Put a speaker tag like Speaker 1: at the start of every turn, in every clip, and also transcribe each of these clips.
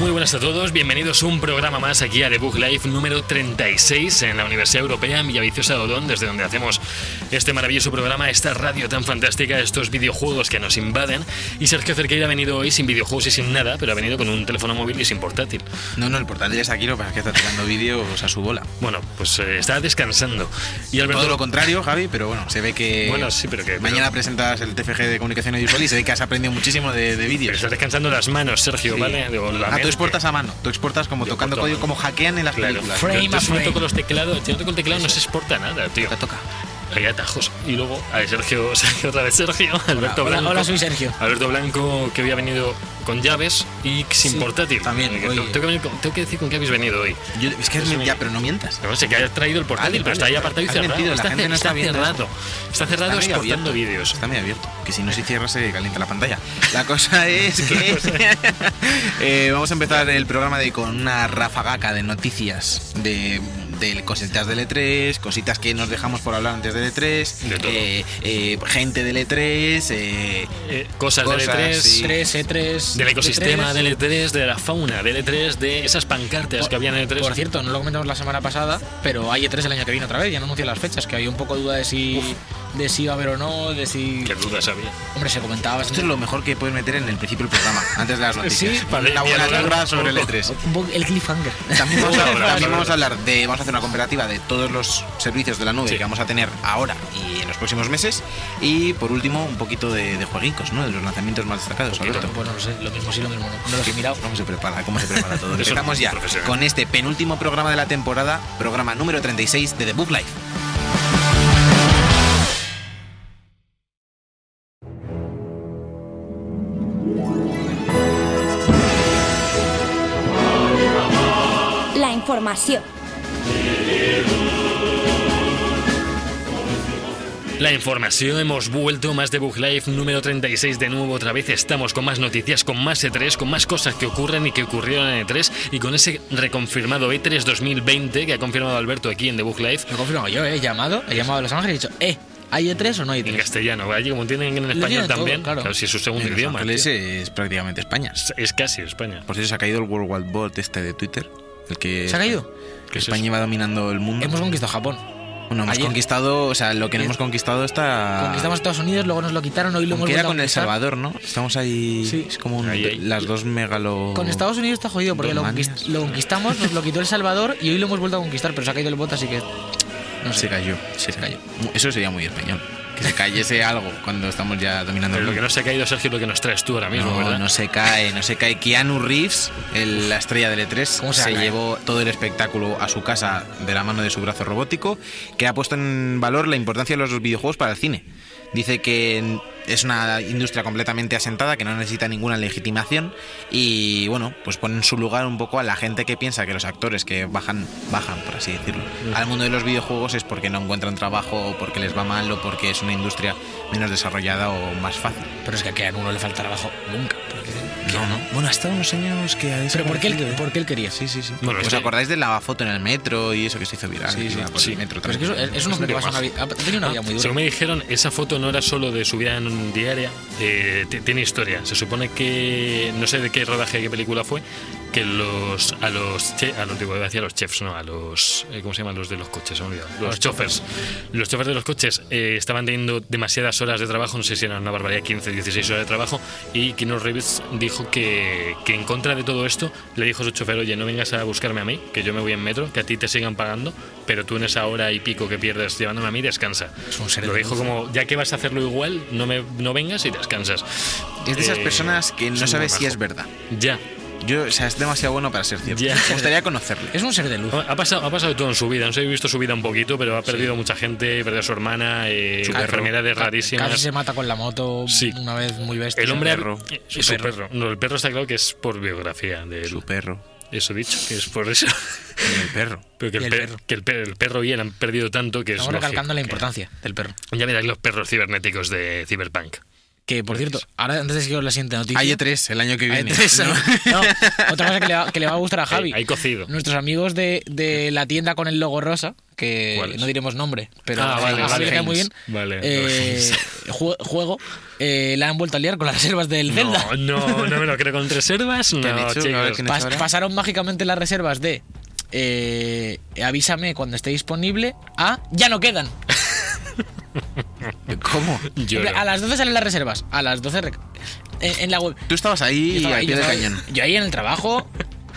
Speaker 1: Muy buenas a todos, bienvenidos un programa más aquí a The Book Life número 36 en la Universidad Europea en Villaviciosa de Odón, desde donde hacemos este maravilloso programa, esta radio tan fantástica, estos videojuegos que nos invaden. Y Sergio Cerqueira ha venido hoy sin videojuegos y sin nada, pero ha venido con un teléfono móvil y sin portátil.
Speaker 2: No, no, el portátil está aquí, lo que pasa es que está tirando vídeos a su bola.
Speaker 1: Bueno, pues eh, está descansando. Y
Speaker 2: Todo
Speaker 1: Alberto,
Speaker 2: lo contrario, Javi, pero bueno, se ve que.
Speaker 1: Bueno, sí, pero que-
Speaker 2: Mañana presentas el TFG de comunicación audiovisual y se ve que has aprendido muchísimo de, de
Speaker 1: pero
Speaker 2: vídeos.
Speaker 1: está descansando las manos, Sergio,
Speaker 2: Sí.
Speaker 1: ¿vale? Digo, la
Speaker 2: Ah, tú
Speaker 1: mente.
Speaker 2: exportas a mano, tú exportas como
Speaker 1: Yo
Speaker 2: tocando
Speaker 1: exporto a
Speaker 2: código,
Speaker 1: mano.
Speaker 2: como hackean en las
Speaker 1: Claro.
Speaker 2: películas.
Speaker 1: Yo-
Speaker 3: Frame
Speaker 1: yo
Speaker 3: a
Speaker 1: si no
Speaker 3: frame.
Speaker 1: toco los teclados, si no toco el teclado no se exporta nada, tío.
Speaker 2: Toca, toca.
Speaker 1: Hay atajos. Y luego, a ver, Sergio, Sergio, otra vez Sergio, Alberto
Speaker 3: hola,
Speaker 1: Blanco.
Speaker 3: hola, soy Sergio.
Speaker 1: Alberto Blanco, que había venido con llaves y sin
Speaker 2: Sí,
Speaker 1: portátil. Eh,
Speaker 2: también,
Speaker 1: Que
Speaker 2: oye.
Speaker 1: tengo, tengo que venir con- tengo que decir con qué habéis venido hoy.
Speaker 2: Yo- es que es
Speaker 1: Eso
Speaker 2: men-
Speaker 1: me-
Speaker 2: ya, pero no mientas.
Speaker 1: No sé, que haya traído el portátil,
Speaker 2: Vale,
Speaker 1: pero está ahí
Speaker 2: vale,
Speaker 1: apartado y
Speaker 2: has
Speaker 1: cerrado.
Speaker 2: mentido, la
Speaker 1: está
Speaker 2: gente
Speaker 1: cer-
Speaker 2: no
Speaker 1: está
Speaker 2: está viendo
Speaker 1: cerrado. Está cerrado
Speaker 2: Está medio
Speaker 1: exportando
Speaker 2: abierto,
Speaker 1: vídeos.
Speaker 2: Está medio abierto. Que si no se cierra se calienta la pantalla. La cosa es que eh, vamos a empezar el programa de con una rafagaca de noticias de, de cositas del E3, cositas que nos dejamos por hablar antes del E3,
Speaker 1: De todo.
Speaker 2: eh, eh, gente del E3, eh,
Speaker 1: Eh, cosas, de
Speaker 2: Cosas,
Speaker 1: E3,
Speaker 2: sí.
Speaker 3: 3, E3.
Speaker 1: del ecosistema,
Speaker 3: E3.
Speaker 1: del E3, de la fauna, del E3, de esas pancartas que E había en el E3.
Speaker 3: Por cierto, no lo comentamos la semana pasada, pero hay E3 el año que viene otra vez, ya no anuncian las fechas, que había un poco de duda de si, de si iba a haber o no, de si...
Speaker 1: qué dudas había.
Speaker 3: Hombre, se comentaba
Speaker 2: esto es
Speaker 3: bastante.
Speaker 2: lo mejor que puedes meter en el principio del programa, antes de las noticias.
Speaker 1: para
Speaker 2: una buena
Speaker 1: dialogar
Speaker 2: charla
Speaker 1: un
Speaker 2: sobre el E
Speaker 1: poco.
Speaker 2: E3.
Speaker 3: Un poco El cliffhanger.
Speaker 2: También vamos,
Speaker 1: Vamos
Speaker 2: a,
Speaker 1: a hablar, vamos
Speaker 2: también vamos
Speaker 1: a
Speaker 2: a hablar de. Vamos a hacer una comparativa de todos los servicios de la nube
Speaker 1: Sí.
Speaker 2: que vamos a tener ahora y en los próximos meses. Y por último, un poquito de, de jueguitos, ¿no? De los lanzamientos más destacados, Alberto.
Speaker 1: pues,
Speaker 3: Bueno, no sé, lo mismo sí, lo mismo no. No los he mirado.
Speaker 2: ¿Cómo se prepara? ¿Cómo se prepara todo?
Speaker 1: Es un
Speaker 2: Empezamos ya
Speaker 1: profesional.
Speaker 2: con este penúltimo programa de la temporada, programa número 36 de The Book Life.
Speaker 4: La información.
Speaker 1: La información, hemos vuelto más de Book Life número 36 de nuevo otra vez. Estamos con más noticias, con más E3, con más cosas que ocurren y que ocurrieron en E3 y con ese reconfirmado E E3 2020 que ha confirmado Alberto aquí en The Book Life
Speaker 3: Lo he confirmado yo, eh, he llamado, he llamado a Los Ángeles y he dicho, eh, ¿hay E3 o no hay
Speaker 1: en
Speaker 3: E3?
Speaker 1: castellano. Allí como tienen en español
Speaker 3: tienen todo,
Speaker 1: también, claro.
Speaker 3: claro.
Speaker 1: si es su segundo
Speaker 2: En Los
Speaker 1: idioma.
Speaker 2: Ángeles
Speaker 1: tío.
Speaker 2: es prácticamente España.
Speaker 1: Es, es casi España.
Speaker 2: Por cierto, se ha caído el World Wide Bot este de Twitter. El que
Speaker 3: ¿Se ha caído?
Speaker 1: ¿Qué
Speaker 2: Que
Speaker 1: es
Speaker 2: España
Speaker 1: eso?
Speaker 2: iba dominando el mundo.
Speaker 3: Hemos conquistado Japón.
Speaker 2: Bueno, hemos
Speaker 3: Ayer.
Speaker 2: conquistado, o sea, lo que no
Speaker 3: Ayer.
Speaker 2: hemos conquistado está.
Speaker 3: Conquistamos Estados Unidos, luego nos lo quitaron, hoy lo hemos
Speaker 2: Ah. Aunque era
Speaker 3: vuelto a
Speaker 2: con El
Speaker 3: conquistar.
Speaker 2: Salvador, ¿no? Estamos ahí.
Speaker 3: Sí.
Speaker 2: Es como un-
Speaker 1: Ahí, ahí.
Speaker 2: las dos megalo.
Speaker 3: Con Estados Unidos está jodido porque
Speaker 2: Dos
Speaker 3: lo, conquist-
Speaker 2: manias.
Speaker 3: lo conquistamos, nos lo quitó El Salvador y hoy lo hemos vuelto a conquistar, pero se ha caído el bot, así que. No sé.
Speaker 2: Se cayó.
Speaker 3: Se cayó.
Speaker 2: Eso sería muy español. Que se cayese algo cuando estamos ya dominando
Speaker 1: Pero
Speaker 2: el
Speaker 1: lo que no se ha caído, Sergio, es lo que nos traes tú ahora mismo,
Speaker 2: no,
Speaker 1: ¿verdad?
Speaker 2: no se cae, no se cae. Keanu Reeves, el- la estrella del E3,
Speaker 3: ¿Cómo se
Speaker 2: se,
Speaker 3: cae?
Speaker 2: llevó todo el espectáculo a su casa de la mano de su brazo robótico, que ha puesto en valor la importancia de los videojuegos para el cine. Dice que es una industria completamente asentada, que no necesita ninguna legitimación y bueno, pues pone en su lugar un poco a la gente que piensa que los actores que bajan, bajan, por así decirlo, al mundo de los videojuegos es porque no encuentran trabajo o porque les va mal o porque es una industria menos desarrollada o más fácil.
Speaker 3: Pero es que a Keanu no le falta trabajo nunca. porque-
Speaker 2: No, no. Bueno, ha estado unos años que ha
Speaker 3: Pero ¿por qué, él,
Speaker 2: desaparecido, ¿eh?
Speaker 3: por qué él quería?
Speaker 2: Sí, sí, Pues sí.
Speaker 1: Bueno,
Speaker 2: ¿Os
Speaker 1: es que-
Speaker 2: acordáis de la foto en el metro y eso que se hizo viral?
Speaker 1: Sí,
Speaker 2: Que
Speaker 1: sí,
Speaker 2: iba por el
Speaker 1: sí.
Speaker 2: metro
Speaker 3: Pero es que eso,
Speaker 2: también?
Speaker 3: es una
Speaker 1: Es un
Speaker 3: que pasa una
Speaker 1: tío
Speaker 3: vida. Ha tenido
Speaker 2: Ah,
Speaker 3: una vida muy dura.
Speaker 1: Ah, Según me dijeron, esa foto no era solo de su vida en diaria, eh, t- tiene historia. Se supone que, no sé de qué rodaje, de qué película fue, que los a los che- a los, digo, iba a decir a los chefs, no, a los, eh, ¿cómo se llaman los de los coches? Se me ha olvidado. Los chofers. Los chofers de los coches eh, estaban teniendo demasiadas horas de trabajo, no sé si eran una barbaridad, 15, 16 horas de trabajo, y Keanu Reeves dijo que, que en contra de todo esto le dijo a su chofer, oye, no vengas a buscarme a mí, que yo me voy en metro, que a ti te sigan pagando, pero tú en esa hora y pico que pierdes llevándome a mí, descansa.
Speaker 3: Es un ser
Speaker 1: Lo
Speaker 3: de
Speaker 1: dijo
Speaker 3: luz.
Speaker 1: como, ya que vas a hacerlo igual, no, me, no vengas y descansas.
Speaker 2: Es de esas
Speaker 1: Eh,
Speaker 2: personas que
Speaker 1: es
Speaker 2: no
Speaker 1: un
Speaker 2: sabes si
Speaker 1: bajo.
Speaker 2: es verdad.
Speaker 1: Ya.
Speaker 2: Yo, o sea, es demasiado bueno para ser cierto.
Speaker 1: Ya.
Speaker 2: Me gustaría conocerle.
Speaker 3: Es un ser de luz.
Speaker 2: Ah,
Speaker 1: Ha pasado, ha pasado de todo en su vida. No sé, he visto su vida un poquito, pero ha perdido mucha gente, perdido a su hermana, eh,
Speaker 2: Su perro.
Speaker 1: enfermedades
Speaker 3: Casi
Speaker 1: rarísimas.
Speaker 3: se mata con la moto
Speaker 1: Sí.
Speaker 3: una vez muy bestia.
Speaker 1: El hombre. ha-
Speaker 2: perro.
Speaker 1: eh, su perro. No, el perro está claro que es por biografía de él.
Speaker 2: Su perro.
Speaker 1: Eso dicho, que es por eso.
Speaker 2: Y El perro.
Speaker 1: Pero que,
Speaker 3: Y
Speaker 1: el,
Speaker 3: el
Speaker 1: per-
Speaker 3: perro.
Speaker 1: que el per- el perro y él han perdido tanto que es.
Speaker 3: Estamos recalcando la
Speaker 1: lógico
Speaker 3: importancia del perro.
Speaker 1: que- Ya miráis los perros cibernéticos de Cyberpunk.
Speaker 3: Que por cierto, ahora antes de seguir con la siguiente noticia.
Speaker 2: Pues Hay E3 el año que
Speaker 3: Hay E
Speaker 2: viene.
Speaker 3: tres, ¿no? No, otra cosa que le, va, que le va a gustar a Javi.
Speaker 1: Hay cocido.
Speaker 3: Nuestros amigos de, de la tienda con el logo rosa, que
Speaker 1: ¿Cuál es?
Speaker 3: no diremos nombre, pero
Speaker 1: Ah,
Speaker 3: a
Speaker 1: vale,
Speaker 3: Javi
Speaker 1: vale.
Speaker 3: le cae muy bien.
Speaker 1: Haynes. Vale,
Speaker 3: Eh, jue- juego, eh, la han vuelto a liar con las reservas del Zelda.
Speaker 1: No, no, no me lo creo con reservas. No,
Speaker 2: han hecho? A ver
Speaker 1: chicos.
Speaker 2: quién es.
Speaker 3: Pas-
Speaker 2: ahora?
Speaker 3: pasaron mágicamente las reservas de eh, avísame cuando esté disponible a ya no quedan.
Speaker 2: ¿Cómo?
Speaker 1: Lloro.
Speaker 3: A las 12 salen las reservas. A las 12 rec- en, en la web.
Speaker 2: Tú estabas ahí
Speaker 3: Yo estaba
Speaker 2: al
Speaker 3: ahí,
Speaker 2: pie
Speaker 3: yo
Speaker 2: del
Speaker 3: estaba-
Speaker 2: cañón.
Speaker 3: yo ahí en el trabajo,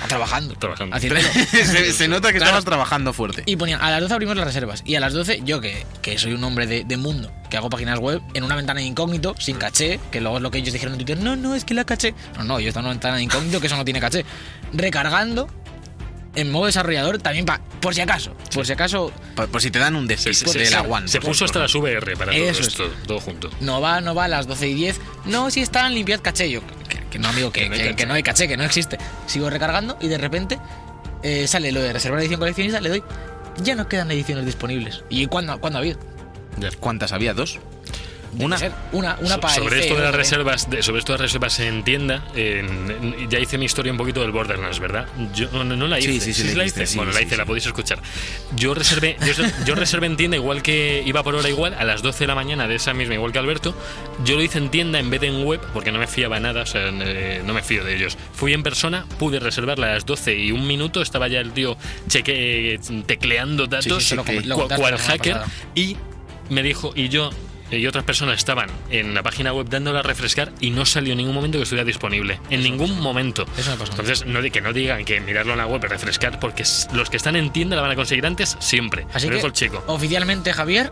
Speaker 3: trabajando.
Speaker 1: Trabajando.
Speaker 3: haciéndolo.
Speaker 2: se, se nota que estabas trabajando fuerte.
Speaker 3: Y ponían, a las 12 abrimos las reservas. Y a las 12, yo que, que soy un hombre de, de mundo, que hago páginas web en una ventana de incógnito, sin caché, que luego es lo que ellos dijeron en Twitter, no, no, es que la caché. No, no, yo estaba en una ventana de incógnito, que eso no tiene caché. Recargando en modo desarrollador también pa- por si acaso, por si acaso
Speaker 2: Por, por si te dan un déficit
Speaker 1: Se, se-
Speaker 2: de
Speaker 1: se-
Speaker 2: la One.
Speaker 1: se
Speaker 2: por
Speaker 1: puso hasta
Speaker 2: favor.
Speaker 1: las VR para todo
Speaker 3: Eso es.
Speaker 1: esto, todo junto.
Speaker 3: no va, no va a las 12 y 10. No, si están, limpiad caché. Yo, que, que no, amigo, que,
Speaker 1: Que no hay
Speaker 3: que-
Speaker 1: caché.
Speaker 3: que no hay caché, que no existe. Sigo recargando y de repente eh, sale lo de reservar edición coleccionista, le doy. Ya no quedan ediciones disponibles. ¿Y cuándo, cuándo ha habido?
Speaker 1: Ya.
Speaker 2: ¿Cuántas había? ¿Dos? Una.
Speaker 3: Ser Una, una
Speaker 1: So-
Speaker 3: para el
Speaker 1: sobre esto de
Speaker 3: CEO,
Speaker 1: las
Speaker 3: otra para-
Speaker 1: reservas de- sobre esto de las reservas en tienda en- en- ya hice mi historia un poquito del Borderlands verdad yo no, no la hice
Speaker 2: Sí, sí, sí, la
Speaker 1: la
Speaker 2: hiciste,
Speaker 1: hice
Speaker 2: sí,
Speaker 1: bueno la
Speaker 2: sí,
Speaker 1: hice
Speaker 2: sí.
Speaker 1: la podéis escuchar yo reservé yo, yo reservé en tienda igual que iba por hora igual a las 12 de la mañana de esa misma igual que Alberto yo lo hice en tienda en vez de en web porque no me fiaba nada o sea eh, no me fío de ellos fui en persona pude reservarla a las 12 y un minuto estaba ya el tío cheque eh, tecleando datos
Speaker 3: sí, lo com- lo
Speaker 1: cua-
Speaker 3: contaste
Speaker 1: cual
Speaker 3: la semana
Speaker 1: hacker
Speaker 3: pasada.
Speaker 1: y me dijo, y yo eh, y otras personas estaban en la página web dándola a refrescar y no salió en ningún momento que estuviera disponible. En ningún momento.
Speaker 3: Eso me pasó.
Speaker 1: Entonces, no, di- que no digan que mirarlo en la web y refrescar, porque s- los que están en tienda la van a conseguir antes siempre.
Speaker 3: Así
Speaker 1: Lo
Speaker 3: que,
Speaker 1: dijo el chico.
Speaker 3: oficialmente, Javier,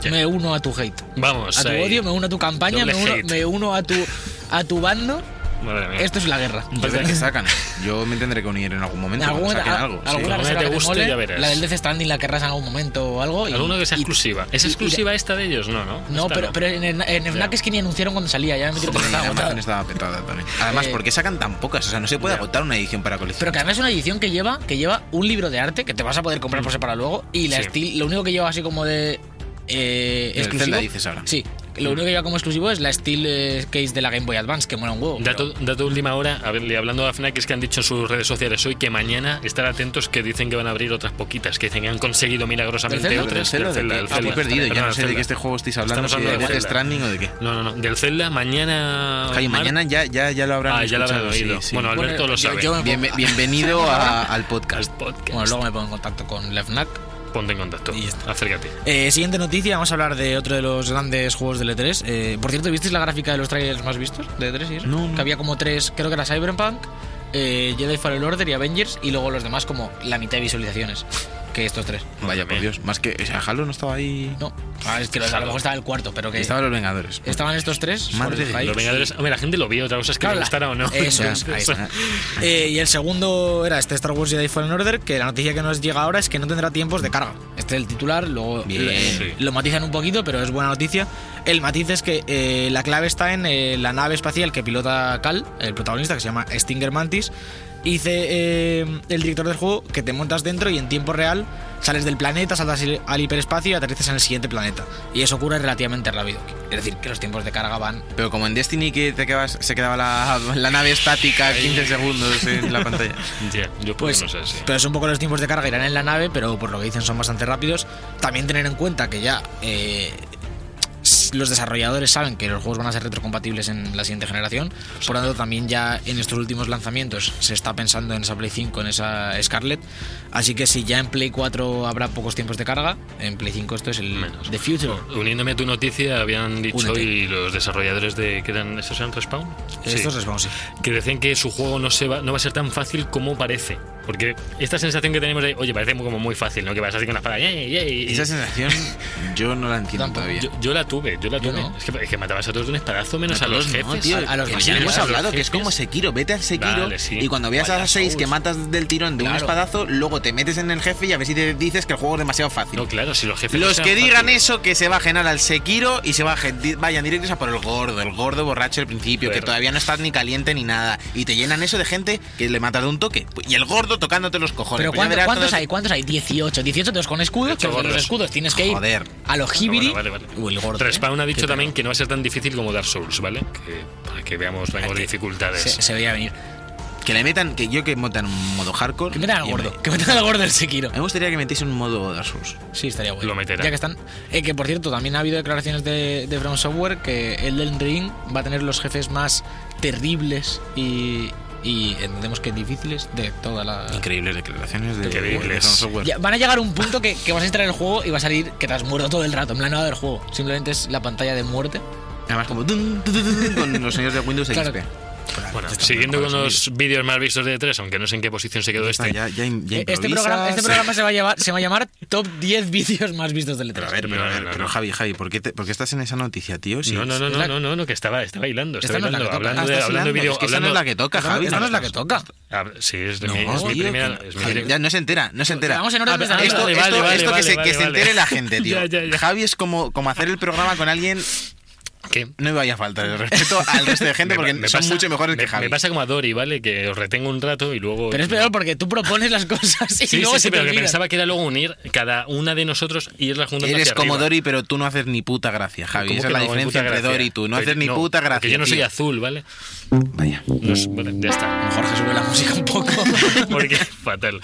Speaker 1: ¿Qué?
Speaker 3: me uno a tu hate.
Speaker 1: Vamos.
Speaker 3: A tu
Speaker 1: ahí.
Speaker 3: odio, me uno a tu campaña,
Speaker 1: Doble
Speaker 3: me uno,
Speaker 1: hate. Mm.
Speaker 3: me uno a tu a tu bando.
Speaker 1: Madre mía.
Speaker 3: Esto es la guerra.
Speaker 2: A ver qué sacan. Yo me tendré que unir en algún momento. cuando
Speaker 3: Alguna,
Speaker 2: saquen
Speaker 3: a-
Speaker 2: algo. sí.
Speaker 3: alguna
Speaker 1: Alguna
Speaker 3: reserva
Speaker 1: que te
Speaker 3: que te
Speaker 1: guste,
Speaker 3: mole,
Speaker 1: ya verás.
Speaker 3: La del Death Stranding la querrás en algún momento o algo. y-
Speaker 1: Alguno que sea
Speaker 3: y-
Speaker 1: exclusiva. ¿Es
Speaker 3: y- y-
Speaker 1: exclusiva esta de ellos? No, ¿no?
Speaker 3: No,
Speaker 1: Esta
Speaker 3: pero, pero en, en, en FNAC
Speaker 1: Ya.
Speaker 3: es que ni anunciaron cuando salía, ya me metí
Speaker 2: Sí,
Speaker 3: porque
Speaker 2: la
Speaker 3: estaba
Speaker 2: imagen
Speaker 3: agotada.
Speaker 2: estaba petada también. Además,
Speaker 3: Eh,
Speaker 2: ¿por qué sacan tan pocas? O sea, no se puede
Speaker 1: ya.
Speaker 2: agotar una edición para colección.
Speaker 3: Pero que además es una edición que lleva, que lleva un libro de arte que te vas a poder comprar por separado luego. Y la
Speaker 1: Mm. Sí.
Speaker 3: estil- lo único que lleva así como de. Eh,
Speaker 2: El
Speaker 3: exclusivo.
Speaker 2: Zelda dices ahora.
Speaker 3: Sí. Lo único que lleva como exclusivo es la Steel eh, Case de la Game Boy Advance, que mola un huevo. pero-
Speaker 1: Dato, dato de última hora, a ver, y hablando de la FNAC, es que han dicho en sus redes sociales hoy que mañana estar atentos que dicen que van a abrir otras poquitas, que dicen que han conseguido milagrosamente
Speaker 3: ¿Del Zelda?
Speaker 1: otras.
Speaker 2: Zelda,
Speaker 1: Del
Speaker 2: ¿de
Speaker 1: Zelda,
Speaker 2: qué?
Speaker 1: del
Speaker 2: Ah,
Speaker 1: Zelda.
Speaker 2: muy perdido. Ya
Speaker 1: Perdón,
Speaker 2: no sé
Speaker 1: del
Speaker 2: de qué
Speaker 1: Zelda.
Speaker 2: este juego estáis hablando.
Speaker 1: Estamos
Speaker 2: si
Speaker 1: hablando
Speaker 2: de
Speaker 1: de
Speaker 2: Death
Speaker 1: Zelda.
Speaker 2: Stranding o de qué.
Speaker 1: No, no, no. Del Zelda mañana.
Speaker 2: Calle,
Speaker 1: Mar-
Speaker 2: mañana ya, ya, ya lo habrán
Speaker 1: Ah, ya lo habrán
Speaker 2: escuchado, sí,
Speaker 1: oído.
Speaker 2: sí.
Speaker 1: Bueno,
Speaker 3: Bueno,
Speaker 1: Alberto
Speaker 3: yo-
Speaker 1: lo sabe.
Speaker 3: yo me-
Speaker 2: Bienve- bienvenido a- al podcast.
Speaker 1: Podcast, podcast.
Speaker 3: Bueno, luego me pongo en contacto con la FNAC.
Speaker 1: Ponte en contacto.
Speaker 3: Y ya está.
Speaker 1: Acércate.
Speaker 3: Eh, siguiente noticia, vamos a hablar de otro de los grandes juegos del E3. Eh, por cierto, ¿visteis la gráfica de los trailers más vistos de E E3? y eso?
Speaker 2: No, no.
Speaker 3: Que había como tres, creo que era Cyberpunk, eh, Jedi Fallen Order y Avengers, y luego los demás como la mitad de visualizaciones que estos tres.
Speaker 2: Vaya, por Dios. Más que. O sea, Halo no estaba ahí.
Speaker 3: No, ah, es que los- a lo mejor estaba el cuarto, pero que
Speaker 2: Estaban los Vengadores.
Speaker 3: estaban estos tres.
Speaker 2: Madre
Speaker 3: sobre
Speaker 2: de
Speaker 3: el hype.
Speaker 1: Los Vengadores. Hombre, la gente lo vio, otra cosa es que
Speaker 3: Claro,
Speaker 1: le
Speaker 3: la-
Speaker 1: gustara o no.
Speaker 3: Eso
Speaker 2: Ya,
Speaker 3: es,
Speaker 2: ahí está.
Speaker 3: Eh, y el segundo era este Star Wars Jedi Fallen Order, que la noticia que nos llega ahora es que no tendrá tiempos de carga. Este es el titular, luego
Speaker 2: Bien.
Speaker 3: lo,
Speaker 1: Sí.
Speaker 3: lo matizan un poquito, pero es buena noticia. El matiz es que eh, la clave está en eh, la nave espacial que pilota Cal, el protagonista, que se llama Stinger Mantis. Y Dice eh, el director del juego que te montas dentro y en tiempo real sales del planeta, saltas al- al hiperespacio y aterrizas en el siguiente planeta. Y eso ocurre relativamente rápido. Es decir, que los tiempos de carga van
Speaker 2: Pero como en Destiny que te quedabas, se quedaba la, la nave estática 15 segundos en la pantalla.
Speaker 1: Ya, yo pues,
Speaker 3: Pues,
Speaker 1: no sé si.
Speaker 3: pero son un poco los tiempos de carga irán en la nave, pero por lo que dicen son bastante rápidos. También tener en cuenta que ya eh, s- los desarrolladores saben que los juegos van a ser retrocompatibles en la siguiente generación. Por lo tanto, también ya en estos últimos lanzamientos se está pensando en esa Play 5, en esa Scarlett. Así que si ya en Play 4 habrá pocos tiempos de carga, en Play 5 esto es el
Speaker 1: Menos.
Speaker 3: The Future.
Speaker 1: Uniéndome a tu noticia, habían dicho
Speaker 3: Únete.
Speaker 1: hoy los desarrolladores de. ¿Qué eran? ¿Esos eran Respawn? Sí.
Speaker 3: Estos les vamos a ir.
Speaker 1: que decían que su juego no, se va, no va a ser tan fácil como parece. Porque esta sensación que tenemos de, oye, parece como muy fácil, ¿no? Que vas así con la espada, "Yey, yey", y-
Speaker 2: Esa sensación yo no la entiendo
Speaker 3: Tampoco.
Speaker 2: todavía.
Speaker 1: yo, yo la tuve, yo la
Speaker 3: Yo
Speaker 1: tuve.
Speaker 3: no.
Speaker 1: Es, que, es que matabas a todos de un espadazo menos a, los
Speaker 2: todos
Speaker 1: jefes.
Speaker 2: no, tío.
Speaker 3: a- a los
Speaker 2: Que
Speaker 3: mayores,
Speaker 2: ya hemos
Speaker 3: a
Speaker 1: los
Speaker 2: hablado que es
Speaker 1: jefes.
Speaker 2: como Sekiro. Vete al Sekiro
Speaker 1: Vale, sí.
Speaker 2: y cuando veas a
Speaker 1: Vaya
Speaker 2: las 6
Speaker 1: Souls.
Speaker 2: que matas del tirón de un
Speaker 3: Claro.
Speaker 2: espadazo, luego te metes en el jefe y a ver si te dices que el juego es demasiado fácil.
Speaker 1: No, claro, si los jefes. no
Speaker 2: Los
Speaker 1: sean
Speaker 2: que digan
Speaker 1: fáciles.
Speaker 2: eso, que se bajen ahora al Sekiro y se bajen, di- vayan directos a por el gordo, el gordo borracho al principio, que
Speaker 1: Claro.
Speaker 2: todavía no está ni caliente ni nada. Y te llenan eso de gente que le mata de un toque. Y el gordo solo tocándote los cojones.
Speaker 3: Pero
Speaker 2: pues ya
Speaker 3: ¿cuántos,
Speaker 2: verás
Speaker 3: cuántos
Speaker 2: todo-
Speaker 3: hay? ¿Cuántos hay? 18. 18 te los con escudos,
Speaker 1: Ocho
Speaker 3: que con los
Speaker 1: gordos.
Speaker 3: escudos tienes que ir
Speaker 2: Joder.
Speaker 3: a los jibiri.
Speaker 1: Ah, Bueno, vale, vale.
Speaker 3: Uy, el gordo,
Speaker 1: Respawn
Speaker 3: ¿eh?
Speaker 1: ha dicho
Speaker 3: Qué
Speaker 1: también que no va a ser tan difícil como Dark Souls, ¿vale? Que- para que veamos rangos de dificultades.
Speaker 3: Se, se veía venir.
Speaker 1: Mm,
Speaker 2: Que le metan, que yo que montan un modo hardcore.
Speaker 3: Que metan al
Speaker 2: y-
Speaker 3: gordo. Que metan al gordo el Sekiro.
Speaker 2: A mí me gustaría que metiese un modo Dark Souls.
Speaker 3: Sí, estaría bueno.
Speaker 1: ¿Eh? Lo meterá.
Speaker 3: Ya que están. Eh, que por cierto, también ha habido declaraciones de, de From Software que Elden Ring va a tener los jefes más terribles y, y entendemos que difíciles de toda la.
Speaker 2: Increíbles declaraciones de,
Speaker 1: Increíbles.
Speaker 2: de From Software.
Speaker 3: Ya, van a llegar a un punto que, que vas a entrar en el juego y va a salir que te has muerto todo el rato. En plan, no va a haber juego. Simplemente es la pantalla de muerte.
Speaker 2: Además, como dun, dun, dun, dun, con los señores de Windows
Speaker 3: Claro.
Speaker 2: XP.
Speaker 1: Bueno,
Speaker 2: Está
Speaker 1: siguiendo
Speaker 2: mejor
Speaker 1: con los vídeos más vistos de E3, aunque no sé en qué posición se quedó
Speaker 2: Ah,
Speaker 1: este.
Speaker 2: ya- ya im- ya
Speaker 3: Eh, Este
Speaker 2: improvisas.
Speaker 3: programa, este programa se, va a llevar- se va a llamar Top 10 vídeos más vistos del E3.
Speaker 2: Pero a ver, pero, a
Speaker 1: No,
Speaker 2: ver,
Speaker 1: no,
Speaker 2: pero
Speaker 1: no.
Speaker 2: Javi, Javi, ¿por qué, te- por qué estás en esa noticia, tío? Si
Speaker 1: No, no, no,
Speaker 3: es
Speaker 1: no,
Speaker 3: la-
Speaker 1: no, no, no, que estaba, estaba hilando,
Speaker 3: Esta
Speaker 1: estaba
Speaker 3: no es la
Speaker 1: hilando,
Speaker 3: que toca.
Speaker 1: hablando
Speaker 2: Ah,
Speaker 1: de,
Speaker 2: estás
Speaker 1: hablando de
Speaker 2: hilando.
Speaker 1: vídeo,
Speaker 2: Es que esa no
Speaker 1: hablando-
Speaker 2: es la que toca,
Speaker 3: Esta no-
Speaker 2: Javi.
Speaker 3: esta no es la que toca.
Speaker 1: Ah, sí, es,
Speaker 2: No,
Speaker 1: mi, es mi
Speaker 2: tío,
Speaker 1: primera,
Speaker 2: que-
Speaker 1: es mi
Speaker 2: Javi,
Speaker 1: primera-
Speaker 2: ya no se entera, no se entera.
Speaker 3: Pero vamos en orden
Speaker 1: Ah,
Speaker 3: desde
Speaker 1: esto-
Speaker 3: arriba.
Speaker 2: Esto,
Speaker 1: Vale,
Speaker 2: esto-
Speaker 1: vale,
Speaker 2: esto que,
Speaker 1: vale,
Speaker 2: se,
Speaker 1: vale,
Speaker 2: que se
Speaker 1: vale.
Speaker 2: entere la gente,
Speaker 1: Ya,
Speaker 2: tío.
Speaker 1: ya, ya.
Speaker 2: Javi es como, como hacer el programa con alguien.
Speaker 1: ¿Qué?
Speaker 2: No me vaya a faltar el respeto al resto de gente
Speaker 1: Me-
Speaker 2: porque
Speaker 1: me
Speaker 2: son
Speaker 1: pasa-
Speaker 2: mucho mejores
Speaker 1: me-
Speaker 2: que Javi.
Speaker 1: Me pasa como a Dori, ¿vale? Que os retengo un rato y luego...
Speaker 3: Pero es peor porque tú propones las cosas y
Speaker 1: Sí,
Speaker 3: luego
Speaker 1: sí,
Speaker 3: se
Speaker 1: sí,
Speaker 3: te
Speaker 1: pero que
Speaker 3: olvidan.
Speaker 1: pensaba que era luego unir cada una de nosotros y irla juntando
Speaker 2: Eres
Speaker 1: hacia
Speaker 2: como
Speaker 1: arriba.
Speaker 2: Dory, pero tú no haces ni puta gracia, Javi.
Speaker 1: ¿Cómo que
Speaker 2: Esa es la
Speaker 1: no hago ni
Speaker 2: diferencia
Speaker 1: puta
Speaker 2: entre
Speaker 1: gracia?
Speaker 2: Dory y tú. No
Speaker 1: Pero
Speaker 2: haces ni
Speaker 1: no,
Speaker 2: puta
Speaker 1: porque
Speaker 2: gracia.
Speaker 1: yo no soy
Speaker 2: tío.
Speaker 1: azul, ¿vale?
Speaker 2: Vaya.
Speaker 1: No es- vale, ya está.
Speaker 3: Jorge sube la música un poco.
Speaker 1: Porque fatal.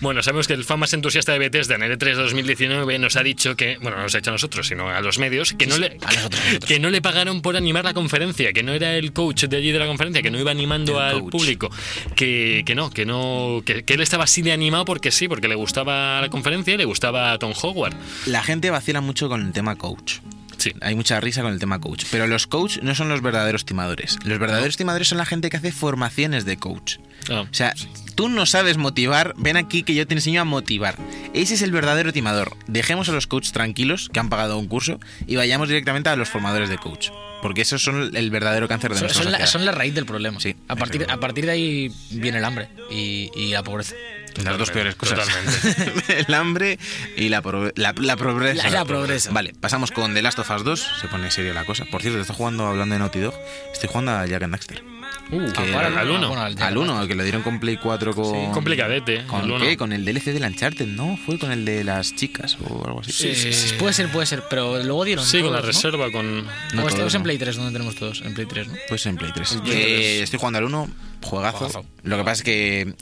Speaker 1: Bueno, sabemos que el fan más entusiasta de Bethesda en el E3 2019 nos ha dicho que, bueno, no nos ha dicho a nosotros, sino a los medios, que no le,
Speaker 3: a nosotros, a nosotros.
Speaker 1: que no le pagaron por animar la conferencia, que no era el coach de allí de la conferencia, que no iba animando
Speaker 2: El
Speaker 1: al
Speaker 2: coach.
Speaker 1: público, que, que no, que no, que, que él estaba así de animado porque sí, porque le gustaba la conferencia y le gustaba a Tom Howard.
Speaker 2: La gente vacila mucho con el tema coach.
Speaker 1: Sí.
Speaker 2: Hay mucha risa con el tema coach. Pero los coach no son los verdaderos timadores. Los verdaderos timadores son la gente que hace formaciones de coach.
Speaker 1: Ah,
Speaker 2: O sea, tú no sabes motivar, ven aquí que yo te enseño a motivar. Ese es el verdadero timador. Dejemos a los coaches tranquilos que han pagado un curso y vayamos directamente a los formadores de coach. Porque esos son el verdadero cáncer de
Speaker 3: son,
Speaker 2: nuestra
Speaker 3: son la,
Speaker 2: sociedad.
Speaker 3: son la raíz del problema.
Speaker 2: Sí,
Speaker 3: a, partir, a partir de ahí viene el hambre y, y la pobreza.
Speaker 2: Las dos
Speaker 1: Totalmente,
Speaker 2: peores cosas.
Speaker 1: totalmente.
Speaker 2: el hambre y la, pro- la, la pobreza.
Speaker 3: La- la pobreza.
Speaker 2: Vale, pasamos con The Last of Us 2. Se pone seria la cosa. Por cierto, estoy jugando, hablando de Naughty Dog, estoy jugando a Jack and Daxter.
Speaker 1: uh,
Speaker 2: que-
Speaker 1: al, al uno.
Speaker 3: Bueno, Jack
Speaker 2: Al
Speaker 3: and
Speaker 2: 1, que lo dieron con Play 4 con...
Speaker 1: Complicadete.
Speaker 2: ¿Con
Speaker 1: el ¿eh? uno.
Speaker 2: qué? Con el DLC del Uncharted, ¿no? Fue con el de las chicas o algo así.
Speaker 3: Eh, Puede ser, puede ser, pero luego dieron.
Speaker 1: Sí, con la
Speaker 3: todos, ¿no?
Speaker 1: reserva, con...
Speaker 2: No
Speaker 3: o estamos
Speaker 2: todos,
Speaker 3: en
Speaker 2: no.
Speaker 3: Play 3, donde tenemos todos. En Play 3, ¿no?
Speaker 2: Pues en Play 3.
Speaker 1: Play tres.
Speaker 2: estoy jugando al 1, juegazo.
Speaker 3: Juegazo.
Speaker 2: Lo que pasa es que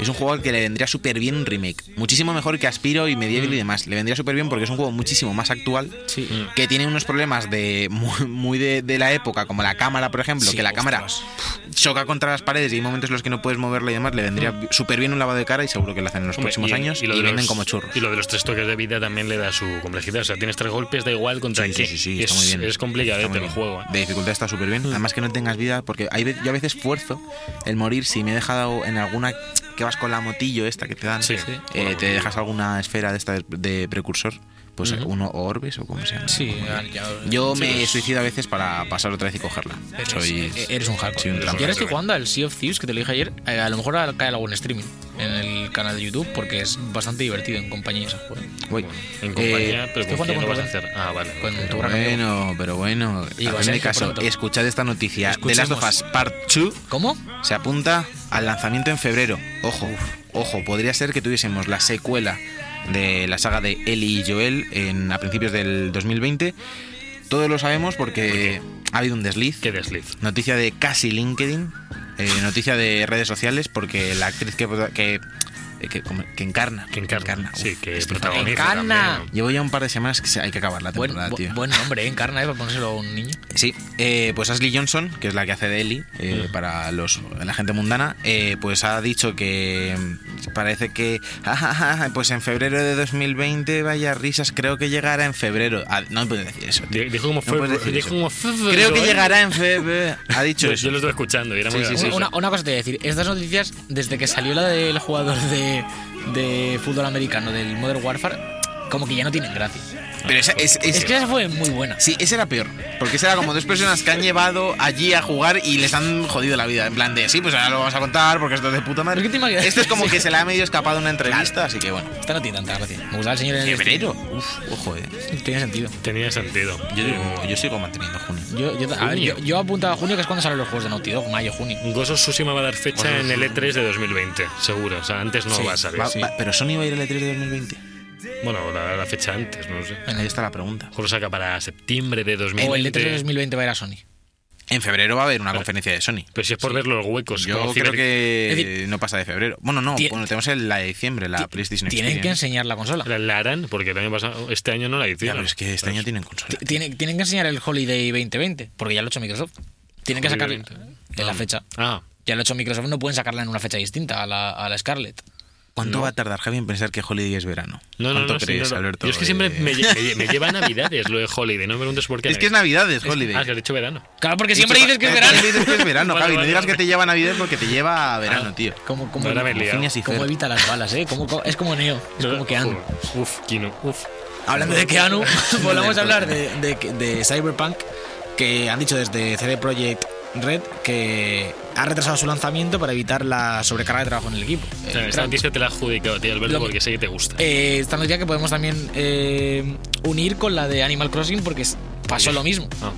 Speaker 2: es un juego al que le vendría súper bien un remake. Muchísimo mejor que Aspiro y
Speaker 1: Mm.
Speaker 2: Medieval y demás. Le vendría súper bien porque es un juego muchísimo más actual.
Speaker 3: Sí.
Speaker 2: Que tiene unos problemas de muy, muy de, de la época, como la cámara, por ejemplo,
Speaker 3: Sí,
Speaker 2: que la cámara
Speaker 3: ostras.
Speaker 2: choca contra las paredes y hay momentos en los que no puedes moverla y demás. Le vendría súper bien un lavado de cara y seguro que lo hacen en los
Speaker 1: Mm. Hombre,
Speaker 2: próximos
Speaker 1: y-
Speaker 2: años y,
Speaker 1: lo de
Speaker 2: venden
Speaker 1: los-
Speaker 2: como churros.
Speaker 1: Y lo de los tres toques de vida también le da su complejidad. O sea, tienes tres golpes, da igual contra
Speaker 2: Sí,
Speaker 1: qué.
Speaker 2: sí, sí, sí,
Speaker 1: es,
Speaker 2: está muy bien.
Speaker 1: Es complicado
Speaker 2: Está muy
Speaker 1: el
Speaker 2: bien.
Speaker 1: juego. ¿eh?
Speaker 2: De dificultad está súper bien. Además que no tengas vida, porque hay, ve- yo a veces fuerzo el morir si me he dejado en alguna que vas con la motillo esta que te dan.
Speaker 1: Sí.
Speaker 2: eh,
Speaker 1: Sí.
Speaker 2: te dejas alguna esfera de esta de, de precursor, pues uno o orbes o como se llama.
Speaker 3: Sí, ya.
Speaker 2: Yo me suicido a veces para pasar otra vez y cogerla.
Speaker 3: Eres,
Speaker 2: Soy,
Speaker 3: e- eres un hardcore.
Speaker 2: soy un
Speaker 3: Yo
Speaker 2: trampa.
Speaker 3: ahora estoy jugando al Sea of Thieves, que te lo dije ayer. Eh, a lo mejor al- cae algún streaming en el canal de YouTube, porque es bastante divertido en compañía ese juego.
Speaker 2: Voy.
Speaker 1: En
Speaker 2: Eh,
Speaker 1: compañía, pero
Speaker 3: estoy
Speaker 1: ¿con
Speaker 3: jugando
Speaker 1: quién lo
Speaker 3: con
Speaker 1: vas a hacer? Ah, vale.
Speaker 3: Con
Speaker 1: vale.
Speaker 3: tu gran amigo.
Speaker 2: bueno, pero bueno,
Speaker 3: Digo,
Speaker 2: hacedme
Speaker 3: Sergio,
Speaker 2: caso,
Speaker 3: pronto.
Speaker 2: escuchad esta noticia. de las
Speaker 3: Escuchemos.
Speaker 2: of Us Part 2
Speaker 3: ¿Cómo?
Speaker 2: se apunta al lanzamiento en febrero. Ojo, ojo, podría ser que tuviésemos la secuela de la saga de Ellie y Joel en, a principios del 2020. Todos lo sabemos porque ha habido un desliz.
Speaker 1: Qué desliz.
Speaker 2: Noticia de casi LinkedIn. eh, noticia de redes sociales porque la actriz que, que, eh, que- que encarna.
Speaker 1: Que encarna.
Speaker 2: uf,
Speaker 1: sí, que
Speaker 2: Stephanie.
Speaker 1: protagoniza.
Speaker 3: Encarna.
Speaker 1: también,
Speaker 2: Llevo ya un par de semanas que se- hay que acabar la
Speaker 3: Buen,
Speaker 2: temporada,
Speaker 3: bu-
Speaker 2: tío.
Speaker 3: buen nombre, ¿eh? Encarna, ¿eh? Para ponérselo a un niño.
Speaker 2: Sí, eh, pues Ashley Johnson, que es la que hace de Ellie eh, para los, la gente mundana, eh, pues ha dicho que mm, parece que pues en febrero de 2020, vaya risas, creo que llegará en febrero. Ah, no puedo decir eso.
Speaker 1: ¿no?
Speaker 2: tío.
Speaker 1: Di- Dijo como
Speaker 2: No
Speaker 1: fue.
Speaker 2: puedes decir
Speaker 1: dijo
Speaker 2: eso.
Speaker 1: como
Speaker 2: Creo que
Speaker 1: ¿eh?
Speaker 2: llegará en febrero. Ha dicho
Speaker 1: Yo,
Speaker 2: eso.
Speaker 1: yo lo estoy escuchando y era
Speaker 2: Sí,
Speaker 1: muy
Speaker 2: sí, sí,
Speaker 1: gracioso.
Speaker 3: una, una cosa te voy a decir. Estas noticias, desde que salió la del jugador de, de fútbol americano, del Modern Warfare, como que ya no tienen gracia.
Speaker 2: Pero esa, es, es-
Speaker 3: Es que esa fue muy buena.
Speaker 2: Sí, esa era peor. Porque esa era como dos personas que han llevado allí a jugar y les han jodido la vida. En plan de, sí, pues ahora lo vamos a contar porque esto es de puta madre.
Speaker 3: Es que te imaginas-
Speaker 2: Esto es como que se le ha medio escapado una entrevista, así que bueno.
Speaker 3: Esta no tiene tanta gracia. Me gustaba el señor en el
Speaker 2: Febrero. Uf, ojo, eh.
Speaker 3: vestido. Tenía sentido.
Speaker 1: Tenía sentido.
Speaker 2: Yo, digo, yo sigo manteniendo junio.
Speaker 3: Yo, yo, a ver,
Speaker 1: Junio.
Speaker 3: yo, yo apuntaba a junio, que es cuando salen los juegos de Naughty Dog, mayo, junio.
Speaker 1: Ghost of Tsushima va a dar fecha en el E3 de 2020, seguro. O sea, antes no
Speaker 3: Sí,
Speaker 1: va a salir.
Speaker 2: Va-
Speaker 3: sí.
Speaker 2: va- pero Sony va a ir al E3 de 2020.
Speaker 1: Bueno, la, la fecha antes, no sé.
Speaker 2: Ahí está la pregunta.
Speaker 1: Mejor lo saca para septiembre
Speaker 2: E
Speaker 1: de
Speaker 3: O el
Speaker 1: 2020.
Speaker 3: E3 de 2020 va a ir a Sony.
Speaker 2: En febrero va a haber una conferencia de Sony.
Speaker 1: Pero si es por ver los huecos.
Speaker 2: Yo
Speaker 1: como
Speaker 2: creo
Speaker 1: ciber-
Speaker 2: que
Speaker 3: Es decir-
Speaker 2: no pasa de febrero. Bueno, no,
Speaker 3: Tien-
Speaker 2: bueno, tenemos el- la de diciembre, la PlayStation
Speaker 3: Tienen que
Speaker 2: Experience.
Speaker 3: enseñar la consola.
Speaker 1: La, la harán, porque el año pasado, este año no la
Speaker 2: Ya,
Speaker 1: hicieron.
Speaker 2: pero es que este año tienen consola.
Speaker 3: T- Tienen, tienen que enseñar el Holiday 2020, porque ya lo ha hecho Microsoft. Tienen que sacar
Speaker 1: Holiday
Speaker 3: en
Speaker 1: 2020.
Speaker 3: la fecha.
Speaker 1: Ah,
Speaker 3: Ya lo ha hecho Microsoft, no pueden sacarla en una fecha distinta a la, a la Scarlett.
Speaker 2: ¿Cuánto va a tardar Javi en pensar que Holiday es verano?
Speaker 1: no, no,
Speaker 2: ¿Cuánto
Speaker 1: no. sí,
Speaker 2: crees,
Speaker 1: no, no.
Speaker 2: Alberto?
Speaker 1: Yo es que
Speaker 2: Eh,
Speaker 1: siempre me, lle- me lle- me lleva a Navidades lo de Holiday, no me preguntes por qué.
Speaker 2: Es que es Navidades,
Speaker 1: Ah, que
Speaker 2: Holiday.
Speaker 1: has dicho verano.
Speaker 3: Claro, porque siempre dices que es verano.
Speaker 2: Siempre dices que es verano,
Speaker 1: Vale,
Speaker 2: Javi. No
Speaker 1: vale,
Speaker 2: digas que
Speaker 1: vale.
Speaker 2: te lleva a Navidad porque te lleva a verano, tío.
Speaker 3: Como, como,
Speaker 1: Ahora me he
Speaker 3: como-
Speaker 1: liado.
Speaker 2: Phineas y
Speaker 3: como
Speaker 2: Ferb.
Speaker 3: evita las balas, ¿eh? Como- como- es como Neo, es como Keanu.
Speaker 1: Uf, Kino, uf.
Speaker 2: Eh,
Speaker 3: Hablando de Keanu, volvamos a hablar de, de- de Cyberpunk, que han dicho desde CD Projekt Red que ha retrasado su lanzamiento para evitar la sobrecarga de trabajo en el equipo.
Speaker 1: O
Speaker 3: El
Speaker 1: sea, esta
Speaker 3: crunch.
Speaker 1: noticia te la he adjudicado a ti, Alberto,
Speaker 3: Lo-
Speaker 1: porque sé que te gusta.
Speaker 3: Eh, esta noticia que podemos también eh, unir con la de Animal Crossing porque es- pasó lo mismo.
Speaker 1: Ah.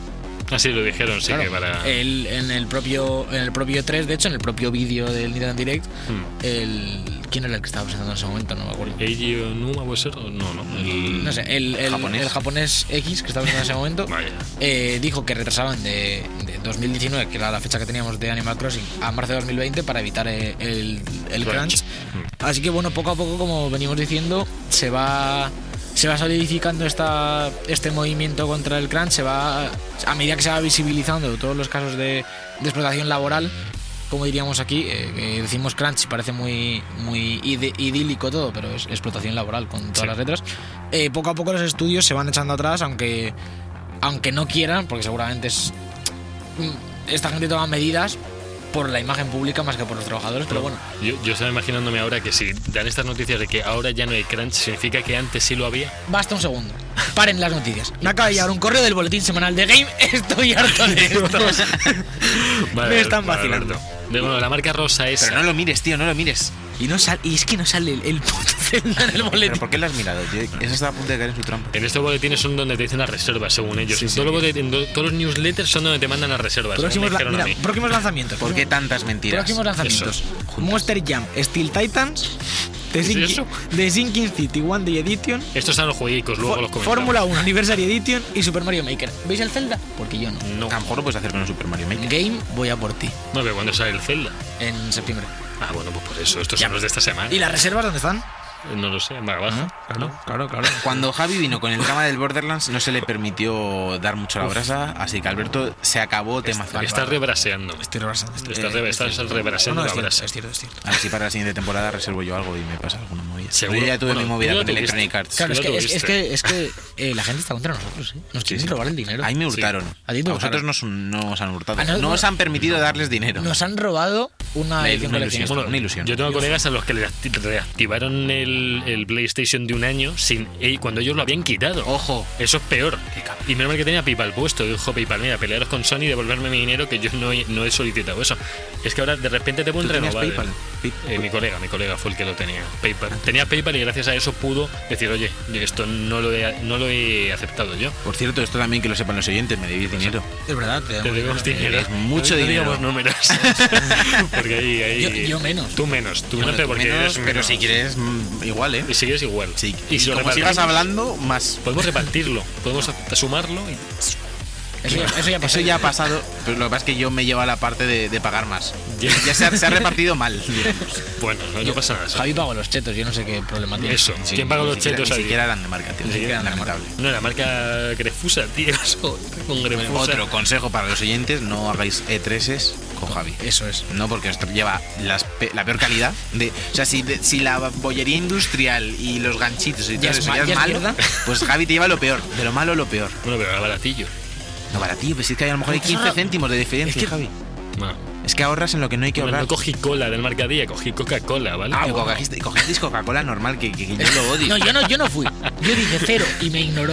Speaker 1: Así lo dijeron, sí,
Speaker 3: Claro,
Speaker 1: que para.
Speaker 2: Eh.
Speaker 3: el- en, el propio, en el propio 3, de hecho, en el propio vídeo del Nintendo Direct,
Speaker 1: Hmm.
Speaker 3: el, ¿quién era el que estaba presentando en ese momento? No me acuerdo.
Speaker 1: Eiji Onuma puede ser? o No, no. El...
Speaker 3: No sé, el, el- el
Speaker 2: Japonés.
Speaker 3: japonés. X que estaba presentando en ese momento
Speaker 1: Vaya.
Speaker 3: eh, dijo que retrasaban de, de 2019, que era la fecha que teníamos de Animal Crossing, a marzo de 2020 para evitar eh, el, el
Speaker 1: Crunch.
Speaker 3: crunch.
Speaker 1: Mm.
Speaker 3: Así que bueno, poco a poco, como venimos diciendo, se va se va solidificando esta, este movimiento contra el crunch, se va a medida que se va visibilizando todos los casos de, de explotación laboral, como diríamos aquí, eh, que decimos crunch, parece muy muy ide- idílico todo, pero es explotación laboral con todas
Speaker 1: Sí.
Speaker 3: las letras. Eh, poco a poco los estudios se van echando atrás, aunque aunque no quieran, porque seguramente es mm, esta gente toma medidas por la imagen pública más que por los trabajadores, pero bueno.
Speaker 1: Yo, yo estaba imaginándome ahora que si dan estas noticias de que ahora ya no hay crunch, significa que antes sí lo había.
Speaker 3: Basta un segundo. Paren las noticias. Me acaba de llegar un correo del boletín semanal de Game. Estoy harto de esto.
Speaker 1: Vale,
Speaker 3: Me están
Speaker 1: vale,
Speaker 3: vacilando.
Speaker 1: Alberto. De- bueno, la marca rosa esa.
Speaker 2: Pero no lo mires, tío, no lo mires.
Speaker 3: y, no sal- y es que no sale el, el puto Zelda en el
Speaker 2: ¿Pero
Speaker 3: boletín.
Speaker 2: por qué lo has mirado, tío? Eso está a punto de caer en su trampa.
Speaker 1: En estos boletines son donde te dicen las reservas, según ellos.
Speaker 3: Sí, sí.
Speaker 1: Todos los boletin- do- todos los newsletters son donde te mandan las reservas. según me
Speaker 3: Próximos, la-
Speaker 1: dijeron a
Speaker 3: mira,
Speaker 1: mí.
Speaker 3: próximos lanzamientos.
Speaker 2: ¿Por qué
Speaker 3: próximos-
Speaker 2: tantas mentiras?
Speaker 3: Próximos lanzamientos.
Speaker 2: Juntos.
Speaker 3: Monster Jam, Steel Titans, The,
Speaker 1: ¿Es
Speaker 3: Sinking-
Speaker 1: eso?
Speaker 3: The Sinking City One Day Edition,
Speaker 1: Estos son los jueguicos, luego los
Speaker 3: Fo-
Speaker 1: comentamos.
Speaker 3: Fórmula 1 Anniversary Edition y Super Mario Maker. ¿Veis el Zelda? Porque yo no.
Speaker 1: No,
Speaker 2: A lo mejor lo puedes hacer con un Super Mario Maker.
Speaker 3: Game, voy a por ti.
Speaker 1: no pero cuando sale el Zelda.
Speaker 3: En septiembre.
Speaker 1: Ah, bueno, pues por eso. Estos
Speaker 3: Ya.
Speaker 1: son los de esta semana.
Speaker 3: ¿Y las reservas dónde están?
Speaker 1: No lo sé, va baja. ¿no?
Speaker 3: claro, claro.
Speaker 2: Cuando Javi vino con el tema del Borderlands no se le permitió dar mucho la brasa, así que Alberto se acabó temazo.
Speaker 1: Estás rebraseando.
Speaker 3: Estoy rebasando. estoy-
Speaker 1: Estás,
Speaker 3: eh, este-
Speaker 1: re- estás rebraseando la
Speaker 3: No, no, es cierto,
Speaker 1: brasa.
Speaker 3: es cierto, es cierto.
Speaker 2: A ver si para la siguiente temporada reservo yo algo y me pasa alguna movida.
Speaker 1: Seguro.
Speaker 2: Yo ya tuve
Speaker 1: Bueno,
Speaker 2: mi movida
Speaker 1: tú ya
Speaker 2: con
Speaker 1: tuviste.
Speaker 2: Electronic Arts.
Speaker 3: Claro, es
Speaker 1: lo
Speaker 3: que, es, es
Speaker 1: tuviste.
Speaker 3: que, es que eh, la gente está contra nosotros, ¿eh? Nos quieren robar el dinero.
Speaker 2: Ahí me hurtaron.
Speaker 3: A ti te
Speaker 2: A vosotros
Speaker 3: hurtaron.
Speaker 2: nos, nos han hurtado.
Speaker 3: A nosotros-
Speaker 2: No os han permitido darles dinero.
Speaker 3: Nos han robado una
Speaker 2: Una
Speaker 3: edición
Speaker 2: ilusión,
Speaker 3: coleccionista.
Speaker 2: una ilusión.
Speaker 1: Yo tengo colegas a los que le acti- reactivaron el, el PlayStation de un año sin eh, cuando ellos lo habían quitado.
Speaker 3: Oh,
Speaker 2: Ojo.
Speaker 1: Eso es peor. Y menos mal que tenía PayPal puesto. Dijo PayPal, mira, pelearos con Sony, devolverme mi dinero que yo no he, no he solicitado eso. Es que ahora de repente te pueden
Speaker 2: ¿Tú tenías
Speaker 1: renovar. el-
Speaker 2: PayPal? Ah,
Speaker 1: Eh, mi colega, mi colega fue el que lo tenía. PayPal. Tenía PayPal y gracias a eso pudo decir, oye, esto no lo he, no lo he aceptado yo.
Speaker 2: Por cierto, esto también que lo sepan los oyentes, me debéis dinero.
Speaker 3: Es verdad, te
Speaker 1: Te debemos dinero.
Speaker 2: es mucho
Speaker 1: No
Speaker 2: dinero.
Speaker 1: digamos números. porque ahí, ahí-
Speaker 3: Yo- yo menos.
Speaker 1: Tú menos. Tú menos,
Speaker 2: Bueno, tú
Speaker 1: porque
Speaker 2: menos,
Speaker 1: eres
Speaker 2: pero
Speaker 1: menos.
Speaker 2: si quieres, mm, igual, ¿eh?
Speaker 1: Y sigues igual.
Speaker 2: Sí.
Speaker 1: Y,
Speaker 2: Y
Speaker 1: lo
Speaker 2: como
Speaker 1: repartimos.
Speaker 2: sigas hablando, más.
Speaker 1: Podemos repartirlo. Podemos sumarlo y.
Speaker 3: Eso ya, eso ya pasó.
Speaker 2: pues Eso ya ha pasado, pero lo que pasa es que yo me llevo a la parte de, de pagar más.
Speaker 1: Ya.
Speaker 2: Ya pues se ha, se ha repartido mal. digamos.
Speaker 1: Bueno, no, no pasa nada. eso.
Speaker 3: Javi pagó los chetos, yo no sé qué problema tiene.
Speaker 1: Eso.
Speaker 2: Sí,
Speaker 1: ¿Quién paga
Speaker 2: ni
Speaker 1: los
Speaker 2: siquiera-
Speaker 1: chetos ahí?
Speaker 2: Ni siquiera eran de marca, tío.
Speaker 1: Ni siquiera eran de
Speaker 2: Lamentable.
Speaker 1: No, la marca Grefusa, tío. eso, Con Grefusa.
Speaker 2: Otro consejo para los oyentes: no hagáis E3s con Javi.
Speaker 3: Eso es.
Speaker 2: No, porque esto lleva las pe- la peor calidad. De, o sea, si, de- si la bollería industrial y los ganchitos y
Speaker 3: Ya
Speaker 2: todo
Speaker 3: es
Speaker 2: eso
Speaker 3: ma-
Speaker 2: ya
Speaker 3: ya
Speaker 2: es
Speaker 3: es
Speaker 2: malo,
Speaker 3: mierda.
Speaker 2: pues Javi te lleva lo peor. De lo malo, lo peor.
Speaker 1: Bueno, pero era baratillo.
Speaker 2: No, para ti, pues es que a lo mejor hay 15 céntimos de diferencia,
Speaker 3: Es que-
Speaker 2: Javi.
Speaker 1: No.
Speaker 2: Es que ahorras en lo que no hay que
Speaker 1: Bueno,
Speaker 2: ahorrar.
Speaker 1: no cogí cola del marcadía, cogí Coca-Cola, ¿vale?
Speaker 2: Ah, cogiste, cogisteis Coca-Cola normal, que, que- que yo lo odio.
Speaker 3: No, yo no, yo no fui. Yo dije cero y me ignoró.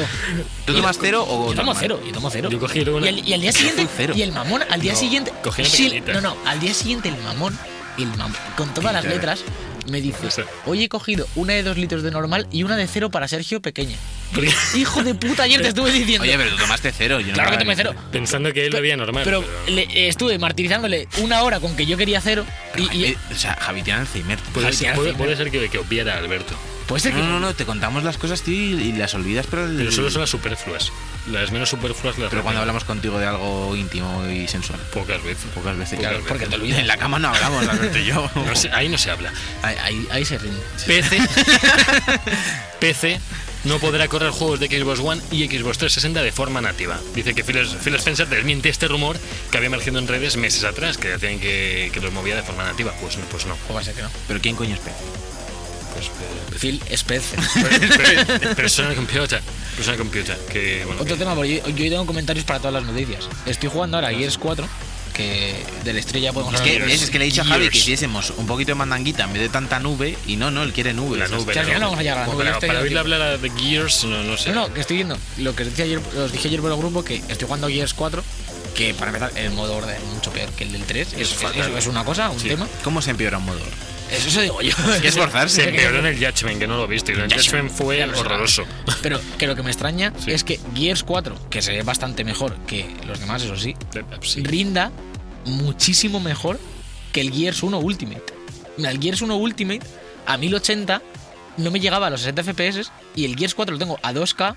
Speaker 2: ¿Tú tomas cero o
Speaker 3: Yo tomo
Speaker 2: normal?
Speaker 3: cero, yo tomo cero.
Speaker 1: Yo cogí luego una-
Speaker 3: y, al, y al día siguiente,
Speaker 2: fui cero.
Speaker 3: y el mamón, al día
Speaker 1: No,
Speaker 3: siguiente.
Speaker 1: cogí una
Speaker 3: sí,
Speaker 1: pequeñita.
Speaker 3: no, no, al día siguiente el mamón, el mamón, con todas las
Speaker 2: Claro.
Speaker 3: letras, me dice:
Speaker 1: O sea.
Speaker 3: Hoy he cogido una de dos litros de normal y una de cero para Sergio pequeña.
Speaker 1: Porque-
Speaker 3: Hijo de puta, ayer te estuve diciendo.
Speaker 2: Oye, pero tú tomaste cero. Yo no
Speaker 3: claro que
Speaker 2: me
Speaker 3: tomé
Speaker 2: acuerdo.
Speaker 3: cero.
Speaker 1: pensando que él lo había normal.
Speaker 3: Pero
Speaker 1: pero-
Speaker 3: le- eh, estuve martirizándole una hora con que yo quería cero y,
Speaker 2: Pero,
Speaker 3: y-
Speaker 2: eh, o sea, Javi tiene Alzheimer. tío.
Speaker 1: puede,
Speaker 3: Javier,
Speaker 1: puede-
Speaker 3: sí,
Speaker 1: puede ser que, que obviara a Alberto.
Speaker 3: puede ser que
Speaker 2: No, no, no, te contamos las cosas, tío, y, y las olvidas, pero... el-
Speaker 1: Pero solo son las superfluas. Las menos superfluas las
Speaker 2: Mm. Pero
Speaker 1: retengo.
Speaker 2: cuando hablamos contigo de algo íntimo y sensual.
Speaker 1: Pocas veces.
Speaker 2: Pocas veces.
Speaker 1: Pocas
Speaker 2: claro,
Speaker 1: veces.
Speaker 2: porque te olvidas. En la cama no hablamos, Alberto y yo.
Speaker 1: No se- ahí no se habla.
Speaker 3: ahí, ahí- ahí se rinde.
Speaker 1: PC. PC no podrá correr juegos de Xbox One y Xbox 360 de forma nativa. Dice que Phil, Phil Spencer desmiente este rumor que había emergido en redes meses atrás, que decían que, que los movía de forma nativa. Pues, no- pues no.
Speaker 3: O va a ser que no.
Speaker 2: Pero ¿quién coño es Pez?
Speaker 1: Pues, eh,
Speaker 3: Phil Spence.
Speaker 1: per- per- personal Computer. Personal Computer. Que, bueno,
Speaker 3: Otro
Speaker 1: que-
Speaker 3: tema, porque yo, yo hoy tengo comentarios para todas las noticias. Estoy jugando ahora Gears 4, que de la estrella podemos
Speaker 2: Es
Speaker 3: hablar
Speaker 2: que,
Speaker 3: de-
Speaker 2: ¿ves? es que le he dicho a Javi que
Speaker 1: Years.
Speaker 2: hiciésemos un poquito de mandanguita en vez de tanta nube. Y no, no, él quiere nube.
Speaker 1: la
Speaker 2: O sea,
Speaker 1: nube.
Speaker 3: que al
Speaker 1: la
Speaker 3: final
Speaker 1: nube.
Speaker 3: vamos a llegar a la
Speaker 1: Bueno,
Speaker 3: nube,
Speaker 1: Para,
Speaker 3: ya estoy
Speaker 1: para oírle
Speaker 3: contigo.
Speaker 1: hablar de Gears, no, no sé.
Speaker 3: No, no, que estoy viendo lo que os, decía ayer, os dije ayer por el grupo, que estoy jugando Gears 4, que para empezar el modo orden es mucho peor que el del 3. Es,
Speaker 1: Es
Speaker 3: es-
Speaker 1: fatal.
Speaker 3: eso es una cosa, un
Speaker 1: Sí.
Speaker 3: tema.
Speaker 2: ¿Cómo se empeora un modo?
Speaker 3: Eso se digo yo.
Speaker 2: Hay que esforzarse.
Speaker 1: Se empeoró en el Judgment, que no lo viste. El Judgment fue
Speaker 3: Ya lo sé.
Speaker 1: horroroso.
Speaker 3: Pero que lo que me extraña
Speaker 1: Sí.
Speaker 3: es que Gears 4, que se ve bastante mejor que los demás, eso sí,
Speaker 1: Eh, Sí.
Speaker 3: rinda muchísimo mejor que el Gears 1 Ultimate. Mira, el Gears 1 Ultimate a 1080 no me llegaba a los 60 FPS y el Gears 4 lo tengo a 2K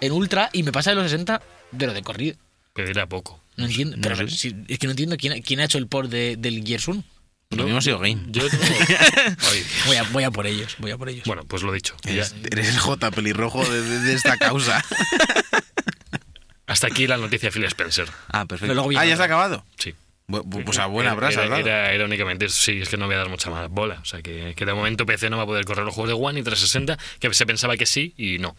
Speaker 3: en ultra y me pasa de los 60 de lo de corrido.
Speaker 1: Pero era poco.
Speaker 3: No entiendo,
Speaker 2: No
Speaker 3: pero
Speaker 2: sé.
Speaker 3: si- es que no entiendo quién, quién ha hecho el port de- del Gears 1.
Speaker 2: Lo mismo ha sido Game.
Speaker 1: Yo tengo- Ay,
Speaker 3: Voy a, voy a por ellos, voy a por ellos.
Speaker 1: Bueno, pues lo dicho. Ya-
Speaker 2: Eres, eres el J pelirrojo de, de- de esta causa.
Speaker 1: hasta aquí la noticia de Phil Spencer.
Speaker 2: Ah, perfecto.
Speaker 3: Pero luego viene
Speaker 2: ah, ya se
Speaker 3: otra.
Speaker 2: ha acabado.
Speaker 1: Sí.
Speaker 2: Bu- bu- Pues a buena
Speaker 1: Era-
Speaker 2: brasa,
Speaker 1: era,
Speaker 2: claro.
Speaker 1: era, era únicamente eso. Sí, es que no voy a dar mucha más bola. O sea, que, que de momento PC no va a poder correr los juegos de One y 360, que se pensaba que sí y no.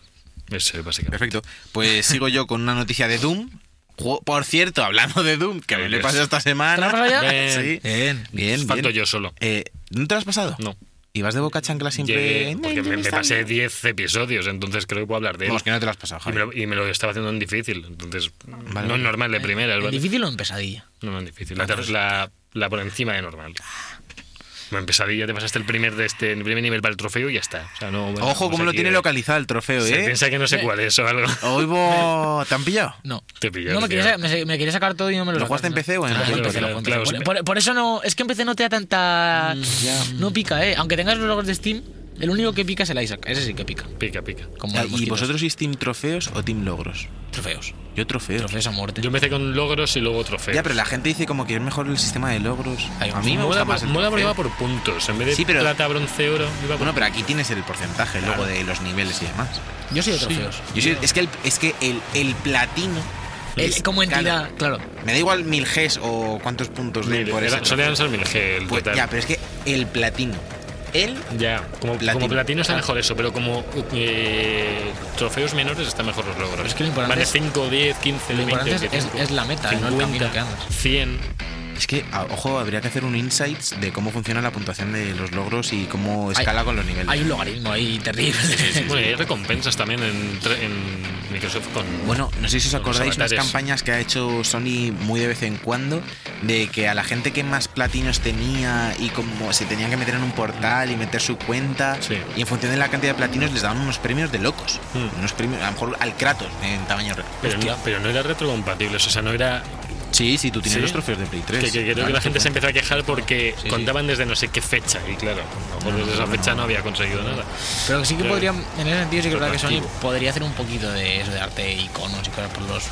Speaker 1: Eso es básicamente.
Speaker 2: Perfecto. Pues sigo yo con una noticia de Doom. Juego- Por cierto, hablando de Doom, que a mí
Speaker 1: Ay,
Speaker 2: le
Speaker 1: Dios.
Speaker 2: pasó esta semana.
Speaker 3: ¿Te lo has pasado
Speaker 1: ya?
Speaker 2: Sí.
Speaker 3: Bien.
Speaker 2: Bien,
Speaker 1: Falto
Speaker 2: bien.
Speaker 1: yo solo.
Speaker 2: Eh, ¿No te lo has pasado?
Speaker 1: No.
Speaker 2: ¿Y vas de boca chancla siempre?
Speaker 1: Llegué- porque me, me pasé 10 episodios, entonces creo que puedo hablar de él.
Speaker 2: Vamos, que no te lo has pasado,
Speaker 1: y, me
Speaker 2: Javi.
Speaker 1: lo, y me lo estaba haciendo en difícil, entonces no
Speaker 2: vale. Eh,
Speaker 1: es normal de primeras,
Speaker 3: ¿En
Speaker 1: ¿vale?
Speaker 3: difícil o en pesadilla?
Speaker 1: No, no es difícil.
Speaker 2: Ah,
Speaker 1: La, ter- la, la por encima de normal. Bueno, en pesadilla te pasaste el primer de este, el primer nivel para el trofeo y ya está. O sea, no, bueno,
Speaker 2: Ojo
Speaker 1: vamos eh.
Speaker 2: cómo lo
Speaker 1: aquí
Speaker 2: tiene
Speaker 1: de-
Speaker 2: localizado el trofeo,
Speaker 1: Se
Speaker 2: ¿eh?
Speaker 1: piensa que no sé cuál es o algo.
Speaker 2: Oigo... ¿Te han pillado?
Speaker 3: No.
Speaker 1: Te pilló,
Speaker 3: No, me
Speaker 1: te
Speaker 3: quería,
Speaker 1: pilló.
Speaker 3: me, me quería sacar todo y no me lo
Speaker 2: ¿Lo jugaste en
Speaker 3: sacaste.
Speaker 2: PC o en
Speaker 3: Ah,
Speaker 1: consola?
Speaker 3: en PC, lo
Speaker 1: Claro,
Speaker 3: jugué en PC.
Speaker 1: claro, Mm,
Speaker 3: Por-
Speaker 1: sí.
Speaker 3: por, por eso no. Es que en PC no te da tanta. No pica, eh. Aunque tengas los logros de Steam, el único que pica es el Isaac. Ese sí que pica.
Speaker 1: Pica, pica.
Speaker 3: Como
Speaker 2: Ah,
Speaker 3: los
Speaker 1: pues
Speaker 2: ¿Y
Speaker 3: mosquitos.
Speaker 2: vosotros sois Team Trofeos o Team Logros?
Speaker 3: Trofeos.
Speaker 2: Yo trofeos.
Speaker 3: Trofeos a muerte.
Speaker 1: Yo empecé con logros y luego trofeos.
Speaker 2: Ya, pero la gente dice como que es mejor el sistema de logros.
Speaker 3: Ay,
Speaker 2: A mí me
Speaker 1: pues mola,
Speaker 2: gusta más el
Speaker 1: mola porque
Speaker 2: trofeo.
Speaker 1: iba por puntos. En vez de
Speaker 2: Sí, pero-
Speaker 1: plata, bronce, oro, iba por
Speaker 2: Bueno, pero aquí tienes el porcentaje luego de los niveles y demás.
Speaker 3: Yo soy de trofeos. Eh,
Speaker 2: Yo soy- es que el, es que el, el platino...
Speaker 3: El-
Speaker 2: es
Speaker 3: como entidad,
Speaker 2: caro.
Speaker 3: claro.
Speaker 2: Me da igual mil Gs o cuántos puntos de
Speaker 1: Mil,
Speaker 2: por
Speaker 1: era-
Speaker 2: ese
Speaker 1: solían
Speaker 2: trofeo.
Speaker 1: ser mil G el
Speaker 2: Pues,
Speaker 1: total.
Speaker 2: ya, pero es que el platino. El
Speaker 1: Ya, como platino,
Speaker 2: Platino. Ah.
Speaker 1: como platino está mejor eso, pero como eh, trofeos menores está mejor los logros.
Speaker 3: es que lo importante
Speaker 1: vale
Speaker 3: es-
Speaker 1: 5, 10, 15,
Speaker 3: Lo
Speaker 1: 20,
Speaker 3: importante es, es-
Speaker 1: 25,
Speaker 3: es la meta, no el camino que andas.
Speaker 1: 100.
Speaker 2: Es que, a- ojo, habría que hacer un insights de cómo funciona la puntuación de los logros y cómo escala con los niveles.
Speaker 3: Hay un logaritmo ahí terrible.
Speaker 1: Bueno, y hay recompensas también en, tre- en Microsoft con.
Speaker 2: Bueno, no sé si os
Speaker 1: con los
Speaker 2: acordáis las
Speaker 1: avatares.
Speaker 2: campañas que ha hecho Sony muy de vez en cuando de que a la gente que más platinos tenía y como se tenían que meter en un portal y meter su cuenta
Speaker 1: Sí.
Speaker 2: y en función de la cantidad de platinos les daban unos premios de locos.
Speaker 1: Hmm.
Speaker 2: Unos premios, a lo mejor al Kratos en tamaño real.
Speaker 1: Pero no, pero no era retrocompatibles, o sea, no era.
Speaker 2: Sí, sí, tú tienes
Speaker 1: Sí.
Speaker 2: los trofeos de Play 3.
Speaker 1: Que, que creo que la gente se empezó a quejar porque
Speaker 3: Sí, sí.
Speaker 1: contaban desde no sé qué fecha, y claro, a lo mejor desde esa fecha no había conseguido nada.
Speaker 3: Pero sí que
Speaker 1: Claro.
Speaker 3: podrían, en ese sentido, sí que es verdad que Sony
Speaker 1: Atractivo.
Speaker 3: podría hacer un poquito de eso de arte, iconos y cosas por los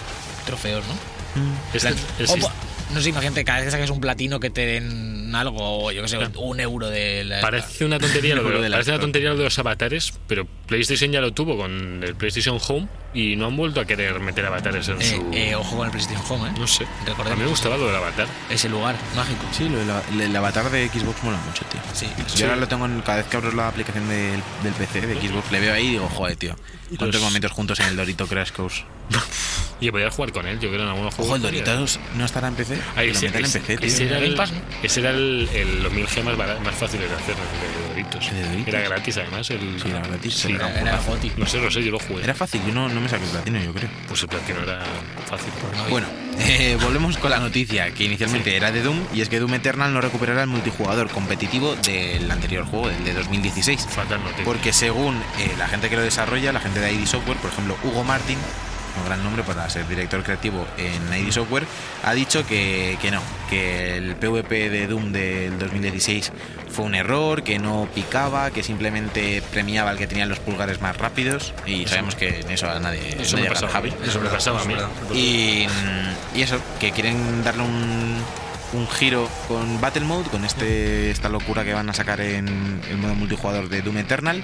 Speaker 3: trofeos, ¿no?
Speaker 1: Es que el
Speaker 3: O
Speaker 1: sis-
Speaker 3: po- no sé, imagínate, cada vez que saques un platino que te den algo, o yo que sé, un euro de la.
Speaker 1: Parece una tontería lo de,
Speaker 2: Número de la
Speaker 1: parece una
Speaker 2: Store.
Speaker 1: tontería lo de los avatares, pero PlayStation ya lo tuvo con el PlayStation Home y no han vuelto a querer meter avatares en
Speaker 3: Eh,
Speaker 1: su.
Speaker 3: eh, ojo con el PlayStation Home, ¿eh?
Speaker 1: no sé.
Speaker 3: Recordemos.
Speaker 1: A mí me gustaba lo del avatar.
Speaker 3: Ese lugar mágico.
Speaker 2: Sí, lo del av- el avatar de Xbox mola mucho, tío.
Speaker 3: Sí.
Speaker 2: Yo
Speaker 1: Sí.
Speaker 2: ahora lo tengo en, cada vez que abro la aplicación del, del PC de Xbox, le veo ahí y digo, joder, tío. ¿Cuántos
Speaker 1: Los-
Speaker 2: momentos juntos en el Dorito Crash Course?
Speaker 1: Y que podías jugar con él, yo creo, en algunos juegos.
Speaker 2: Ojo, el
Speaker 1: podías.
Speaker 2: Doritos no estará en PC.
Speaker 1: Ahí
Speaker 2: Que lo
Speaker 1: sí,
Speaker 2: metan en
Speaker 1: ese,
Speaker 2: PC, tío.
Speaker 1: ese era
Speaker 3: Game
Speaker 1: el,
Speaker 3: Pass, ¿no?
Speaker 1: ese era el, el- los mil gemas bara- más fáciles de hacer, el de Doritos.
Speaker 2: El de Doritos.
Speaker 1: Era gratis, además. El,
Speaker 2: Sí, era gratis,
Speaker 1: sí.
Speaker 2: era
Speaker 3: Era el Goti.
Speaker 1: No sé, no sé, yo lo jugué.
Speaker 2: Era fácil, yo no, no me saqué el platino, yo creo.
Speaker 1: Pues el platino era fácil.
Speaker 2: Bueno, eh, volvemos con la noticia que inicialmente era de Doom y es que Doom Eternal no recuperará el multijugador competitivo del anterior juego, del de 2016.
Speaker 1: fatal no te-
Speaker 2: Porque según eh, la gente que lo desarrolla, la gente de ID Software, por ejemplo Hugo Martin, un gran nombre para ser director creativo en ID Software, ha dicho que, que no, que el PvP de Doom del 2016 fue un error, que no picaba, que simplemente premiaba al que tenía los pulgares más rápidos y sabemos que en eso a nadie,
Speaker 1: Eso me
Speaker 2: nadie gana,
Speaker 1: pasaba a
Speaker 2: Javi.
Speaker 1: mí. Eso me pasaba a mí.
Speaker 2: Y, mm, y eso, que quieren darle un, un giro con Battle Mode, con este, esta locura que van a sacar en el modo multijugador de Doom Eternal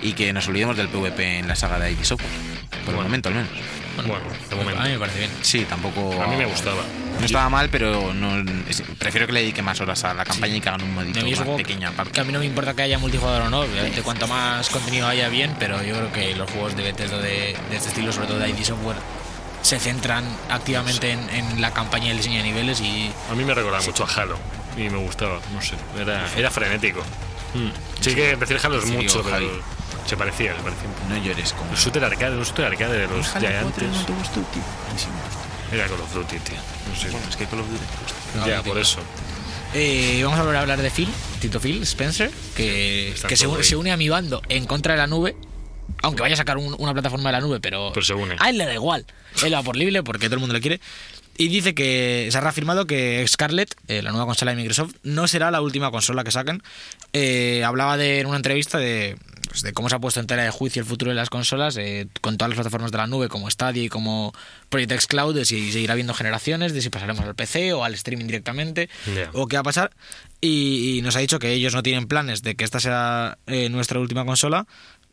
Speaker 2: y que nos olvidemos del PvP en la saga de ID Software. Por
Speaker 1: Bueno.
Speaker 2: el momento, al menos.
Speaker 1: Bueno, de momento.
Speaker 3: A mí me parece bien.
Speaker 2: Sí, tampoco.
Speaker 1: A mí me gustaba.
Speaker 2: No estaba mal, pero no, es- prefiero que le dedique más horas a la campaña y que hagan un modito
Speaker 3: A mí
Speaker 2: más
Speaker 3: es un juego
Speaker 2: pequeño
Speaker 3: que
Speaker 2: aparte.
Speaker 3: a mí no me importa que haya multijugador o no, obviamente cuanto más contenido haya bien, pero yo creo que los juegos de Bethesda de, de este estilo, sobre todo de ID Software, se centran activamente en, en la campaña y el diseño de niveles y
Speaker 1: A mí me recordaba mucho a Halo y me gustaba, no sé, era, era frenético. Mm. Sí que decir Halo es
Speaker 2: Hmm. Sí,
Speaker 1: mucho,
Speaker 2: digo, Javi.
Speaker 1: pero se parecía, se parecía.
Speaker 2: No llores con.
Speaker 1: El shooter arcade, un shooter arcade de los
Speaker 2: Halo
Speaker 1: de
Speaker 2: 4
Speaker 1: Pues antes
Speaker 2: no te gustó, tío. A mí sí me gustó.
Speaker 1: era Call of Duty, tío. No sé.
Speaker 2: Bueno, es que Call of Duty te gusta.
Speaker 1: ya, por eso.
Speaker 3: Eh, vamos a volver a hablar de Phil, Tito Phil Spencer, que,
Speaker 1: Está
Speaker 3: que se,
Speaker 1: todo ahí.
Speaker 3: se une a mi bando en contra de la nube. Aunque vaya a sacar un- una plataforma de la nube, pero,
Speaker 1: Pero se une.
Speaker 3: a él le da igual. Él va por libre porque todo el mundo le quiere. Y dice que se ha reafirmado que Scarlett, eh, la nueva consola de Microsoft, no será la última consola que saquen. Eh, hablaba de, en una entrevista de, pues, de cómo se ha puesto en tela de juicio el futuro de las consolas eh, con todas las plataformas de la nube como Stadia y como Project X Cloud, de si seguirá habiendo generaciones, de si pasaremos al PC o al streaming directamente,
Speaker 1: Ya.
Speaker 3: o qué va a pasar. Y, y nos ha dicho que ellos no tienen planes de que esta sea eh, nuestra última consola,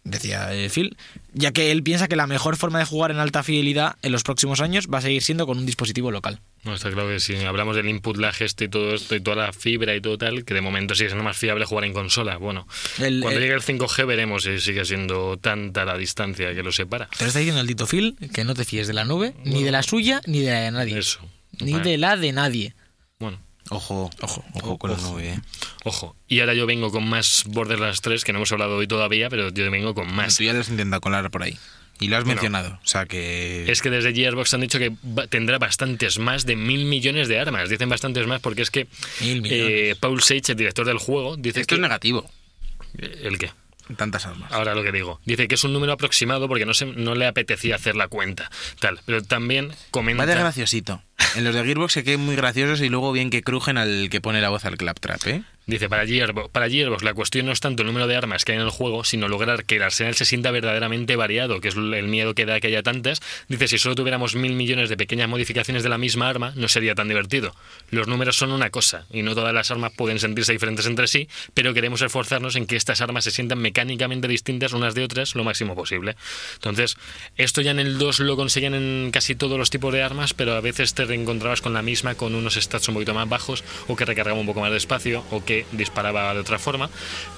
Speaker 3: decía eh, Phil, ya que él piensa que la mejor forma de jugar en alta fidelidad en los próximos años va a seguir siendo con un dispositivo local.
Speaker 1: No, está claro que si hablamos del input lag este y todo esto y toda la fibra y todo tal, que de momento sigue siendo más fiable jugar en consola. Bueno,
Speaker 3: El-
Speaker 1: cuando
Speaker 3: el-
Speaker 1: llegue el 5G veremos si sigue siendo tanta la distancia que lo separa.
Speaker 3: Te lo está diciendo el Tito Phil que no te fíes de la nube, ni de la suya, ni de la de nadie.
Speaker 1: Eso.
Speaker 3: Ni
Speaker 1: Vale.
Speaker 3: de la de nadie.
Speaker 1: Bueno.
Speaker 2: Ojo, ojo, ojo con la nube, eh.
Speaker 1: Ojo, y ahora yo vengo con más Borderlands 3, que no hemos hablado hoy todavía, pero yo vengo con
Speaker 2: Bueno,
Speaker 1: más.
Speaker 2: Tú ya lo has intentado colar por ahí. Y lo has
Speaker 1: Bueno,
Speaker 2: mencionado. O sea que.
Speaker 1: Es que desde Gearbox han dicho que va- tendrá bastantes más de mil millones de armas. Dicen bastantes más porque es que
Speaker 3: Mil millones.
Speaker 1: eh, Paul Sage, el director del juego, dice que...
Speaker 2: Esto es negativo. Ah,
Speaker 1: ¿El qué?
Speaker 2: Tantas armas.
Speaker 1: Ahora lo que digo. Dice que es un número aproximado porque no, se, no le apetecía hacer la cuenta. Tal. Pero también comenta...
Speaker 2: Va de graciosito. En los de Gearbox se queden muy graciosos y luego bien que crujen al que pone la voz al claptrap, ¿eh?
Speaker 1: Dice, para Gearbox, para Gearbox la cuestión no es tanto el número de armas que hay en el juego, sino lograr que el arsenal se sienta verdaderamente variado, que es el miedo que da que haya tantas. Dice, si solo tuviéramos mil millones de pequeñas modificaciones de la misma arma, no sería tan divertido. Los números son una cosa, y no todas las armas pueden sentirse diferentes entre sí, pero queremos esforzarnos en que estas armas se sientan mecánicamente distintas unas de otras lo máximo posible. Entonces, esto ya en el 2 lo conseguían en casi todos los tipos de armas, pero a veces te reencontrabas con la misma con unos stats un poquito más bajos o que recargaba un poco más despacio o que disparaba de otra forma.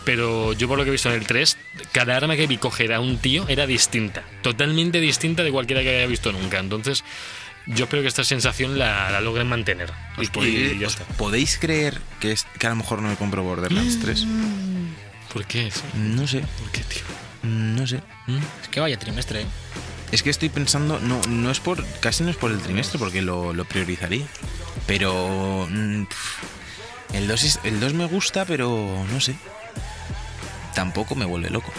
Speaker 1: Pero yo por lo que he visto en el 3, cada arma que vi cogerá un tío era distinta, totalmente distinta de cualquiera que haya visto nunca. Entonces, yo espero que esta sensación la, la logren mantener. Y, Pues y
Speaker 2: ¿Os, podéis,
Speaker 1: ya
Speaker 2: os
Speaker 1: está.
Speaker 2: podéis creer que, es, que a lo mejor no me compro Borderlands 3?
Speaker 1: ¿Por qué?
Speaker 2: No sé,
Speaker 1: ¿Por qué, tío?
Speaker 2: no sé.
Speaker 3: Es que vaya trimestre. ¿eh?
Speaker 2: Es que estoy pensando, no, no es por, casi no es por el trimestre porque lo, lo priorizaría. Pero mm, pf, el 2 es- el 2 me gusta, pero no sé. Tampoco me vuelve loco.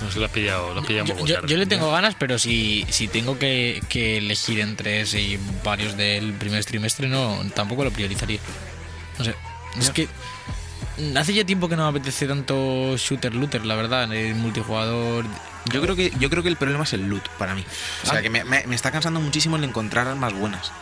Speaker 1: No se lo has pillado, lo has pillado un
Speaker 3: Yo,
Speaker 1: poco
Speaker 3: yo-
Speaker 1: tarde.
Speaker 3: yo le tengo ganas, pero si, si tengo que, que elegir entre ese y varios del primer trimestre, no, tampoco lo priorizaría. No sé. Es que mm, hace ya tiempo que no me apetece tanto shooter looter, la verdad, el multijugador.
Speaker 2: Yo creo que, yo creo que el problema es el loot para mí. O sea,
Speaker 3: Ah.
Speaker 2: que me, me- me está cansando muchísimo el encontrar armas buenas.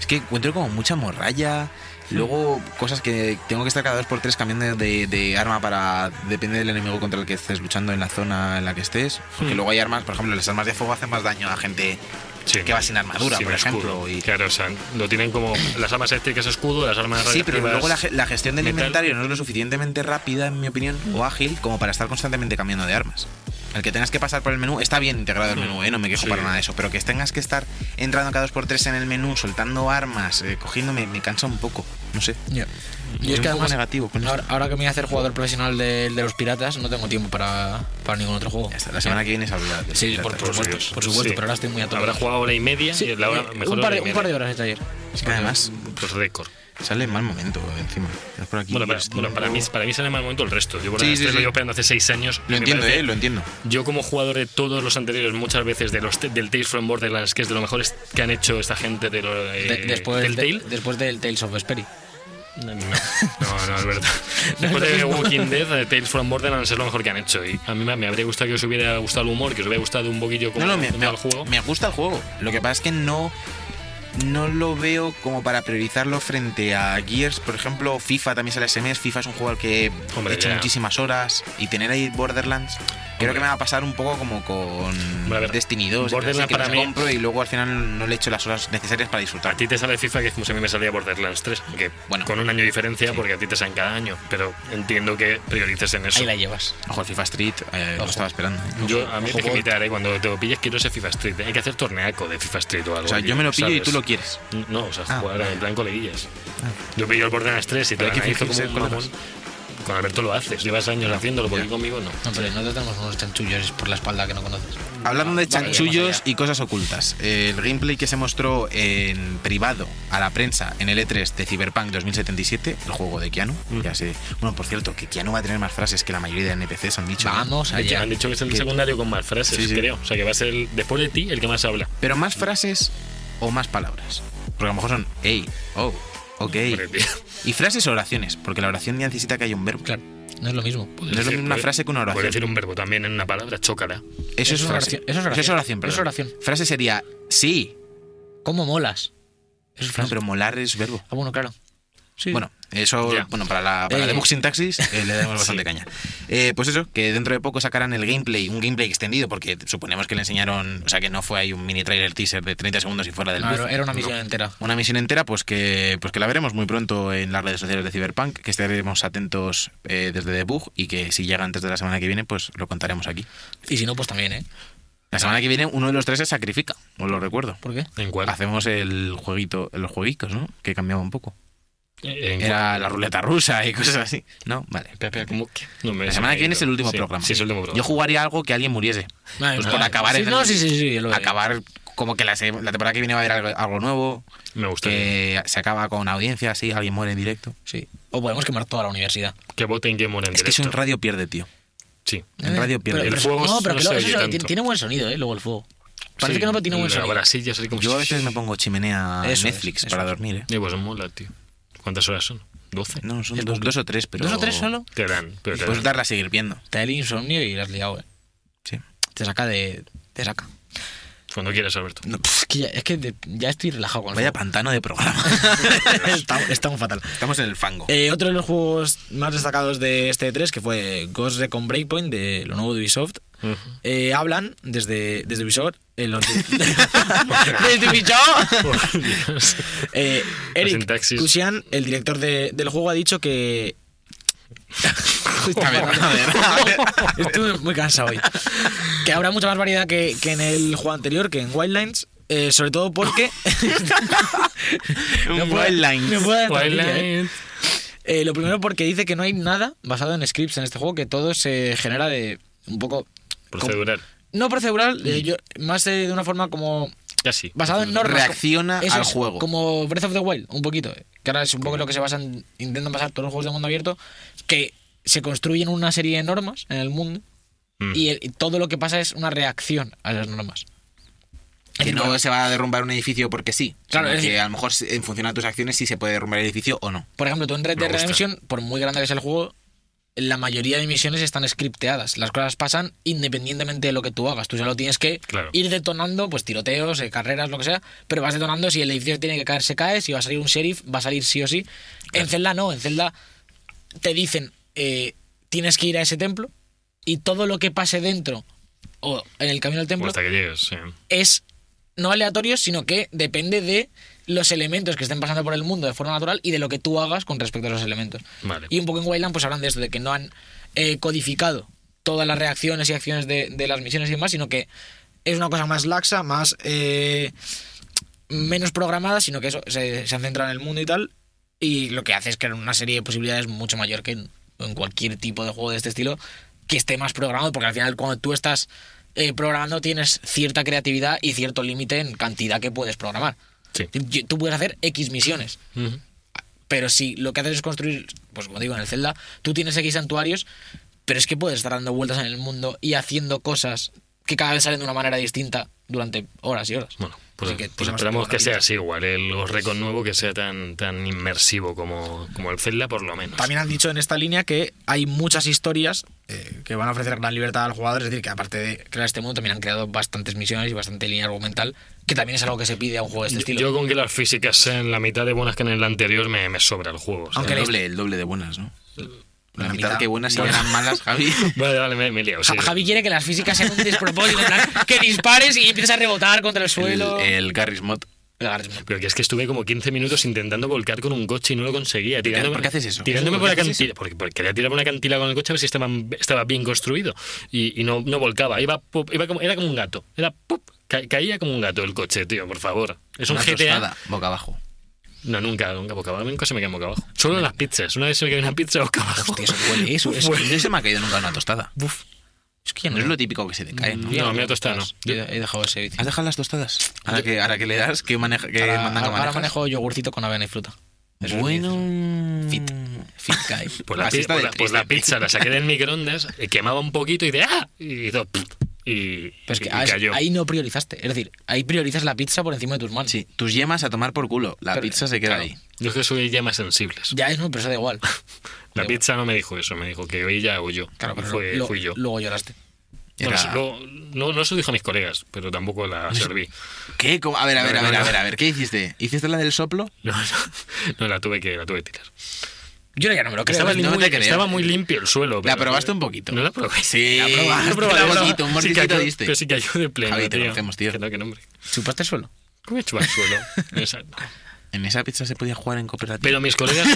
Speaker 2: Es que encuentro como mucha morralla, luego cosas que tengo que estar cada dos por tres cambiando de, de arma para depende del enemigo contra el que estés luchando en la zona en la que estés. Porque
Speaker 1: Hmm.
Speaker 2: luego hay armas, por ejemplo, las armas de fuego hacen más daño a gente
Speaker 1: Sí.
Speaker 2: que va sin armadura,
Speaker 1: Sin
Speaker 2: por ejemplo.
Speaker 1: escudo.
Speaker 2: y-
Speaker 1: Claro, o sea, lo tienen como las armas eléctricas escudo, las armas
Speaker 2: Sí, pero
Speaker 1: radiactivas-
Speaker 2: luego la, ge- la gestión del
Speaker 1: metal.
Speaker 2: inventario no es lo suficientemente rápida, en mi opinión, o ágil como para estar constantemente cambiando de armas. el que tengas que pasar por el menú, está bien integrado el menú, ¿eh? no me quejo
Speaker 1: Sí.
Speaker 2: para nada de eso, pero que tengas que estar entrando cada dos por tres en el menú, soltando armas, eh, cogiendo, me, me cansa un poco, no sé.
Speaker 3: Ya.
Speaker 2: Soy un poco negativo con eso.
Speaker 3: ahora, ahora que me voy a hacer jugador profesional de, de los piratas, no tengo tiempo para, para ningún otro juego.
Speaker 2: Ya está, la semana que viene se olvida. de-
Speaker 3: Sí,
Speaker 2: de-
Speaker 3: por,
Speaker 2: de-
Speaker 3: por supuesto,
Speaker 1: Dios.
Speaker 3: por supuesto,
Speaker 1: Sí.
Speaker 3: pero ahora estoy muy atorado.
Speaker 1: Habrá jugado hora y media
Speaker 3: Sí,
Speaker 1: y la hora,
Speaker 3: eh,
Speaker 1: mejor
Speaker 3: un, par
Speaker 1: hora
Speaker 3: de,
Speaker 1: y
Speaker 3: un par de
Speaker 1: media.
Speaker 3: horas este ayer.
Speaker 2: Es que además
Speaker 1: Pues récord.
Speaker 2: sale en mal momento encima. Es por aquí,
Speaker 1: Bueno, para,
Speaker 2: este-
Speaker 1: bueno, para mí, para mí sale mal momento el resto. Yo por
Speaker 2: Sí,
Speaker 1: la
Speaker 2: sí,
Speaker 1: estrella
Speaker 2: sí.
Speaker 1: lo llevo esperando hace seis años. y
Speaker 2: Lo
Speaker 1: me
Speaker 2: entiendo,
Speaker 1: parece-
Speaker 2: eh, lo entiendo.
Speaker 1: Yo como jugador de todos los anteriores, muchas veces de los te- del Tales from Borderlands, que es de lo mejor que han hecho esta gente de lo, eh,
Speaker 3: De- después, del,
Speaker 1: Telltale.
Speaker 3: después del Tales of Vesperia.
Speaker 1: No, no, no, es verdad.
Speaker 3: No es lo
Speaker 1: Después de
Speaker 3: mismo.
Speaker 1: Walking Dead, eh, Tales from Borderlands es lo mejor que han hecho. Y a mí me, me habría gustado que os hubiera gustado el humor, que os hubiera gustado un poquillo como
Speaker 2: No, no, me, me-
Speaker 1: el juego.
Speaker 2: me gusta el juego. Lo que pasa es que no, no lo veo como para priorizarlo frente a Gears, por ejemplo, FIFA también sale ese mes. FIFA es un juego al que
Speaker 1: Hombre,
Speaker 2: he hecho
Speaker 1: ya.
Speaker 2: muchísimas horas y tener ahí Borderlands. Creo que me va a pasar un poco como con
Speaker 1: Hombre, a ver,
Speaker 2: Destiny 2, y
Speaker 1: Borderlands
Speaker 2: cosas así, que
Speaker 1: para
Speaker 2: las
Speaker 1: mí-
Speaker 2: compro y luego al final no le echo las horas necesarias para disfrutar.
Speaker 1: A ti te sale FIFA que es como si a mí me salía Borderlands 3, que
Speaker 2: Bueno.
Speaker 1: con un año de diferencia,
Speaker 2: Sí.
Speaker 1: porque a ti te salen cada año, pero entiendo que priorices en eso.
Speaker 3: Ahí la llevas.
Speaker 2: Ojo, el FIFA Street, eh, lo
Speaker 3: Ojo.
Speaker 2: estaba esperando. eh.
Speaker 1: Yo a mí
Speaker 3: Ojo,
Speaker 1: te
Speaker 3: por-
Speaker 1: invitaré cuando te lo pilles quiero ese FIFA Street. Hay que hacer torneaco de FIFA Street o algo.
Speaker 2: O sea, yo
Speaker 1: tío,
Speaker 2: me lo pillo y
Speaker 1: ¿sabes?
Speaker 2: tú lo quieres.
Speaker 1: No, o sea,
Speaker 2: Ah,
Speaker 1: jugar
Speaker 2: vale. Ah.
Speaker 1: en plan coleguillas. Yo pillo el Borderlands 3 y te
Speaker 2: Pero
Speaker 1: lo
Speaker 2: hay que
Speaker 1: analizo como
Speaker 2: fingirse
Speaker 1: un
Speaker 2: colegas.
Speaker 1: mamón. Con Alberto lo haces, llevas años haciéndolo, porque conmigo no.
Speaker 3: No, pero nosotros tenemos unos chanchullos por la espalda que no conoces.
Speaker 2: Hablando de
Speaker 3: Vale, vamos
Speaker 2: chanchullos
Speaker 3: allá.
Speaker 2: y cosas ocultas, el gameplay que se mostró en privado a la prensa en el E3 de Cyberpunk 2077, el juego de Keanu,
Speaker 3: Mm.
Speaker 2: ya sé. Bueno, por cierto, que Keanu va a tener más frases que la mayoría de NPCs han dicho. ¿no?
Speaker 3: Vamos
Speaker 1: De hecho,
Speaker 3: allá.
Speaker 1: han dicho que es el
Speaker 2: Que-
Speaker 1: secundario con más frases,
Speaker 2: Ah, Sí, sí.
Speaker 1: creo. O sea, que va a ser, el- después de ti, el que más habla.
Speaker 2: Pero más frases o más palabras. Porque a lo mejor son, hey, oh, ok.
Speaker 1: Hombre, tío.
Speaker 2: Y frases o oraciones, porque la oración ya necesita que haya un verbo.
Speaker 3: Claro, no es lo mismo.
Speaker 2: No es lo
Speaker 1: Decir,
Speaker 2: mismo una
Speaker 1: puede-
Speaker 2: frase que una
Speaker 1: Puede
Speaker 2: oración.
Speaker 1: decir un verbo también en una palabra, chócala.
Speaker 2: Eso es frase.
Speaker 3: Eso es oración.
Speaker 2: perdón.
Speaker 3: Eso es oración.
Speaker 2: Frase sería, sí.
Speaker 3: ¿Cómo molas? Eso es
Speaker 2: No,
Speaker 3: frase.
Speaker 2: pero molar es verbo.
Speaker 3: Ah, bueno, claro. Sí.
Speaker 2: Bueno, eso,
Speaker 1: Ya.
Speaker 2: bueno, para la, para
Speaker 3: Eh.
Speaker 2: la Debug Syntaxis eh, le daremos
Speaker 1: Sí.
Speaker 2: bastante caña. Eh, pues eso, que dentro de poco sacarán el gameplay, un gameplay extendido, porque suponemos que le enseñaron, o sea, que no fue ahí un mini trailer teaser de 30 segundos y fuera del
Speaker 3: Claro,
Speaker 2: bus.
Speaker 3: era una misión
Speaker 2: No.
Speaker 3: entera.
Speaker 2: Una misión entera, pues que, pues que la veremos muy pronto en las redes sociales de Cyberpunk, que estaremos atentos eh, desde Debug y que si llega antes de la semana que viene, pues lo contaremos aquí.
Speaker 3: Y si no, pues también, ¿eh?
Speaker 2: La semana que viene uno de los tres se sacrifica, os lo recuerdo.
Speaker 3: ¿Por qué?
Speaker 1: ¿En cuál?
Speaker 2: Hacemos el jueguito, los jueguitos, ¿no? Que cambiaba un poco.
Speaker 1: ¿En cuál?
Speaker 2: Era la ruleta rusa y cosas así. No, vale.
Speaker 1: ¿Cómo que? No, me-
Speaker 2: La
Speaker 1: se
Speaker 2: semana
Speaker 1: me ha
Speaker 2: que viene
Speaker 1: ido.
Speaker 2: es el último
Speaker 1: Sí,
Speaker 2: programa.
Speaker 1: Sí, es el último programa.
Speaker 2: Yo jugaría algo que alguien muriese.
Speaker 3: Vale,
Speaker 2: pues
Speaker 3: no,
Speaker 2: por
Speaker 3: no.
Speaker 2: acabar
Speaker 3: Sí,
Speaker 2: en el-
Speaker 3: No, sí, sí, sí. lo de-
Speaker 2: Acabar como que la, se- la temporada que viene va a haber algo, algo nuevo,
Speaker 1: Me gusta. Que,
Speaker 2: que se acaba con audiencia, así, alguien muere en directo.
Speaker 3: Sí. O podemos quemar toda la universidad.
Speaker 1: voten que mueren
Speaker 2: Es que eso en radio pierde, tío.
Speaker 1: Sí.
Speaker 2: En
Speaker 3: Eh,
Speaker 2: radio
Speaker 3: pero-
Speaker 2: pierde.
Speaker 1: El
Speaker 3: pero-
Speaker 1: fuego
Speaker 3: No, pero
Speaker 1: no
Speaker 3: que lo-
Speaker 1: se
Speaker 3: eso
Speaker 1: oye
Speaker 3: es-
Speaker 1: tanto.
Speaker 3: tiene buen sonido, ¿eh? Luego el fuego. Parece que no tiene buen sonido.
Speaker 1: Ahora sí, yo soy como...
Speaker 2: Yo a veces me pongo chimenea a
Speaker 3: Eso es,
Speaker 2: Netflix
Speaker 3: eso
Speaker 2: para
Speaker 3: es.
Speaker 2: dormir, ¿eh?
Speaker 1: Eh, pues mola, tío. ¿Cuántas horas son? ¿12?
Speaker 2: No, Pues son
Speaker 3: Es
Speaker 2: dos,
Speaker 3: bucle.
Speaker 2: dos o tres, pero...
Speaker 3: ¿Dos o tres solo?
Speaker 1: Te dan, pero te
Speaker 2: Puedes
Speaker 1: dan.
Speaker 2: darla a seguir viendo.
Speaker 3: Te da el insomnio y la has liado, ¿eh?
Speaker 2: Sí.
Speaker 3: Te saca de. Te saca.
Speaker 1: Cuando quieras, Alberto.
Speaker 2: No,
Speaker 3: Pff, Es que ya, es que de- ya estoy relajado con el
Speaker 2: vaya pantano de programa.
Speaker 3: juego. estamos, estamos fatal.
Speaker 2: Estamos en el fango.
Speaker 3: Eh, otro de los juegos más destacados de este 3, que fue Ghost Recon Breakpoint, de lo nuevo de Ubisoft, eh, hablan desde, desde Ubisoft. eh, los- desde Ubisoft. Eh, Eric
Speaker 1: sintaxis.
Speaker 3: Kusian, el director de- del juego, ha dicho que.
Speaker 2: A ver, a ver, a ver.
Speaker 3: Estuve muy cansado hoy. Que habrá mucha más variedad que, que en el juego anterior, que en Wildlands. eh, sobre todo porque.
Speaker 2: Un
Speaker 3: puedo-
Speaker 2: Wildlands.
Speaker 3: no puedo dar tranquila, eh.
Speaker 1: Twilight.
Speaker 3: Eh, lo primero porque dice que no hay nada basado en scripts en este juego, que todo se genera de un poco...
Speaker 1: Procedural.
Speaker 3: No procedural, eh, yo- más eh, de una forma como...
Speaker 1: Casi.
Speaker 3: Basado en normas.
Speaker 2: Reacciona
Speaker 3: Eso
Speaker 2: al
Speaker 3: es,
Speaker 2: juego.
Speaker 3: Como Breath of the Wild, un poquito. eh, Que ahora es un poco en lo que se basan, intentan pasar todos los juegos de mundo abierto, que se construyen una serie de normas en el mundo
Speaker 1: Mm.
Speaker 3: y, el- y todo lo que pasa es una reacción a esas normas.
Speaker 2: Que no se va a derrumbar un edificio porque sí.
Speaker 3: Claro,
Speaker 2: sino
Speaker 3: es decir-
Speaker 2: que a lo mejor en función a tus acciones sí se puede derrumbar el edificio o no.
Speaker 3: Por ejemplo, tú en Red
Speaker 1: Me
Speaker 3: Dead
Speaker 1: gusta.
Speaker 3: Redemption, por muy grande que sea el juego, la mayoría de misiones están scripteadas. Las cosas pasan independientemente de lo que tú hagas. Tú solo tienes que
Speaker 1: Claro.
Speaker 3: ir detonando, pues tiroteos, eh, carreras, lo que sea, pero vas detonando si el edificio tiene que caer, se cae, si va a salir un sheriff, va a salir sí o sí. En Zelda no, en Zelda te dicen eh, tienes que ir a ese templo y todo lo que pase dentro o en el camino al
Speaker 1: O
Speaker 3: templo
Speaker 1: Pues hasta que llegues. sí.
Speaker 3: es no aleatorio, sino que depende de los elementos que estén pasando por el mundo de forma natural y de lo que tú hagas con respecto a los elementos.
Speaker 1: Vale.
Speaker 3: Y un poco en Wayland pues hablan de esto, de que no han eh, codificado todas las reacciones y acciones de, de las misiones y demás, sino que es una cosa más laxa, más eh, menos programada, sino que eso se, se han centrado en el mundo y tal. Y lo que hace es crear una serie de posibilidades mucho mayor que en, en cualquier tipo de juego de este estilo que esté más programado, porque al final cuando tú estás eh, programando tienes cierta creatividad y cierto límite en cantidad que puedes programar.
Speaker 1: Sí.
Speaker 3: Yo- Tú puedes hacer X misiones,
Speaker 1: Ujú.
Speaker 3: pero si lo que haces es construir, pues como digo, en el Zelda, tú tienes X santuarios, pero es que puedes estar dando vueltas en el mundo y haciendo cosas que cada vez salen de una manera distinta durante horas y horas.
Speaker 1: Bueno, pues,
Speaker 3: Así que
Speaker 1: pues
Speaker 3: tiene más
Speaker 1: esperamos que sea
Speaker 3: protagonistas.
Speaker 1: así igual, el récord nuevo que sea tan, tan inmersivo como, como el Zelda, por lo menos.
Speaker 3: También han dicho en esta línea que hay muchas historias eh, que van a ofrecer gran libertad al jugador, es decir, que aparte de crear este mundo, también han creado bastantes misiones y bastante línea argumental, que también es algo que se pide a un juego de este
Speaker 1: Yo,
Speaker 3: estilo.
Speaker 1: yo con que las físicas sean la mitad de buenas que en el anterior me, me sobra el juego. o sea,
Speaker 3: Aunque
Speaker 2: el,
Speaker 3: la-
Speaker 2: doble, el doble de buenas, ¿no? La,
Speaker 3: La
Speaker 2: mitad,
Speaker 3: mitad
Speaker 2: que buenas y
Speaker 3: buena.
Speaker 2: eran malas, Javi.
Speaker 1: Vale, vale, me, me he liado. sí.
Speaker 3: Ja- Javi quiere que las físicas sean un despropósito, en plan, que dispares y empiezas a rebotar contra el
Speaker 2: el,
Speaker 3: suelo.
Speaker 1: eh,
Speaker 2: el Garry's Mod.
Speaker 3: Lagartijas.
Speaker 1: Pero que es que estuve como 15 minutos intentando volcar con un coche y no lo conseguía. Tirándome,
Speaker 2: por qué haces eso?
Speaker 1: Tirándome
Speaker 2: ¿Por
Speaker 1: por
Speaker 2: qué
Speaker 1: la
Speaker 2: haces
Speaker 1: cantila. Porque, porque quería tirarme una cantila con el coche a ver si estaba, estaba bien construido. Y, y no, no volcaba. Iba, pop, iba como, era como un gato. Era pop, ca- caía como un gato el coche, tío, por favor. Es un
Speaker 2: Una
Speaker 1: GTA.
Speaker 2: tostada, boca abajo.
Speaker 1: No, nunca, nunca boca abajo. Nunca se me queda boca abajo. Solo las pizzas. Una vez se me cae una pizza boca abajo.
Speaker 3: Hostia, eso huele, eso es.
Speaker 2: Es que no se me ha caído nunca una tostada.
Speaker 1: Buf.
Speaker 3: Es que ya
Speaker 2: No es lo típico que se te cae, ¿no?
Speaker 1: No, a mí la tostada no.
Speaker 3: Yo He dejado ese bici.
Speaker 2: ¿Has dejado las tostadas? Ahora que, ahora que le das, ¿qué, maneja, qué
Speaker 3: Ahora,
Speaker 2: mandanga
Speaker 3: ahora
Speaker 2: manejas?
Speaker 3: manejo yogurcito con avena y fruta. Eso es mi
Speaker 2: Bueno.
Speaker 3: Fit. Fit guy.
Speaker 1: Pues la,
Speaker 2: Así
Speaker 1: pi-
Speaker 2: está
Speaker 1: pues
Speaker 2: de
Speaker 1: la- pues la
Speaker 2: triste.
Speaker 1: pizza la saqué del microondas, eh, quemaba un poquito y de ¡ah! Y hizo pff, y,
Speaker 3: Pero es que
Speaker 1: y
Speaker 3: ah, es-
Speaker 1: cayó.
Speaker 3: ahí no priorizaste. Es decir, ahí priorizas la pizza por encima de tus manos.
Speaker 2: Sí, tus yemas a tomar por culo. La
Speaker 3: Pero-
Speaker 2: pizza se queda
Speaker 3: claro.
Speaker 2: ahí.
Speaker 1: Yo es que soy ya más sensibles.
Speaker 3: Ya es, no, pero eso da igual.
Speaker 1: La
Speaker 3: Ya,
Speaker 1: pizza no me dijo eso, me dijo que ella o yo.
Speaker 3: Claro, pero
Speaker 1: Fue-
Speaker 3: lo-
Speaker 1: fui yo.
Speaker 3: luego lloraste.
Speaker 1: Bueno,
Speaker 2: Era-
Speaker 1: eso- lo- no, no se lo dijo a mis colegas, pero tampoco la serví.
Speaker 2: ¿Qué? ¿Cómo? A ver, a ver, a
Speaker 1: No,
Speaker 2: ver,
Speaker 1: no,
Speaker 2: a
Speaker 1: no.
Speaker 2: ver, a ver. ¿Qué hiciste? ¿Hiciste la del soplo?
Speaker 1: No, no, no, la tuve que, la tuve que tirar.
Speaker 3: Yo ya no me lo creo.
Speaker 1: estaba,
Speaker 3: ¿no?
Speaker 2: no
Speaker 1: muy,
Speaker 2: te creo.
Speaker 1: estaba muy limpio el suelo.
Speaker 2: La
Speaker 1: pero-
Speaker 2: probaste un poquito.
Speaker 1: No la probé.
Speaker 2: Sí,
Speaker 1: la probé.
Speaker 2: la
Speaker 1: la probé, la
Speaker 2: probaste un
Speaker 1: probé.
Speaker 2: poquito, un
Speaker 1: Sí,
Speaker 2: mordisquito
Speaker 1: cayó-
Speaker 2: diste.
Speaker 1: Pero sí cayó de pleno,
Speaker 2: Javi, te
Speaker 1: tío.
Speaker 2: conocemos, tío.
Speaker 1: Que no, que nombre.
Speaker 3: ¿Chupaste el suelo?
Speaker 1: ¿Cómo he chupado el suelo? Exacto.
Speaker 2: En esa pizza se podía jugar en cooperativa.
Speaker 1: Pero mis colegas,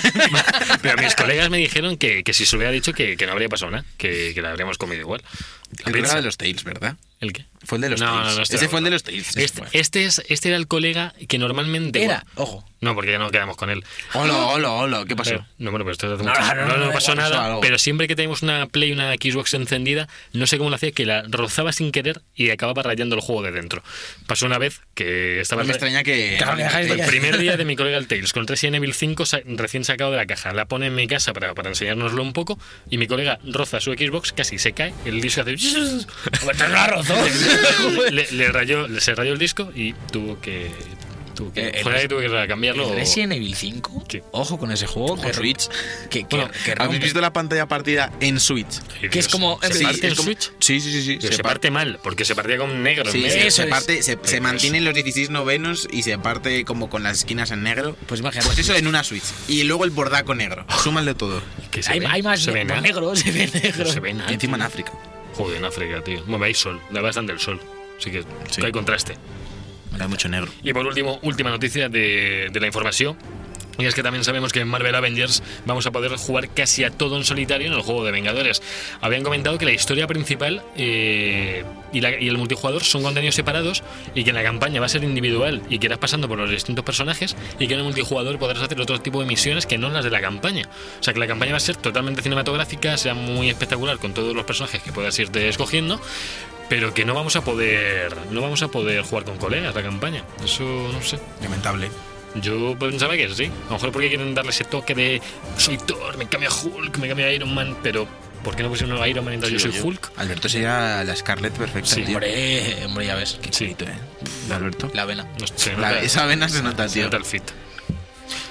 Speaker 1: pero mis colegas me dijeron que, que si se hubiera dicho que, que no habría pasado nada, que, que la habríamos comido igual. La
Speaker 2: el programa
Speaker 1: pizza.
Speaker 2: de los Tails, ¿verdad?
Speaker 1: ¿El qué?
Speaker 2: Fue el de los
Speaker 1: No,
Speaker 2: Tails.
Speaker 1: no, no, este
Speaker 2: Ese
Speaker 1: no,
Speaker 2: fue el de
Speaker 1: no.
Speaker 2: los Tails. Ese
Speaker 1: Este,
Speaker 2: fue.
Speaker 1: este es, este era el colega que normalmente.
Speaker 3: Era, ojo.
Speaker 1: No, porque ya no quedamos con él.
Speaker 2: Hola, hola, hola. ¿Qué pasó?
Speaker 1: Pero- no, bueno, pero esto hace
Speaker 3: No,
Speaker 1: mucho- no,
Speaker 3: no, no,
Speaker 1: no
Speaker 3: no,
Speaker 1: pasó
Speaker 2: igual, pasó
Speaker 1: nada.
Speaker 2: algo.
Speaker 1: pero siempre que teníamos una Play, una Xbox encendida, no sé cómo lo hacía, que la rozaba sin querer y acababa rayando el juego de dentro. Pasó una vez que estaba.
Speaker 2: No
Speaker 3: Pues
Speaker 2: me extraña que.
Speaker 3: Claro, me dejáis de
Speaker 1: El primer día pues, de mi colega el Tales con Resident Evil 5 sa- recién sacado de la caja. La pone en mi casa para, para enseñárnoslo un poco y mi colega roza su Xbox, casi se cae, el disco hace...
Speaker 3: Pues
Speaker 1: le, le rayó, le- se rayó el disco y tuvo que... Tuvo que
Speaker 3: Eh, el-
Speaker 1: joder, tuve que cambiarlo.
Speaker 3: ¿El
Speaker 1: o-
Speaker 3: Resident Evil 5?
Speaker 1: Sí.
Speaker 3: Ojo con ese juego.
Speaker 2: Ojo,
Speaker 3: que-
Speaker 2: Switch.
Speaker 3: Que, que,
Speaker 1: Bueno,
Speaker 3: que rompe.
Speaker 2: ¿Habéis visto la pantalla partida en Switch?
Speaker 1: Ay,
Speaker 3: que es
Speaker 1: Dios.
Speaker 3: como-
Speaker 1: ¿Se
Speaker 3: Sí,
Speaker 1: parte
Speaker 2: es
Speaker 1: en
Speaker 2: como-
Speaker 1: Switch?
Speaker 2: Sí, sí, sí. sí.
Speaker 1: Pero se,
Speaker 2: par-
Speaker 1: parte mal, porque se partía con negro en
Speaker 2: Sí,
Speaker 1: medio.
Speaker 2: se,
Speaker 3: Eso
Speaker 2: se
Speaker 3: es.
Speaker 2: parte, se, se
Speaker 1: Dios.
Speaker 2: mantienen los 16 novenos y se parte como con las esquinas en negro.
Speaker 3: Pues imagínate.
Speaker 2: Pues eso en una Switch. Y luego el bordaco negro. Súmale todo.
Speaker 1: Que se
Speaker 3: hay,
Speaker 1: ve-
Speaker 3: hay más
Speaker 1: se ve
Speaker 3: ne-
Speaker 1: nada.
Speaker 3: negro, se ve negro.
Speaker 1: No se ve nada.
Speaker 2: Y encima en
Speaker 1: tío.
Speaker 2: África.
Speaker 1: Joder, en África, tío. Bueno, hay sol, da bastante el sol. Así que
Speaker 2: Sí.
Speaker 1: hay contraste.
Speaker 2: Hay mucho negro.
Speaker 1: Y por último, última noticia de, de la información. Y es que también sabemos que en Marvel Avengers vamos a poder jugar casi a todo en solitario en el juego de Vengadores. Habían comentado que la historia principal eh, y, la- y el multijugador son contenidos separados y que en la campaña va a ser individual y que irás pasando por los distintos personajes y que en el multijugador podrás hacer otro tipo de misiones que no las de la campaña. O sea que la campaña va a ser totalmente cinematográfica, será muy espectacular con todos los personajes que puedas irte escogiendo pero que no vamos a poder no vamos a poder jugar con colegas la campaña eso no sé
Speaker 2: Lamentable.
Speaker 1: yo pensaba que sí a lo mejor porque quieren darle ese toque de soy Thor me cambio a Hulk me cambio a Iron Man pero ¿por qué no pusieron a Iron Man mientras yo soy Hulk?
Speaker 2: Alberto sería la Scarlett perfecta.
Speaker 1: Sí.
Speaker 2: tío.
Speaker 3: Hombre, hombre, ya ves.
Speaker 1: Sí.
Speaker 2: Bonito, ¿eh? De Alberto.
Speaker 3: La vena.
Speaker 1: No sé,
Speaker 2: La-
Speaker 1: nota-
Speaker 2: esa vena se nota,
Speaker 1: se
Speaker 2: tío.
Speaker 1: nota el fit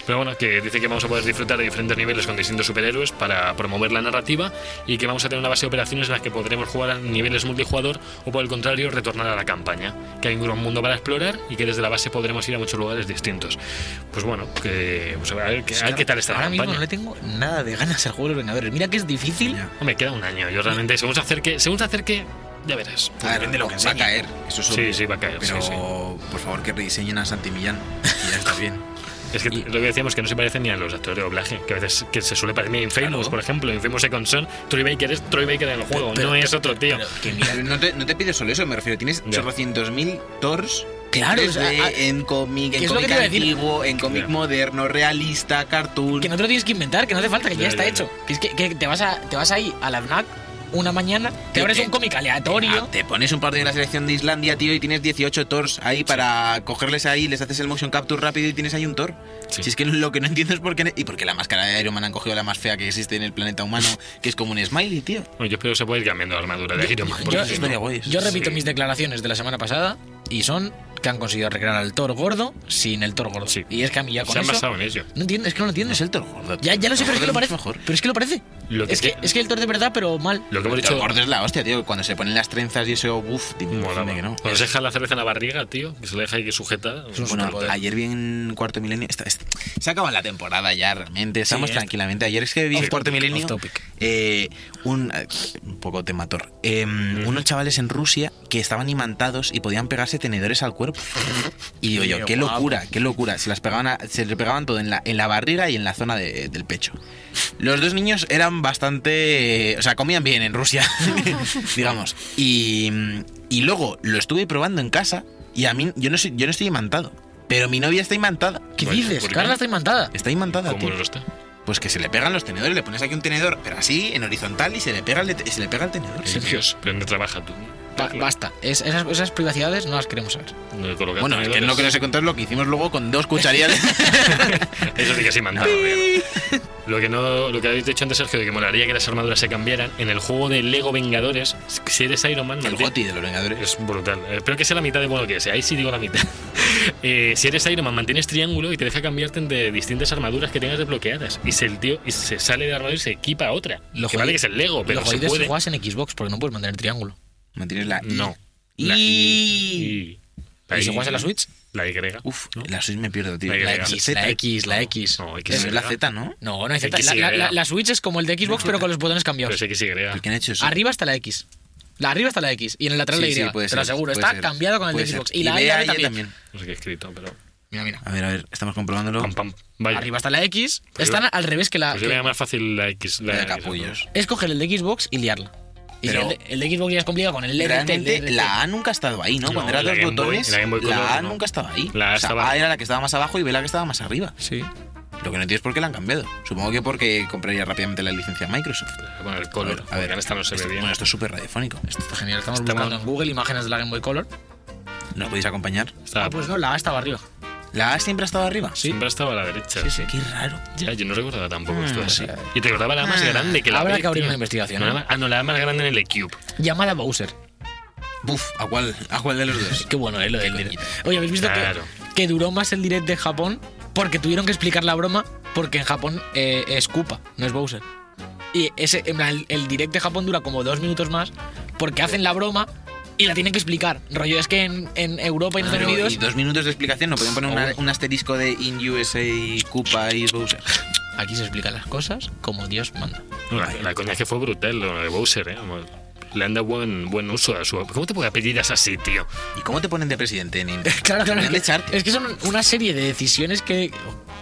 Speaker 1: pero bueno, que dice que vamos a poder disfrutar de diferentes niveles con distintos superhéroes para promover la narrativa y que vamos a tener una base de operaciones en las que podremos jugar a niveles multijugador o por el contrario retornar a la campaña, que hay un gran mundo para explorar y que desde la base podremos ir a muchos lugares distintos. Pues bueno, que, pues a ver, que- a ver qué tal está la
Speaker 3: Ahora
Speaker 1: campaña.
Speaker 3: mismo no le tengo nada de ganas al juego de los Vengadores. Mira que es difícil.
Speaker 2: Ya.
Speaker 1: Hombre, queda un año, yo realmente, según se acerque, según se acerque, ya verás.
Speaker 2: A ver,
Speaker 3: Ah, Depende de lo que
Speaker 2: va a
Speaker 3: enseñe.
Speaker 2: caer. Eso es
Speaker 1: Sí,
Speaker 2: obvio.
Speaker 1: sí, va a caer, sí,
Speaker 2: Pero
Speaker 1: sí.
Speaker 2: por favor que rediseñen a Santi Millán. y ya está bien.
Speaker 1: Es que lo que decíamos que no se parecen ni a los actores de doblaje, que a veces que se suele parecer. Mira, Infamous,
Speaker 3: Claro.
Speaker 1: por ejemplo, Infamous Second Son, Troy Baker es Troy Baker en el juego,
Speaker 3: Pero-
Speaker 1: no es otro tío.
Speaker 3: pero que mira,
Speaker 2: Pero no te, no te pides solo eso, me refiero. Tienes
Speaker 1: Ya.
Speaker 2: 800.000 Tors.
Speaker 3: Claro,
Speaker 2: en
Speaker 3: o sea,
Speaker 2: 3D,
Speaker 3: a-
Speaker 2: en cómic,
Speaker 3: ¿qué
Speaker 2: en
Speaker 3: es lo que
Speaker 2: cómic
Speaker 3: te iba a decir?
Speaker 2: antiguo, en cómic
Speaker 1: Ya.
Speaker 2: moderno, realista, cartoon.
Speaker 3: que no te lo tienes que inventar, que no hace falta, que ya,
Speaker 1: Ya,
Speaker 3: está
Speaker 1: ya,
Speaker 3: hecho. Que es que, que te, vas a, te vas ahí a la FNAC una mañana, te
Speaker 2: Que-
Speaker 3: abres
Speaker 2: que-
Speaker 3: un cómic
Speaker 2: Ah,
Speaker 3: aleatorio.
Speaker 2: te pones un partido de la selección de Islandia, tío, y tienes 18 Tors ahí para cogerles ahí, les haces el motion capture rápido y tienes ahí un Tor.
Speaker 1: Sí.
Speaker 2: Si es que lo que no entiendo es por qué. Y porque la máscara de Iron Man han cogido la más fea que existe en el planeta humano, que es como un smiley, tío.
Speaker 1: Bueno, yo espero que se pueda ir cambiando la armadura de Iron Man. porque
Speaker 3: Yo,
Speaker 2: eso
Speaker 1: si no-
Speaker 2: estaría guay.
Speaker 3: eh, yo repito
Speaker 1: Sí.
Speaker 3: mis declaraciones de la semana pasada y son que han conseguido recrear al Thor gordo sin el Thor gordo.
Speaker 1: Sí.
Speaker 3: Y es que a mí ya con
Speaker 1: se han
Speaker 3: eso-
Speaker 1: basado en ello.
Speaker 3: No entiendo, es que no lo entiendo.
Speaker 2: Es el Thor gordo.
Speaker 3: Ya, ya lo sé, pero es que lo parece.
Speaker 2: Mejor.
Speaker 3: Pero es que lo parece.
Speaker 1: Lo que
Speaker 3: es, que,
Speaker 1: te-
Speaker 3: es que el Thor de verdad, pero mal.
Speaker 1: Lo que hemos
Speaker 2: El Thor
Speaker 1: dicho.
Speaker 2: gordo es la hostia, tío. Cuando se ponen las trenzas y eso, uff, tío.
Speaker 1: Mola,
Speaker 2: dime que no.
Speaker 1: Cuando se deja la cerveza en la barriga, tío, que se la deja ahí que sujeta.
Speaker 2: Bueno,
Speaker 1: brutal.
Speaker 2: ayer vi en Cuarto Milenio. esta- esta- se acaba la temporada ya, realmente. Estamos
Speaker 3: es-
Speaker 2: tranquilamente. Ayer es que vi en
Speaker 3: Off
Speaker 2: Cuarto
Speaker 3: topic,
Speaker 2: Milenio.
Speaker 3: off topic.
Speaker 2: eh, un, eh, un poco temator. Eh, Unos chavales en Rusia que estaban imantados y podían pegarse tenedores al cuerpo. Y digo yo,
Speaker 3: Qué
Speaker 2: qué
Speaker 3: guapo.
Speaker 2: locura, qué locura. Se las pegaban, a- se le pegaban todo en la, en la barriga y en la zona de- del pecho. Los dos niños eran bastante. eh, O sea, comían bien en Rusia, digamos. Y, y luego lo estuve probando en casa y a mí, yo no, soy, yo no estoy imantado. Pero mi novia está imantada.
Speaker 3: ¿Qué
Speaker 1: Vaya,
Speaker 3: dices?
Speaker 1: ¿por qué?
Speaker 3: Carla está imantada.
Speaker 2: Está imantada,
Speaker 1: ¿Cómo
Speaker 2: tío.
Speaker 1: lo está?
Speaker 2: Pues que se le pegan los tenedores, le pones aquí un tenedor, pero así, en horizontal, y se le pega el, de- y se le pega el tenedor.
Speaker 1: Dios, pero ¿dónde trabaja tú?
Speaker 3: Ba- basta. Es- esas, esas privacidades no las queremos saber.
Speaker 1: No le colocas
Speaker 2: Bueno, es que
Speaker 1: tenedores.
Speaker 2: no que no se contar lo que hicimos luego con dos cucharillas.
Speaker 1: Eso sí que es mandado. bien. Lo que no, lo que habéis dicho antes, Sergio, de que molaría que las armaduras se cambiaran. En el juego de Lego Vengadores, si eres Iron Man,
Speaker 2: el
Speaker 1: mantien-
Speaker 2: goti de los Vengadores.
Speaker 1: Es brutal. Espero que sea la mitad de bueno que sea. Ahí sí digo la mitad. Eh, si eres Iron Man, mantienes triángulo y te deja cambiarte de distintas armaduras que tengas desbloqueadas. Y se, el tío, y se sale de la armadura y se equipa a otra. Lo que
Speaker 3: jodido-
Speaker 1: vale que es el Lego, pero
Speaker 3: lo
Speaker 1: se
Speaker 3: jodido es
Speaker 1: puede.
Speaker 3: que juegas en Xbox porque no puedes mantener el triángulo.
Speaker 2: Mantienes la I.
Speaker 1: No.
Speaker 2: Y...
Speaker 1: La I. La
Speaker 3: ¿Y si
Speaker 1: I-
Speaker 3: juegas en la Switch?
Speaker 1: La Y.
Speaker 2: Uf,
Speaker 1: ¿no?
Speaker 2: la 6 me pierdo, tío.
Speaker 1: La Y.
Speaker 2: La,
Speaker 1: La
Speaker 2: X,
Speaker 3: La
Speaker 2: Z.
Speaker 3: X, la X.
Speaker 1: No, X.
Speaker 2: Pero es la Z, ¿no?
Speaker 3: No, no hay Z.
Speaker 1: X
Speaker 3: La,
Speaker 1: y
Speaker 3: la-
Speaker 1: griega.
Speaker 3: la- la Switch es como el de Xbox, pero con los botones
Speaker 1: Pero
Speaker 3: cambiados.
Speaker 1: es XY.
Speaker 2: ¿Por qué han hecho eso?
Speaker 3: Arriba está la X. La arriba está la X. Y en el lateral
Speaker 2: Sí,
Speaker 3: la Y.
Speaker 2: sí, puede
Speaker 3: te lo
Speaker 2: ser,
Speaker 3: aseguro.
Speaker 2: puede
Speaker 3: Está
Speaker 2: ser,
Speaker 3: cambiado con el de
Speaker 2: puede ser.
Speaker 3: Xbox.
Speaker 2: Y
Speaker 3: Y la A y
Speaker 2: B,
Speaker 3: la
Speaker 2: A,
Speaker 3: B
Speaker 2: Y
Speaker 3: también.
Speaker 2: también.
Speaker 1: No sé qué he escrito, pero.
Speaker 3: Mira, mira.
Speaker 2: A ver, a ver, estamos comprobándolo.
Speaker 1: Pam, pam. Vaya.
Speaker 3: Arriba está la X.
Speaker 1: Pues
Speaker 3: Están
Speaker 1: yo-
Speaker 3: al revés que la.
Speaker 1: Pues
Speaker 3: que-
Speaker 1: yo veía más fácil la X. La
Speaker 2: Vaya
Speaker 1: X, ¿no?
Speaker 2: capullos.
Speaker 3: Es coger el de Xbox y liarla. Y
Speaker 2: Pero-
Speaker 3: el, de, el de Xbox ya es complicado con el LRT. el
Speaker 2: Realmente
Speaker 3: LRT.
Speaker 2: la A nunca ha estado ahí, ¿no?
Speaker 1: No,
Speaker 2: Cuando eran
Speaker 1: la
Speaker 2: dos
Speaker 1: Game Boy-
Speaker 2: botones,
Speaker 1: la Game Boy Color,
Speaker 2: la A
Speaker 1: no.
Speaker 2: nunca estaba ahí.
Speaker 1: La A
Speaker 2: O sea,
Speaker 1: estaba-
Speaker 2: A era la que estaba más abajo y B la que estaba más arriba.
Speaker 3: Sí.
Speaker 2: Lo que no entiendo es por qué la han cambiado. Supongo que porque compraría rápidamente la licencia Microsoft.
Speaker 1: Bueno, el color. A ver, esta no se ve
Speaker 2: esto-
Speaker 1: bien.
Speaker 2: Bueno, esto es súper radiofónico. Esto-
Speaker 3: Está genial. Estamos
Speaker 1: Está
Speaker 3: buscando
Speaker 1: mal.
Speaker 3: en Google imágenes de la Game Boy Color.
Speaker 2: ¿Nos podéis acompañar?
Speaker 1: Está-
Speaker 3: Ah, pues no, la A estaba arriba.
Speaker 2: ¿La A siempre ha estado arriba?
Speaker 1: Siempre estaba a la derecha.
Speaker 2: Qué raro.
Speaker 1: Ya, yo no recordaba tampoco esto así. Y te recordaba la más grande que la
Speaker 3: Habrá
Speaker 1: B,
Speaker 3: que abrir
Speaker 1: tío.
Speaker 3: una investigación,
Speaker 1: No,
Speaker 3: ¿eh?
Speaker 1: la- Ah, no, la más grande en el Cube.
Speaker 3: Llamada Bowser.
Speaker 2: Buf, ¿a cuál, ¿a cuál de los dos?
Speaker 3: Qué bueno, eh, lo del direct. Oye, ¿habéis visto que-
Speaker 1: Claro.
Speaker 3: que, duró más el direct de Japón? Porque tuvieron que explicar la broma, porque en Japón eh, es Koopa, no es Bowser. Y ese, en plan, el, el direct de Japón dura como dos minutos más, porque hacen la broma y la tienen que explicar. Rollo, es que en, en Europa y en Estados
Speaker 2: Pero,
Speaker 3: Unidos.
Speaker 2: y dos minutos de explicación, ¿no pueden poner una- un asterisco de In USA, Koopa y Bowser?
Speaker 3: Aquí se explican las cosas como Dios manda.
Speaker 1: No, la, la coña es que fue brutal lo de Bowser, ¿eh? Como- Le han dado buen, buen uso a su. ¿Cómo te puede apellidas así, tío?
Speaker 2: ¿Y cómo te ponen de presidente, Nintendo?
Speaker 3: Claro, claro.
Speaker 2: Deberían de
Speaker 3: Es que,
Speaker 2: echarte.
Speaker 3: es que son una serie de decisiones que.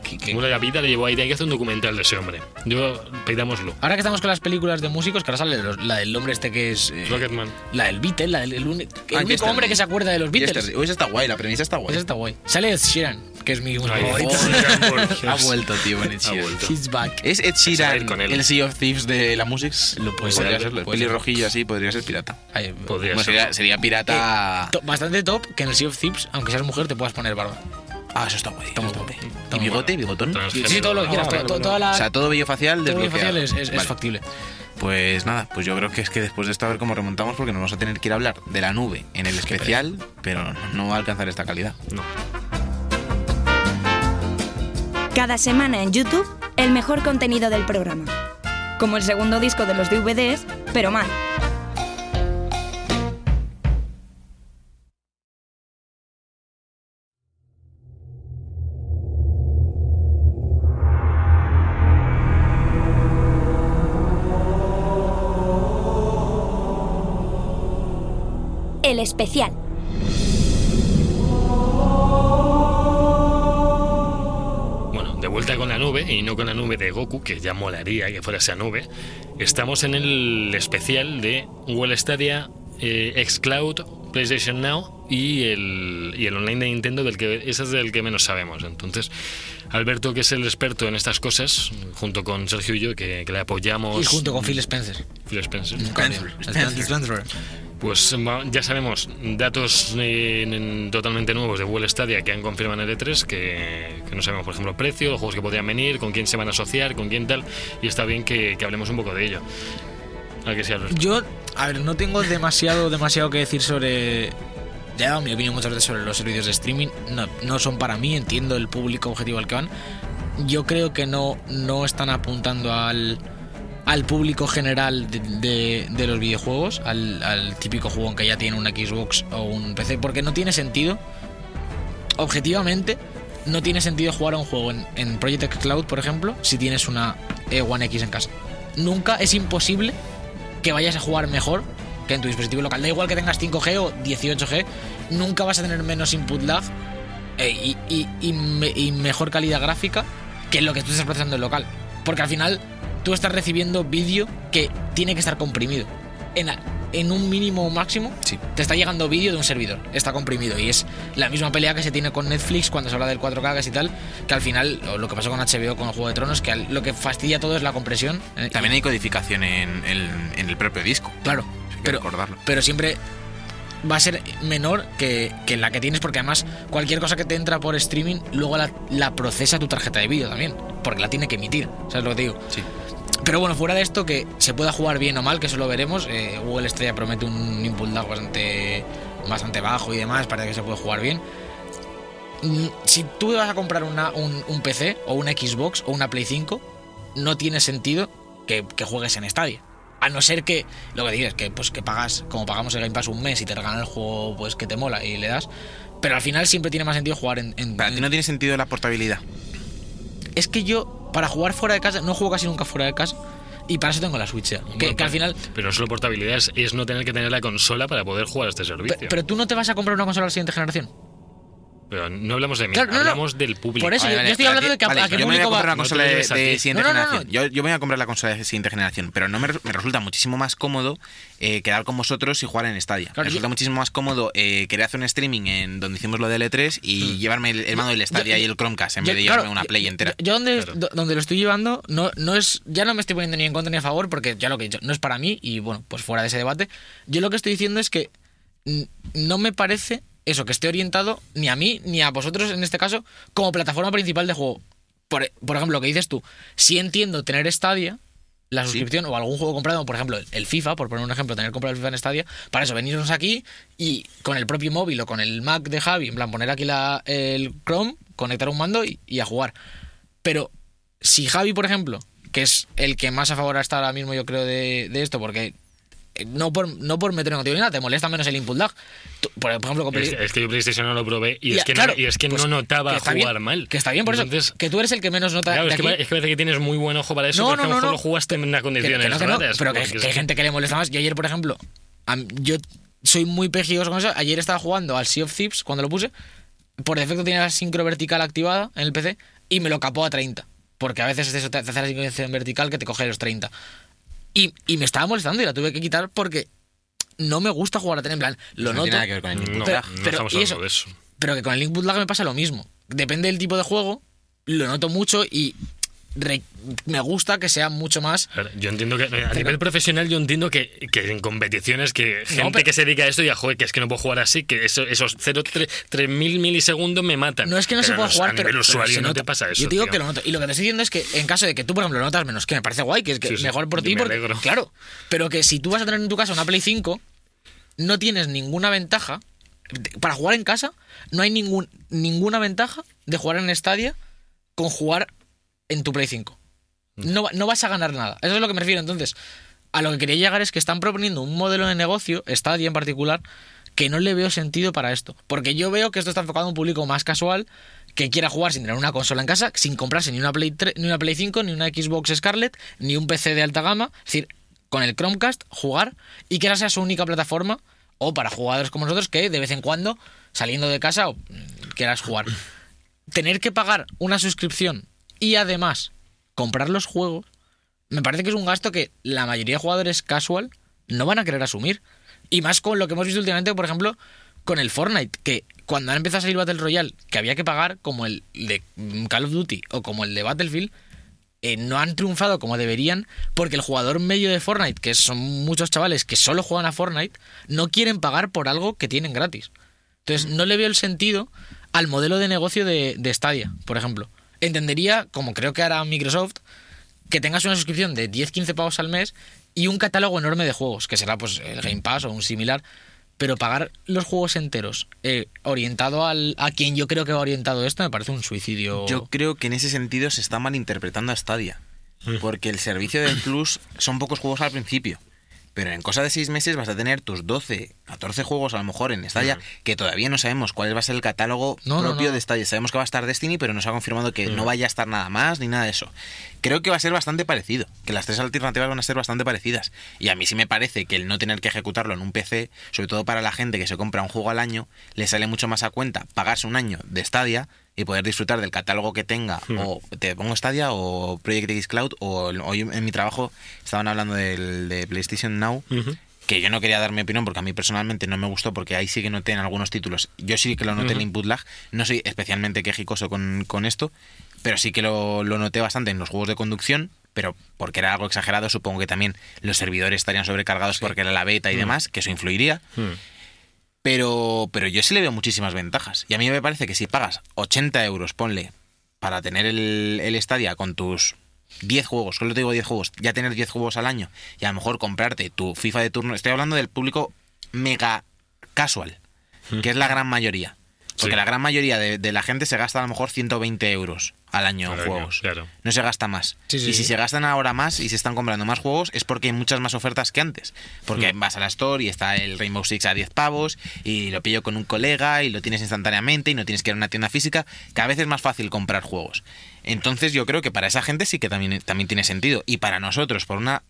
Speaker 3: que- que-
Speaker 1: Una vida le llevó ahí. Hay que hacer un documental de ese hombre. Yo, pidámoslo.
Speaker 3: Ahora que estamos con las películas de músicos, que ahora sale los- la del hombre este que es. eh,
Speaker 1: Rocketman.
Speaker 3: La del Beatle, la del el uni- el
Speaker 2: Ah,
Speaker 3: único
Speaker 2: Yesterday.
Speaker 3: hombre que se acuerda de los Beatles. Pues
Speaker 2: Yesterday. Uy, esa está guay, la premisa está guay.
Speaker 3: Ese está guay. Sale Ed Sheeran, que es mi
Speaker 1: Ay,
Speaker 3: favorito.
Speaker 1: joder,
Speaker 2: Ha vuelto, tío, en Ed
Speaker 1: Ha
Speaker 2: Sheeran.
Speaker 1: vuelto.
Speaker 3: He's back.
Speaker 2: ¿Es Ed
Speaker 1: Se va a ir
Speaker 2: Sheeran
Speaker 1: con él.
Speaker 2: el Sea of Thieves de la música? Lo
Speaker 3: puede
Speaker 2: podría
Speaker 1: ser,
Speaker 2: serlo.
Speaker 3: puede ser.
Speaker 2: Pelirrojillo así, podría ser pirata.
Speaker 3: Ay,
Speaker 1: Podría
Speaker 2: Bueno,
Speaker 1: ser.
Speaker 2: sería, sería pirata...
Speaker 3: Eh, to- bastante top que en el Sea of Thieves, aunque seas mujer, te puedas poner barba.
Speaker 2: Ah, eso está guay. eso
Speaker 3: Toma,
Speaker 2: está
Speaker 3: toma.
Speaker 2: guay. ¿Y
Speaker 3: Toma.
Speaker 2: bigote, bigotón?
Speaker 1: Transgénero.
Speaker 3: Sí, sí, todo lo que quieras.
Speaker 1: Ah,
Speaker 3: to- to- toda la,
Speaker 2: O sea, todo vello facial
Speaker 3: todo lo
Speaker 2: desbloqueado.
Speaker 3: facial es, es- es
Speaker 2: Vale.
Speaker 3: factible.
Speaker 2: Pues nada, pues yo creo que es que después de esto a ver cómo remontamos porque nos vamos a tener que ir a hablar de la nube en el especial, pero no va a alcanzar esta calidad.
Speaker 1: No.
Speaker 4: Cada semana en YouTube, el mejor contenido del programa. Como el segundo disco de los DVDs, pero mal.
Speaker 5: El especial.
Speaker 1: vuelta con la nube, y no con la nube de Goku, que ya molaría que fuera esa nube, estamos en el especial de Google Stadia, eh, Xcloud, PlayStation Now y el, y el online de Nintendo, del que ese es del que menos sabemos. Entonces, Alberto, que es el experto en estas cosas, junto con Sergio y yo, que, que le apoyamos.
Speaker 3: Y junto con Phil Spencer.
Speaker 1: Phil Pues mm. Spencer.
Speaker 3: Spencer. Spencer. Spencer.
Speaker 1: Pues ya sabemos datos eh, totalmente nuevos de Google Stadia que han confirmado en el E3, que, que, no sabemos, por ejemplo, precio, los juegos que podrían venir, con quién se van a asociar, con quién tal, y está bien que, que hablemos un poco de ello. A que sea
Speaker 3: Yo, a ver, no tengo demasiado, demasiado que decir sobre... Ya he dado mi opinión muchas veces sobre los servicios de streaming, no, no son para mí, entiendo el público objetivo al que van. Yo creo que no, no están apuntando al al público general de, de, de los videojuegos, al, al, típico jugón que ya tiene una Xbox o un PC, porque no tiene sentido, objetivamente, no tiene sentido jugar a un juego en, en Project X Cloud, por ejemplo, si tienes una E One X en casa. Nunca es imposible que vayas a jugar mejor que en tu dispositivo local. Da igual que tengas 5G o 18G, nunca vas a tener menos input lag eh, y, y, y, me, y mejor calidad gráfica que lo que tú estás procesando en local. Porque al final tú estás recibiendo vídeo que tiene que estar comprimido. En, la, en un mínimo máximo, sí. te está llegando vídeo de un servidor, está comprimido. Y es la misma pelea que se tiene con Netflix cuando se habla del 4K y tal, que al final, o lo que pasó con HBO con el Juego de Tronos, que al, lo que fastidia todo es la compresión.
Speaker 2: También hay codificación en, en, en el propio disco.
Speaker 3: Claro, pero,
Speaker 2: recordarlo.
Speaker 3: pero siempre va a ser menor que, que, la que tienes, porque además cualquier cosa que te entra por streaming, luego la, la procesa tu tarjeta de vídeo también, porque la tiene que emitir. ¿Sabes lo que te digo?
Speaker 2: Sí.
Speaker 3: Pero bueno, fuera de esto, que se pueda jugar bien o mal, que eso lo veremos. Eh, Google Estrella promete un input lag bastante, bastante bajo y demás, para que se pueda jugar bien. Mm, Si tú vas a comprar una, un, un, PC o una Xbox o una Play 5, no tiene sentido que, que juegues en Stadia. A no ser que, lo que dices, que pues que pagas, como pagamos el Game Pass un mes y te regalan el juego pues que te mola y le das. Pero al final siempre tiene más sentido jugar en. en
Speaker 2: para ti no tiene sentido la portabilidad.
Speaker 3: Es que yo para jugar fuera de casa, no juego casi nunca fuera de casa. Y para eso tengo la Switch ya. Que, bueno, que
Speaker 2: pues,
Speaker 3: al final.
Speaker 1: Pero no solo portabilidad, es, es, no tener que tener la consola para poder jugar a este servicio.
Speaker 3: Pero, pero tú no te vas a comprar una consola de la siguiente generación.
Speaker 1: Pero no hablamos de mí, claro, no, hablamos no. del público.
Speaker 3: Por eso, vale, yo, vale, yo estoy hablando de que
Speaker 2: vale,
Speaker 3: a, a qué
Speaker 2: yo
Speaker 3: público
Speaker 2: me voy a
Speaker 3: va.
Speaker 2: Una consola no de, de siguiente generación. Yo, yo, me voy a comprar la consola de siguiente generación, pero no me, me resulta muchísimo más cómodo eh, quedar con vosotros y jugar en Stadia. Claro, me resulta yo, muchísimo más cómodo eh, querer hacer un streaming en donde hicimos lo de L3 y mm. llevarme el, el, mando del Stadia y el Chromecast en vez de llevarme
Speaker 3: claro,
Speaker 2: una Play entera.
Speaker 3: Yo, donde, donde lo estoy llevando no, no es ya no me estoy poniendo ni en contra ni a favor porque ya lo que he dicho no es para mí y bueno, pues fuera de ese debate, yo lo que estoy diciendo es que no me parece eso, que esté orientado ni a mí ni a vosotros en este caso como plataforma principal de juego. Por, por ejemplo, lo que dices tú, si entiendo tener Stadia, la suscripción sí. o algún juego comprado, por ejemplo, el FIFA, por poner un ejemplo, tener comprado el FIFA en Stadia, para eso venirnos aquí y con el propio móvil o con el Mac de Javi, en plan poner aquí la, el Chrome, conectar un mando y, y a jugar. Pero si Javi, por ejemplo, que es el que más a favor está ahora mismo, yo creo, de, de esto, porque eh, no por, no por meter en contigo ni nada, te molesta menos el input lag. Tú, por ejemplo, con
Speaker 1: Ah, es, es, que yo PlayStation no lo probé y, ya, es, que claro, no, y es que pues no notaba
Speaker 3: que
Speaker 1: jugar
Speaker 3: bien,
Speaker 1: mal.
Speaker 3: Que está bien, por Entonces, eso. Que tú eres el que menos nota.
Speaker 1: Claro,
Speaker 3: de
Speaker 1: es, que,
Speaker 3: aquí.
Speaker 1: es, que, parece que tienes muy buen ojo para eso, no, porque no, a lo mejor lo jugaste en unas condiciones.
Speaker 3: Que,
Speaker 1: raras,
Speaker 3: pero que, hay gente que le molesta más. Yo ayer, por ejemplo, mí, yo soy muy pejigoso con eso. Ayer estaba jugando al Sea of Thieves cuando lo puse. Por defecto tenía la sincro vertical activada en el PC y me lo capó a 30. Porque a veces eso te hace la sincro vertical que te coge los 30. Y, y, me estaba molestando y la tuve que quitar porque no me gusta jugar a tener en plan lo
Speaker 2: no
Speaker 3: noto
Speaker 2: tiene nada que ver con el input
Speaker 1: no,
Speaker 2: lag.
Speaker 1: No pero, y eso, de eso.
Speaker 3: pero que con el input lag me pasa lo mismo depende del tipo de juego lo noto mucho y re, me gusta que sea mucho más
Speaker 1: a ver, yo entiendo que a pero, nivel profesional yo entiendo que, que en competiciones que gente no, pero, que se dedica a esto ya joder que es que no puedo jugar así que eso, esos 0,3 mil milisegundos me matan
Speaker 3: no es que no se pueda jugar
Speaker 1: a nivel
Speaker 3: pero,
Speaker 1: usuario
Speaker 3: se
Speaker 1: no
Speaker 3: nota.
Speaker 1: te pasa eso
Speaker 3: yo te digo
Speaker 1: tío.
Speaker 3: que eh, lo noto y lo que te estoy diciendo es que en caso de que tú por ejemplo lo notas menos que me parece guay que es que
Speaker 1: Sí, sí,
Speaker 3: mejor por
Speaker 1: yo
Speaker 3: ti
Speaker 1: me
Speaker 3: porque
Speaker 1: alegro.
Speaker 3: claro pero que si tú vas a tener en tu casa una Play 5 no tienes ninguna ventaja. Para jugar en casa, no hay ningún, ninguna ventaja de jugar en Stadia con jugar en tu Play 5. No, no vas a ganar nada. Eso es a lo que me refiero. Entonces, a lo que quería llegar es que están proponiendo un modelo de negocio, Stadia en particular, que no le veo sentido para esto. Porque yo veo que esto está enfocado a un público más casual que quiera jugar sin tener una consola en casa, sin comprarse ni una Play, 3, ni una Play 5, ni una Xbox Scarlett, ni un PC de alta gama. Es decir, con el Chromecast, jugar y que esa sea su única plataforma o para jugadores como nosotros que de vez en cuando, mm, saliendo de casa, o, quieras jugar. Tener que pagar una suscripción Y además, comprar los juegos me parece que es un gasto que la mayoría de jugadores casual no van a querer asumir. Y más con lo que hemos visto últimamente, por ejemplo, con el Fortnite, que cuando han empezado a salir Battle Royale, que había que pagar, como el de Call of Duty o como el de Battlefield, eh, no han triunfado como deberían, porque el jugador medio de Fortnite, que son muchos chavales que solo juegan a Fortnite, no quieren pagar por algo que tienen gratis. Entonces, no le veo el sentido al modelo de negocio de, de Stadia, por ejemplo. Entendería, como creo que hará Microsoft, que tengas una suscripción de 10-15 pavos al mes y un catálogo enorme de juegos, que será pues el Game Pass o un similar, pero pagar los juegos enteros eh, orientado al, a quien yo creo que va orientado esto me parece un suicidio.
Speaker 2: Yo creo que en ese sentido se está malinterpretando a Stadia, porque el servicio del Plus son pocos juegos al principio. Pero en cosa de seis meses vas a tener tus 12, 14 juegos a lo mejor en Stadia, que todavía no sabemos cuál va a ser el catálogo
Speaker 3: No, no,
Speaker 2: propio
Speaker 3: no. Mm.
Speaker 2: de Stadia. Sabemos que va a estar Destiny, pero nos ha confirmado que no vaya a estar nada más ni nada de eso. Creo que va a ser bastante parecido, que las tres alternativas van a ser bastante parecidas. Y a mí sí me parece que el no tener que ejecutarlo en un PC, sobre todo para la gente que se compra un juego al año, le sale mucho más a cuenta pagarse un año de Stadia y poder disfrutar del catálogo que tenga
Speaker 3: Mm.
Speaker 2: o te pongo Stadia o Project X Cloud o el- hoy en mi trabajo estaban hablando del de PlayStation Now
Speaker 1: Ujú.
Speaker 2: que yo no quería dar mi opinión porque a mí personalmente no me gustó porque ahí sí que noté en algunos títulos yo sí que lo noté el
Speaker 1: Ujú.
Speaker 2: input lag no soy especialmente quejicoso con, con esto pero sí que lo, lo noté bastante en los juegos de conducción pero porque era algo exagerado supongo que también los servidores estarían sobrecargados porque era la beta y demás que eso influiría
Speaker 1: Hmm.
Speaker 2: pero, pero yo sí le veo muchísimas ventajas. Y a mí me parece que si pagas 80 euros, ponle, para tener el, el Stadia con tus 10 juegos, solo te digo 10 juegos, ya tener 10 juegos al año y a lo mejor comprarte tu FIFA de turno. Estoy hablando del público mega casual, que es la gran mayoría. Porque
Speaker 1: Sí.
Speaker 2: la gran mayoría de, de la gente se gasta a lo mejor 120 euros al año en
Speaker 1: Al año,
Speaker 2: juegos.
Speaker 1: claro.
Speaker 2: No se gasta más.
Speaker 3: Sí, sí,
Speaker 2: y si
Speaker 3: sí.
Speaker 2: se gastan ahora más y se están comprando más juegos es porque hay muchas más ofertas que antes. Porque
Speaker 3: Mm.
Speaker 2: vas a la Store y está el Rainbow Six a 10 pavos y lo pillo con un colega y lo tienes instantáneamente y no tienes que ir a una tienda física. Cada vez es más fácil comprar juegos. Entonces yo creo que para esa gente sí que también, también tiene sentido. Y para nosotros, por una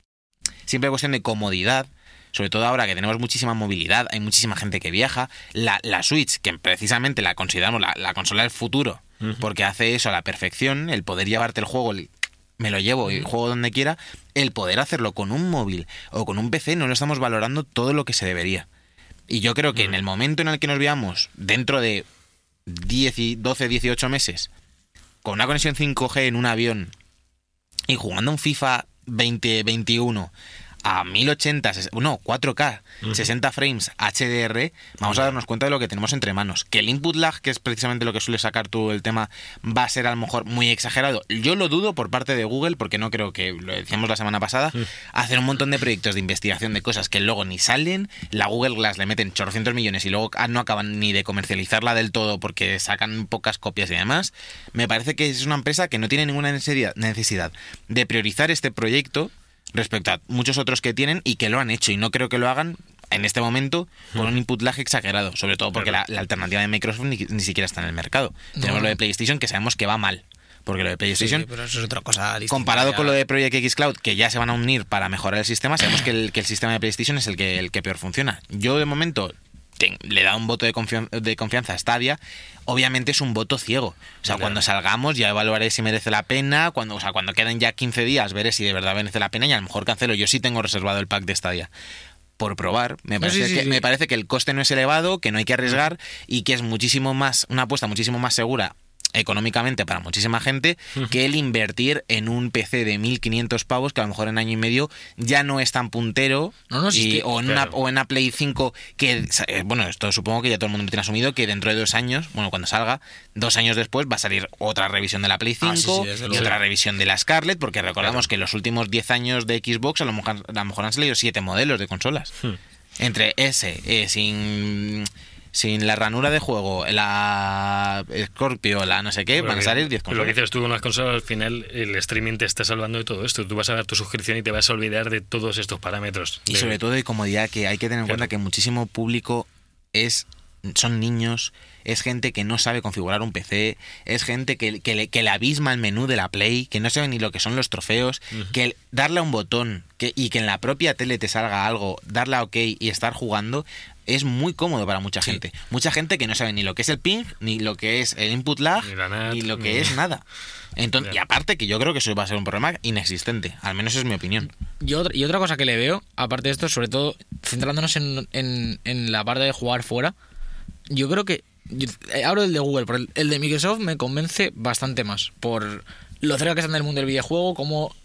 Speaker 2: siempre cuestión de comodidad. Sobre todo ahora que tenemos muchísima movilidad, hay muchísima gente que viaja. La, la Switch, que precisamente la consideramos la, la consola del futuro, porque hace eso a la perfección, el poder llevarte el juego, el- me lo llevo y juego donde quiera, el poder hacerlo con un móvil o con un PC no lo estamos valorando todo lo que se debería. Y yo creo que en el momento en el que nos veamos dentro de 10 y 12, 18 meses, con una conexión 5G en un avión y jugando un FIFA 2021 a 1080, ses- no, 4K, 60 frames, HDR, vamos a darnos cuenta de lo que tenemos entre manos. Que el input lag, que es precisamente lo que suele sacar tú el tema, va a ser a lo mejor muy exagerado. Yo lo dudo por parte de Google, porque no creo que, lo decíamos la semana pasada, hacer un montón de proyectos de investigación de cosas que luego ni salen, la Google Glass le meten 800 millones y luego ah, no acaban ni de comercializarla del todo porque sacan pocas copias y demás. Me parece que es una empresa que no tiene ninguna necesidad- necesidad de priorizar este proyecto respecto a muchos otros que tienen y que lo han hecho y no creo que lo hagan en este momento con un input lag exagerado, sobre todo porque la, la alternativa de Microsoft ni, ni siquiera está en el mercado. Tenemos lo de PlayStation que sabemos que va mal, porque lo de PlayStation
Speaker 3: Sí, pero eso es otra cosa distinta
Speaker 2: comparado
Speaker 3: ya.
Speaker 2: con lo de Project X Cloud, que ya se van a unir para mejorar el sistema, sabemos que el, que el sistema de PlayStation es el que, el que peor funciona. Yo, de momento, ten- le da un voto de, confian- de confianza a Stadia. Obviamente es un voto ciego. O sea, cuando salgamos ya evaluaré si merece la pena. Cuando, o sea, cuando queden ya 15 días veré si de verdad merece la pena y a lo mejor cancelo. Yo sí tengo reservado el pack de Stadia. Por probar, me
Speaker 3: No,
Speaker 2: parece,
Speaker 3: sí, sí,
Speaker 2: que,
Speaker 3: sí.
Speaker 2: me parece que el coste no es elevado, que no hay que arriesgar y que es muchísimo más, una apuesta muchísimo más segura económicamente para muchísima gente que el invertir en un PC de 1500 pavos que a lo mejor en año y medio ya no es tan puntero
Speaker 3: No, no, sí,
Speaker 2: y-
Speaker 3: sí,
Speaker 2: o, en
Speaker 1: claro.
Speaker 2: una, o en una Play 5 que eh, bueno esto supongo que ya todo el mundo tiene asumido que dentro de dos años bueno cuando salga dos años después va a salir otra revisión de la Play 5
Speaker 3: Ah, sí, sí, desde
Speaker 2: y
Speaker 3: luego.
Speaker 2: otra revisión de la Scarlett porque recordamos que en los últimos 10 años de Xbox a lo mejor, a lo mejor han salido siete modelos de consolas
Speaker 3: Hmm.
Speaker 2: entre ese eh, sin sin la ranura de juego la Scorpio la no sé qué
Speaker 1: Pero
Speaker 2: van a
Speaker 1: que-
Speaker 2: salir 10
Speaker 1: Lo que
Speaker 2: consolas
Speaker 1: dices tú con las consolas, al final el streaming te está salvando de todo esto. Tú vas a dar tu suscripción y te vas a olvidar de todos estos parámetros.
Speaker 2: Y
Speaker 1: De-
Speaker 2: sobre todo de comodidad, que hay que tener en
Speaker 1: Claro.
Speaker 2: cuenta que muchísimo público es son niños, es gente que no sabe configurar un PC, es gente que, que le, que le abisma el menú de la Play, que no sabe ni lo que son los trofeos, que el- darle a un botón que, y que en la propia tele te salga algo, darle a OK y estar jugando. Es muy cómodo para mucha gente. Mucha gente que no sabe ni lo que es el ping, ni lo que es el input lag,
Speaker 1: Ni la NAT,
Speaker 2: ni lo que
Speaker 1: ni-
Speaker 2: es nada. Entonces, y
Speaker 1: Ya.
Speaker 2: aparte que yo creo que eso va a ser un problema inexistente, al menos es mi opinión.
Speaker 3: Y otra, y otra cosa que le veo, aparte de esto, sobre todo centrándonos en, en- en la parte de jugar fuera, yo creo que. yo- eh, hablo del de Google, pero el, el de Microsoft me convence bastante más. Por lo cerca que están del mundo del videojuego, cómo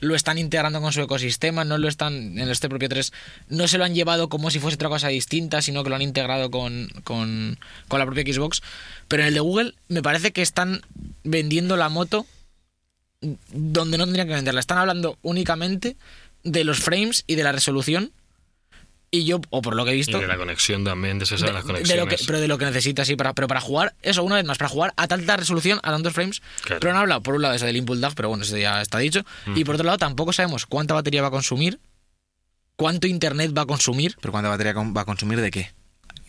Speaker 3: lo están integrando con su ecosistema, no lo están en este propio 3, no se lo han llevado como si fuese otra cosa distinta, sino que lo han integrado con, con, con la propia Xbox. Pero en el de Google me parece que están vendiendo la moto donde no tendrían que venderla. Están hablando únicamente de los frames y de la resolución. Y yo, o por lo que he
Speaker 1: Y
Speaker 3: visto.
Speaker 1: de la conexión también, de esas
Speaker 3: de-
Speaker 1: las
Speaker 3: de lo que-
Speaker 1: conexiones.
Speaker 3: pero de lo que necesitas, sí, para, pero para jugar, eso, una vez más, para jugar a tanta resolución, a tantos frames.
Speaker 1: Claro.
Speaker 3: Pero han hablado, por un lado, eso del input lag, pero bueno, eso ya está dicho. Y por otro lado, tampoco sabemos cuánta batería va a consumir, cuánto internet va a consumir.
Speaker 2: ¿Pero cuánta batería con- va a consumir de qué?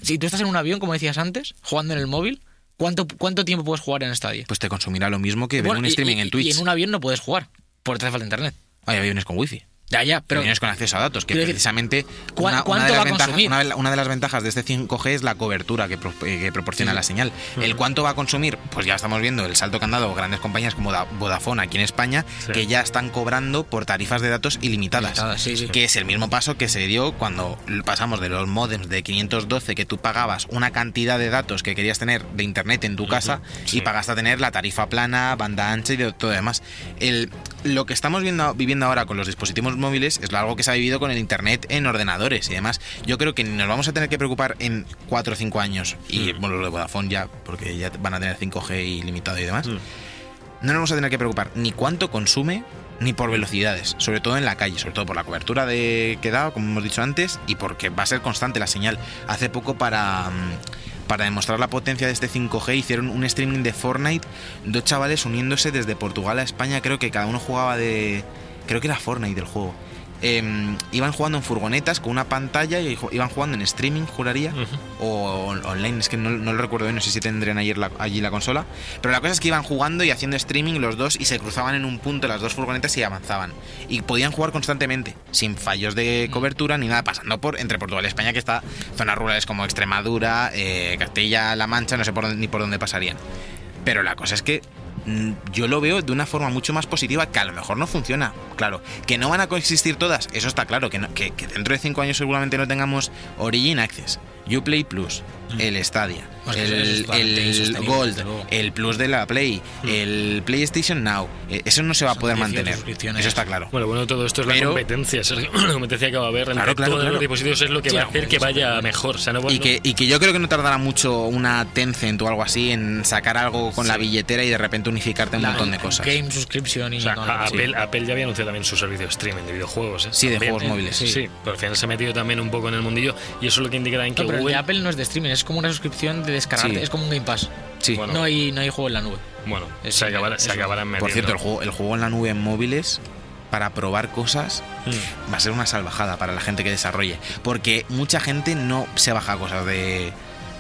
Speaker 3: Si tú estás en un avión, como decías antes, jugando en el móvil, ¿cuánto, cuánto tiempo puedes jugar en Stadia?
Speaker 2: Pues te consumirá lo mismo que ver
Speaker 3: Bueno,
Speaker 2: un
Speaker 3: y-
Speaker 2: streaming
Speaker 3: y-
Speaker 2: en Twitch.
Speaker 3: Y en un avión no puedes jugar, porque te hace falta internet.
Speaker 2: Hay aviones con wifi.
Speaker 3: Ya, ya,
Speaker 2: Pero
Speaker 3: pero.
Speaker 2: aviones con acceso a datos, que
Speaker 3: quiero decir,
Speaker 2: precisamente
Speaker 3: ¿cuán-
Speaker 2: una, una
Speaker 3: cuánto
Speaker 2: de
Speaker 3: va
Speaker 2: las
Speaker 3: a
Speaker 2: ventajas,
Speaker 3: consumir?
Speaker 2: una de la- una de las ventajas de este 5G es la cobertura que, pro- eh, que proporciona la señal. El cuánto va a consumir, pues ya estamos viendo el salto que han dado grandes compañías como Da- Vodafone aquí en España,
Speaker 1: Sí.
Speaker 2: que ya están cobrando por tarifas de datos ilimitadas.
Speaker 3: Ilimitadas, sí, sí.
Speaker 2: Que es el mismo paso que se dio cuando pasamos de los módems de 512 que tú pagabas una cantidad de datos que querías tener de internet en tu casa y
Speaker 1: sí.
Speaker 2: pagaste a tener la tarifa plana, banda ancha y de todo lo demás. El, lo que estamos viendo, viviendo ahora con los dispositivos móviles es algo que se ha vivido con el internet en ordenadores y demás. Yo creo que nos vamos a tener que preocupar en 4 o 5 años y bueno, lo de Vodafone ya, porque ya van a tener 5G ilimitado y demás
Speaker 1: Mm.
Speaker 2: no nos vamos a tener que preocupar ni cuánto consume ni por velocidades, sobre todo en la calle, sobre todo por la cobertura de que da, como hemos dicho antes, y porque va a ser constante la señal. Hace poco para mm, para demostrar la potencia de este 5G hicieron un streaming de Fortnite, dos chavales uniéndose desde Portugal a España, creo que cada uno jugaba de creo que era Fortnite el juego. Em, iban jugando en furgonetas con una pantalla y ju- iban jugando en streaming, juraría
Speaker 1: Ujú.
Speaker 2: o on- online, es que no, no lo recuerdo bien, no sé si tendrían ayer la- allí la consola. Pero la cosa es que iban jugando y haciendo streaming los dos y se cruzaban en un punto las dos furgonetas y avanzaban. Y podían jugar constantemente, sin fallos de cobertura ni nada, pasando por entre Portugal y España, que está zonas rurales como Extremadura, eh, Castilla-La Mancha, no sé por dónde- ni por dónde pasarían. Pero la cosa es que mm, yo lo veo de una forma mucho más positiva que a lo mejor no funciona. Claro, que no van a coexistir todas, eso está claro, que, no- que- que dentro de cinco años seguramente no tengamos Origin Access, Uplay Plus, el Stadia,
Speaker 3: Pues que eso es
Speaker 2: el,
Speaker 3: totalmente
Speaker 2: el
Speaker 3: insostenible, desde luego. Mm.
Speaker 2: Gold, el Plus de la Play, el PlayStation Now. Eh, Eso no se va a
Speaker 3: Son
Speaker 2: poder
Speaker 3: 18
Speaker 2: mantener.
Speaker 3: suscripciones.
Speaker 2: Eso está claro.
Speaker 1: Bueno, bueno, todo esto es
Speaker 2: Pero-
Speaker 1: la competencia, Sergio. La competencia que va a haber entre
Speaker 2: Claro, claro,
Speaker 1: todos
Speaker 2: claro.
Speaker 1: los dispositivos es lo que
Speaker 3: Sí,
Speaker 1: va a
Speaker 3: no,
Speaker 1: hacer que vaya mejor. O sea, no,
Speaker 2: Y
Speaker 1: no-
Speaker 2: que, y que yo creo que no tardará mucho una Tencent o algo así en sacar algo con la billetera y de repente unificarte un
Speaker 3: la-
Speaker 2: montón de cosas.
Speaker 3: Game subscription y.
Speaker 1: O sea,
Speaker 3: no,
Speaker 1: a-
Speaker 3: sí.
Speaker 1: Apple, Apple ya había anunciado también su servicio de streaming de videojuegos. ¿eh?
Speaker 2: Sí, de
Speaker 1: También.
Speaker 2: juegos móviles.
Speaker 1: Sí,
Speaker 3: Sí.
Speaker 1: pero al final se ha metido también un poco en el mundillo y eso es lo que indica también que
Speaker 3: No, pero el
Speaker 1: Google.
Speaker 3: de Apple no es de streaming, es como una suscripción de descargarte,
Speaker 2: Sí.
Speaker 3: es como un Game Pass.
Speaker 2: Sí.
Speaker 1: Bueno.
Speaker 3: No, hay, no hay juego en la nube.
Speaker 1: Bueno,
Speaker 3: Es-
Speaker 1: se acabará- se
Speaker 3: es-
Speaker 1: acabarán metiendo.
Speaker 2: Por cierto, el juego, el juego en la nube en móviles para probar cosas
Speaker 1: Mm.
Speaker 2: va a ser una salvajada para la gente que desarrolle. Porque mucha gente no se baja cosas de,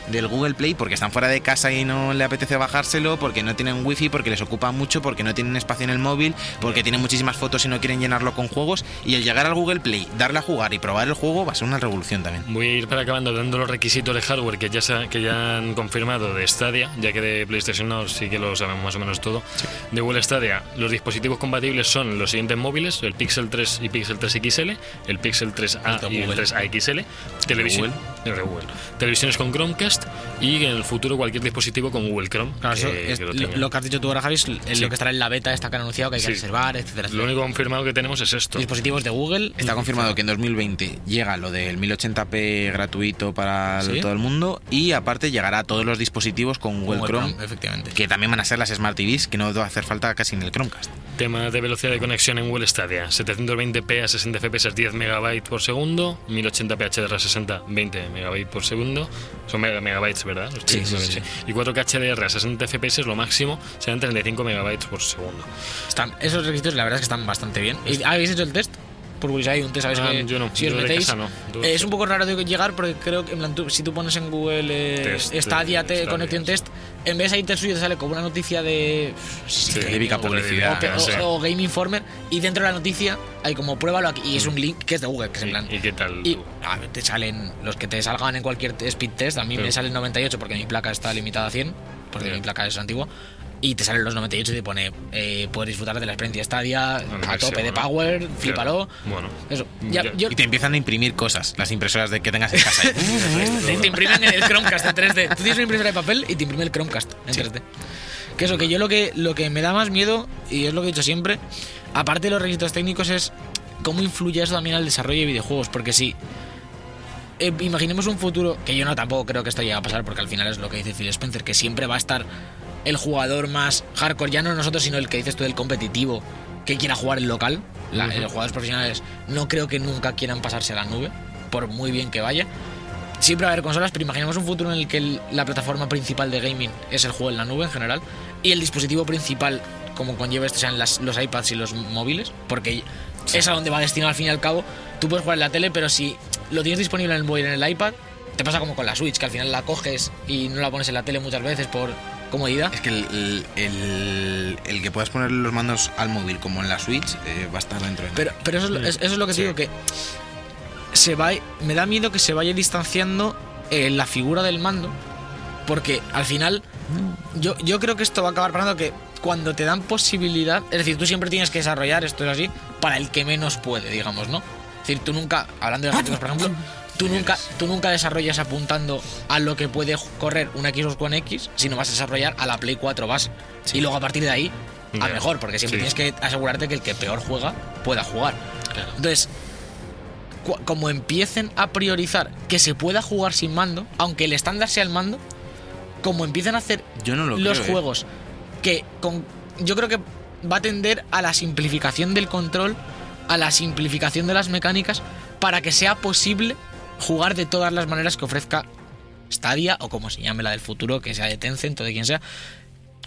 Speaker 2: del Google Play porque están fuera de casa y no le apetece bajárselo, porque no tienen wifi, porque les ocupa mucho, porque no tienen espacio en el móvil, porque tienen muchísimas fotos y no quieren llenarlo con juegos. Y el llegar al Google Play, darle a jugar y probar el juego va a ser una revolución también.
Speaker 1: Voy a ir para acabando dando los requisitos de hardware que ya, se ha- que ya han confirmado de Stadia, ya que de PlayStation Now sí que lo sabemos más o menos todo. De Google Stadia, los dispositivos compatibles son los siguientes móviles, el Pixel 3 y Pixel 3 XL, el Pixel 3A
Speaker 3: El de
Speaker 1: y el
Speaker 3: Google.
Speaker 1: 3A XL, televisión, el de Google. televisiones con Chromecast y en el futuro cualquier dispositivo con Google Chrome.
Speaker 3: Claro, eso
Speaker 1: Eh, que-
Speaker 3: es
Speaker 1: que lo
Speaker 3: lo,
Speaker 1: tenga.
Speaker 3: lo que has dicho tú ahora, Javi, es l-
Speaker 1: Sí.
Speaker 3: lo que estará en la beta, está que han anunciado que hay que
Speaker 1: Sí.
Speaker 3: reservar, etcétera.
Speaker 1: Lo
Speaker 3: etcétera.
Speaker 1: único confirmado que tenemos es esto.
Speaker 3: Dispositivos de Google. Mm,
Speaker 2: Está confirmado que en 2020 llega lo del 1080p gratuito para
Speaker 3: ¿Sí?
Speaker 2: todo el mundo y aparte llegará a todos los dispositivos con Google, Chrome
Speaker 3: efectivamente.
Speaker 2: que también van a ser las Smart TVs, que no va a hacer falta casi en el Chromecast.
Speaker 1: Tema de velocidad de conexión en Google Stadia: 720p a 60 FPS, 10 MB por segundo, 1080p HDR a 60, 20 MB por segundo. Son mega- megabytes, ¿verdad? Los
Speaker 2: Sí,
Speaker 1: que-
Speaker 2: sí,
Speaker 1: los que-
Speaker 2: sí.
Speaker 1: Y 4K HDR a 60 FPS, lo máximo serán 35 MB por segundo.
Speaker 3: Están- esos requisitos, la verdad es que están bastante bien. ¿Y, ¿Habéis hecho el test? por curiosidad y un test, ¿sabéis?
Speaker 1: Ah,
Speaker 3: que
Speaker 1: yo no,
Speaker 3: Si os
Speaker 1: yo de
Speaker 3: metéis.
Speaker 1: casa no. Yo
Speaker 3: Eh, es
Speaker 1: sí.
Speaker 3: un poco raro de llegar porque creo que en plan, tú- si tú pones en Google eh,
Speaker 1: Test,
Speaker 3: Stadia
Speaker 1: eh,
Speaker 3: te,
Speaker 1: Stadia,
Speaker 3: Connection
Speaker 1: sí.
Speaker 3: Test, en vez de ahí te suyo te sale como una noticia de. Sí,
Speaker 1: Sí,
Speaker 3: que-
Speaker 2: típica
Speaker 3: o-
Speaker 2: publicidad,
Speaker 3: o que-
Speaker 1: sí.
Speaker 3: O, o Game Informer y dentro de la noticia hay como pruébalo aquí y es un link que es de Google, que es en
Speaker 1: Mm. ¿Y-
Speaker 3: plan.
Speaker 1: ¿Y qué tal?
Speaker 3: Y
Speaker 1: tú?
Speaker 3: a ver, te salen los que te salgan en cualquier te- speed test. A mí
Speaker 1: Sí.
Speaker 3: me salen 98 porque mi placa está limitada a 100, porque
Speaker 1: Bien.
Speaker 3: mi placa es antigua. Y te salen los 98 y te pone, eh, puedes disfrutar de la experiencia Stadia a
Speaker 1: máximo,
Speaker 3: tope
Speaker 1: ¿no?
Speaker 3: de power, flípalo.
Speaker 1: Bueno.
Speaker 3: Eso. Ya,
Speaker 1: Ya.
Speaker 3: yo-
Speaker 2: Y te empiezan a imprimir cosas, las impresoras de que tengas en casa.
Speaker 3: te, te imprimen el Chromecast en 3D. Tú tienes una impresora de papel y te imprime el Chromecast en 3D. Que eso, que yo lo que, lo que me da más miedo, y es lo que he dicho siempre, aparte de los requisitos técnicos, es cómo influye eso también al desarrollo de videojuegos. Porque si eh, imaginemos un futuro, que yo no tampoco creo que esto llegue a pasar, porque al final es lo que dice Phil Spencer, que siempre va a estar el jugador más hardcore, ya no nosotros, sino el que dices tú del competitivo, que quiera jugar en local. La- Los jugadores profesionales no creo que nunca quieran pasarse a la nube, por muy bien que vaya. Siempre va a haber consolas, pero imaginemos un futuro en el que el- la plataforma principal de gaming es el juego en la nube en general y el dispositivo principal, como conlleva esto, sean las- los iPads y los móviles, porque es a donde va destinado al fin y al cabo. Tú puedes jugar en la tele, pero si lo tienes disponible en el móvil y en el iPad, te pasa como con la Switch, que al final la coges y no la pones en la tele muchas veces por comodidad.
Speaker 2: Es que el, el- el- el que puedas poner los mandos al móvil como en la Switch eh, va a estar dentro de nada.
Speaker 3: Pero, pero eso, es, lo- es- eso es lo que te
Speaker 1: Sí.
Speaker 3: digo, que se va, me da miedo que se vaya distanciando eh, la figura del mando, porque al final
Speaker 1: Mm.
Speaker 3: yo, yo creo que esto va a acabar pasando que cuando te dan posibilidad, es decir, tú siempre tienes que desarrollar, esto es así, para el que menos puede, digamos, ¿no? Es decir, tú nunca, hablando de gráficos, por ejemplo, tú nunca, tú nunca desarrollas apuntando a lo que puede correr una Xbox One X, sino vas a desarrollar a la Play 4 base. Y luego a partir de ahí, a
Speaker 1: Ya.
Speaker 3: mejor, porque siempre
Speaker 1: Sí.
Speaker 3: tienes que que asegurarte que el que peor juega pueda jugar.
Speaker 1: Claro.
Speaker 3: Entonces, cu- como empiecen a priorizar que se pueda jugar sin mando, aunque el estándar sea el mando, como empiezan a hacer
Speaker 2: Yo no lo
Speaker 3: los
Speaker 2: creo, ¿eh?
Speaker 3: juegos que con yo creo que va a tender a la simplificación del control, a la simplificación de las mecánicas para que sea posible jugar de todas las maneras que ofrezca Stadia o como se llame la del futuro, que sea de Tencent o de quien sea.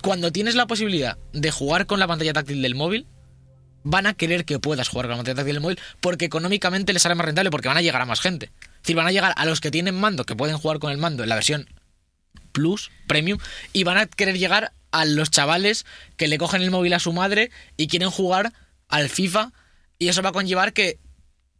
Speaker 3: Cuando tienes la posibilidad de jugar con la pantalla táctil del móvil, van a querer que puedas jugar con la pantalla táctil del móvil porque económicamente les sale más rentable porque van a llegar a más gente. Es decir, van a llegar a los que tienen mando, que pueden jugar con el mando en la versión Plus, Premium, y van a querer llegar a los chavales que le cogen el móvil a su madre y quieren jugar al FIFA, y eso va a conllevar que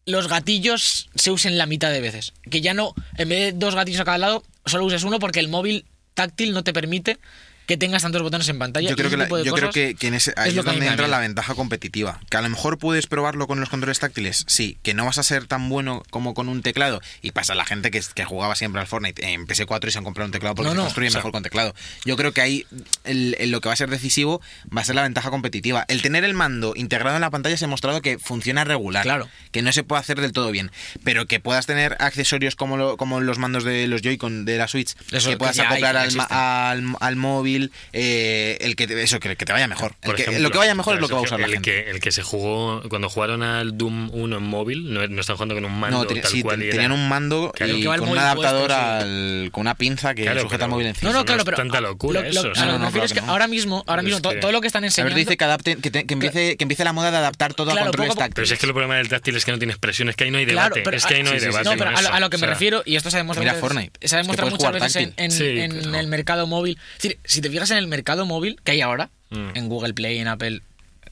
Speaker 3: los gatillos se usen la mitad de veces. Que ya no, en vez de dos gatillos a cada lado, solo uses uno porque el móvil táctil no te permite que tengas tantos botones en pantalla.
Speaker 2: Yo
Speaker 3: Y
Speaker 2: creo
Speaker 3: ese
Speaker 2: que, la-
Speaker 3: tipo de
Speaker 2: yo creo
Speaker 3: cosas
Speaker 2: que, que en ese, ahí
Speaker 3: es
Speaker 2: es,
Speaker 3: lo que a mí
Speaker 2: donde
Speaker 3: me da
Speaker 2: entra
Speaker 3: miedo.
Speaker 2: la ventaja competitiva. Que a lo mejor puedes probarlo con los controles táctiles, sí. Que no vas a ser tan bueno como con un teclado. Y pasa la gente que, que jugaba siempre al Fortnite en PS4 y se han comprado un teclado porque
Speaker 3: No,
Speaker 2: se
Speaker 3: no,
Speaker 2: construye
Speaker 3: o sea-
Speaker 2: mejor con teclado. Yo creo que ahí el- el- lo que va a ser decisivo va a ser la ventaja competitiva. El tener el mando integrado en la pantalla se ha mostrado que funciona regular.
Speaker 3: Claro.
Speaker 2: Que no se puede hacer del todo bien. Pero que puedas tener accesorios como, lo- como los mandos de los Joy-Con de la Switch.
Speaker 3: Eso,
Speaker 2: que
Speaker 3: que
Speaker 2: puedas
Speaker 3: ya hay,
Speaker 2: acoplar
Speaker 3: ya
Speaker 2: al, ma-
Speaker 3: existen.
Speaker 2: al, al móvil, eh, el que te, eso, que, que te vaya mejor. El
Speaker 1: Por
Speaker 2: que-
Speaker 1: ejemplo,
Speaker 2: lo que vaya mejor es lo que va a
Speaker 1: Sergio,
Speaker 2: usar la
Speaker 1: el
Speaker 2: gente.
Speaker 1: Que, el que se jugó, cuando jugaron al Doom 1 en móvil, no, no están jugando con un mando
Speaker 2: no, ten-
Speaker 1: tal
Speaker 2: sí,
Speaker 1: cual. y
Speaker 2: ten-
Speaker 1: era-
Speaker 2: tenían un mando
Speaker 1: Claro,
Speaker 2: y
Speaker 3: que va el
Speaker 2: con un
Speaker 3: móvil
Speaker 2: adaptador
Speaker 3: puesto,
Speaker 2: al- con una pinza que
Speaker 1: Claro,
Speaker 2: sujeta
Speaker 1: pero-
Speaker 2: al móvil encima.
Speaker 1: No,
Speaker 3: No,
Speaker 1: Eso
Speaker 3: no, claro,
Speaker 1: es
Speaker 3: pero. ah,
Speaker 1: tanta locura
Speaker 3: lo-
Speaker 1: eso,
Speaker 3: lo-
Speaker 1: o
Speaker 2: sea,
Speaker 3: a lo que
Speaker 2: no,
Speaker 3: me
Speaker 2: no,
Speaker 3: refiero
Speaker 2: claro
Speaker 3: es
Speaker 2: que
Speaker 3: que
Speaker 2: no.
Speaker 3: ahora mismo, ahora mismo, to-
Speaker 1: Hostia.
Speaker 3: todo, lo que están
Speaker 2: A ver,
Speaker 3: enseñando.
Speaker 2: dice que, adapten, que, te- que empiece, que empiece la moda de adaptar todo
Speaker 3: Claro,
Speaker 2: a controles
Speaker 3: poco a poco.
Speaker 1: Pero
Speaker 2: táctiles.
Speaker 1: si es que el problema del táctil es que no tienes presión, es que ahí no hay
Speaker 3: Claro,
Speaker 1: debate.
Speaker 3: pero,
Speaker 1: es que ahí no
Speaker 3: ah,
Speaker 1: hay
Speaker 3: sí, sí, sí.
Speaker 1: debate.
Speaker 3: No, pero
Speaker 1: con
Speaker 3: a lo,
Speaker 1: eso,
Speaker 3: a lo que
Speaker 1: o
Speaker 3: me
Speaker 1: sea,
Speaker 3: refiero, y esto se ha demostrado,
Speaker 2: Mira
Speaker 3: muchas veces-
Speaker 2: Fortnite,
Speaker 3: se ha
Speaker 2: es que
Speaker 3: demostrado
Speaker 2: puedes
Speaker 3: muchas
Speaker 2: jugar
Speaker 3: veces en,
Speaker 2: tanque.
Speaker 3: en-
Speaker 1: Sí,
Speaker 3: en
Speaker 1: pero-
Speaker 3: el mercado móvil. Es decir, si te fijas en el mercado móvil que hay ahora,
Speaker 1: Mm.
Speaker 3: en Google Play, en Apple,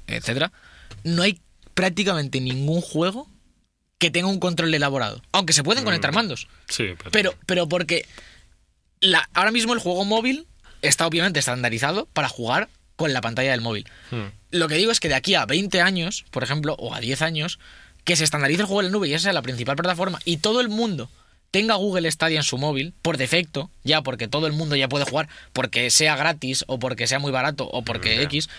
Speaker 3: etcétera, no hay prácticamente ningún juego que tenga un control elaborado. Aunque se pueden
Speaker 1: Mm.
Speaker 3: conectar mandos.
Speaker 1: Sí,
Speaker 3: Pero, pero porque la, ahora mismo el juego móvil está obviamente estandarizado para jugar con la pantalla del móvil.
Speaker 1: Hmm.
Speaker 3: Lo que digo es que de aquí a 20 años, por ejemplo, o a 10 años, que se estandarice el juego en la nube y esa sea la principal plataforma y todo el mundo tenga Google Stadia en su móvil, por defecto, ya porque todo el mundo ya puede jugar, porque sea gratis o porque sea muy barato o porque
Speaker 1: Ya.
Speaker 3: X,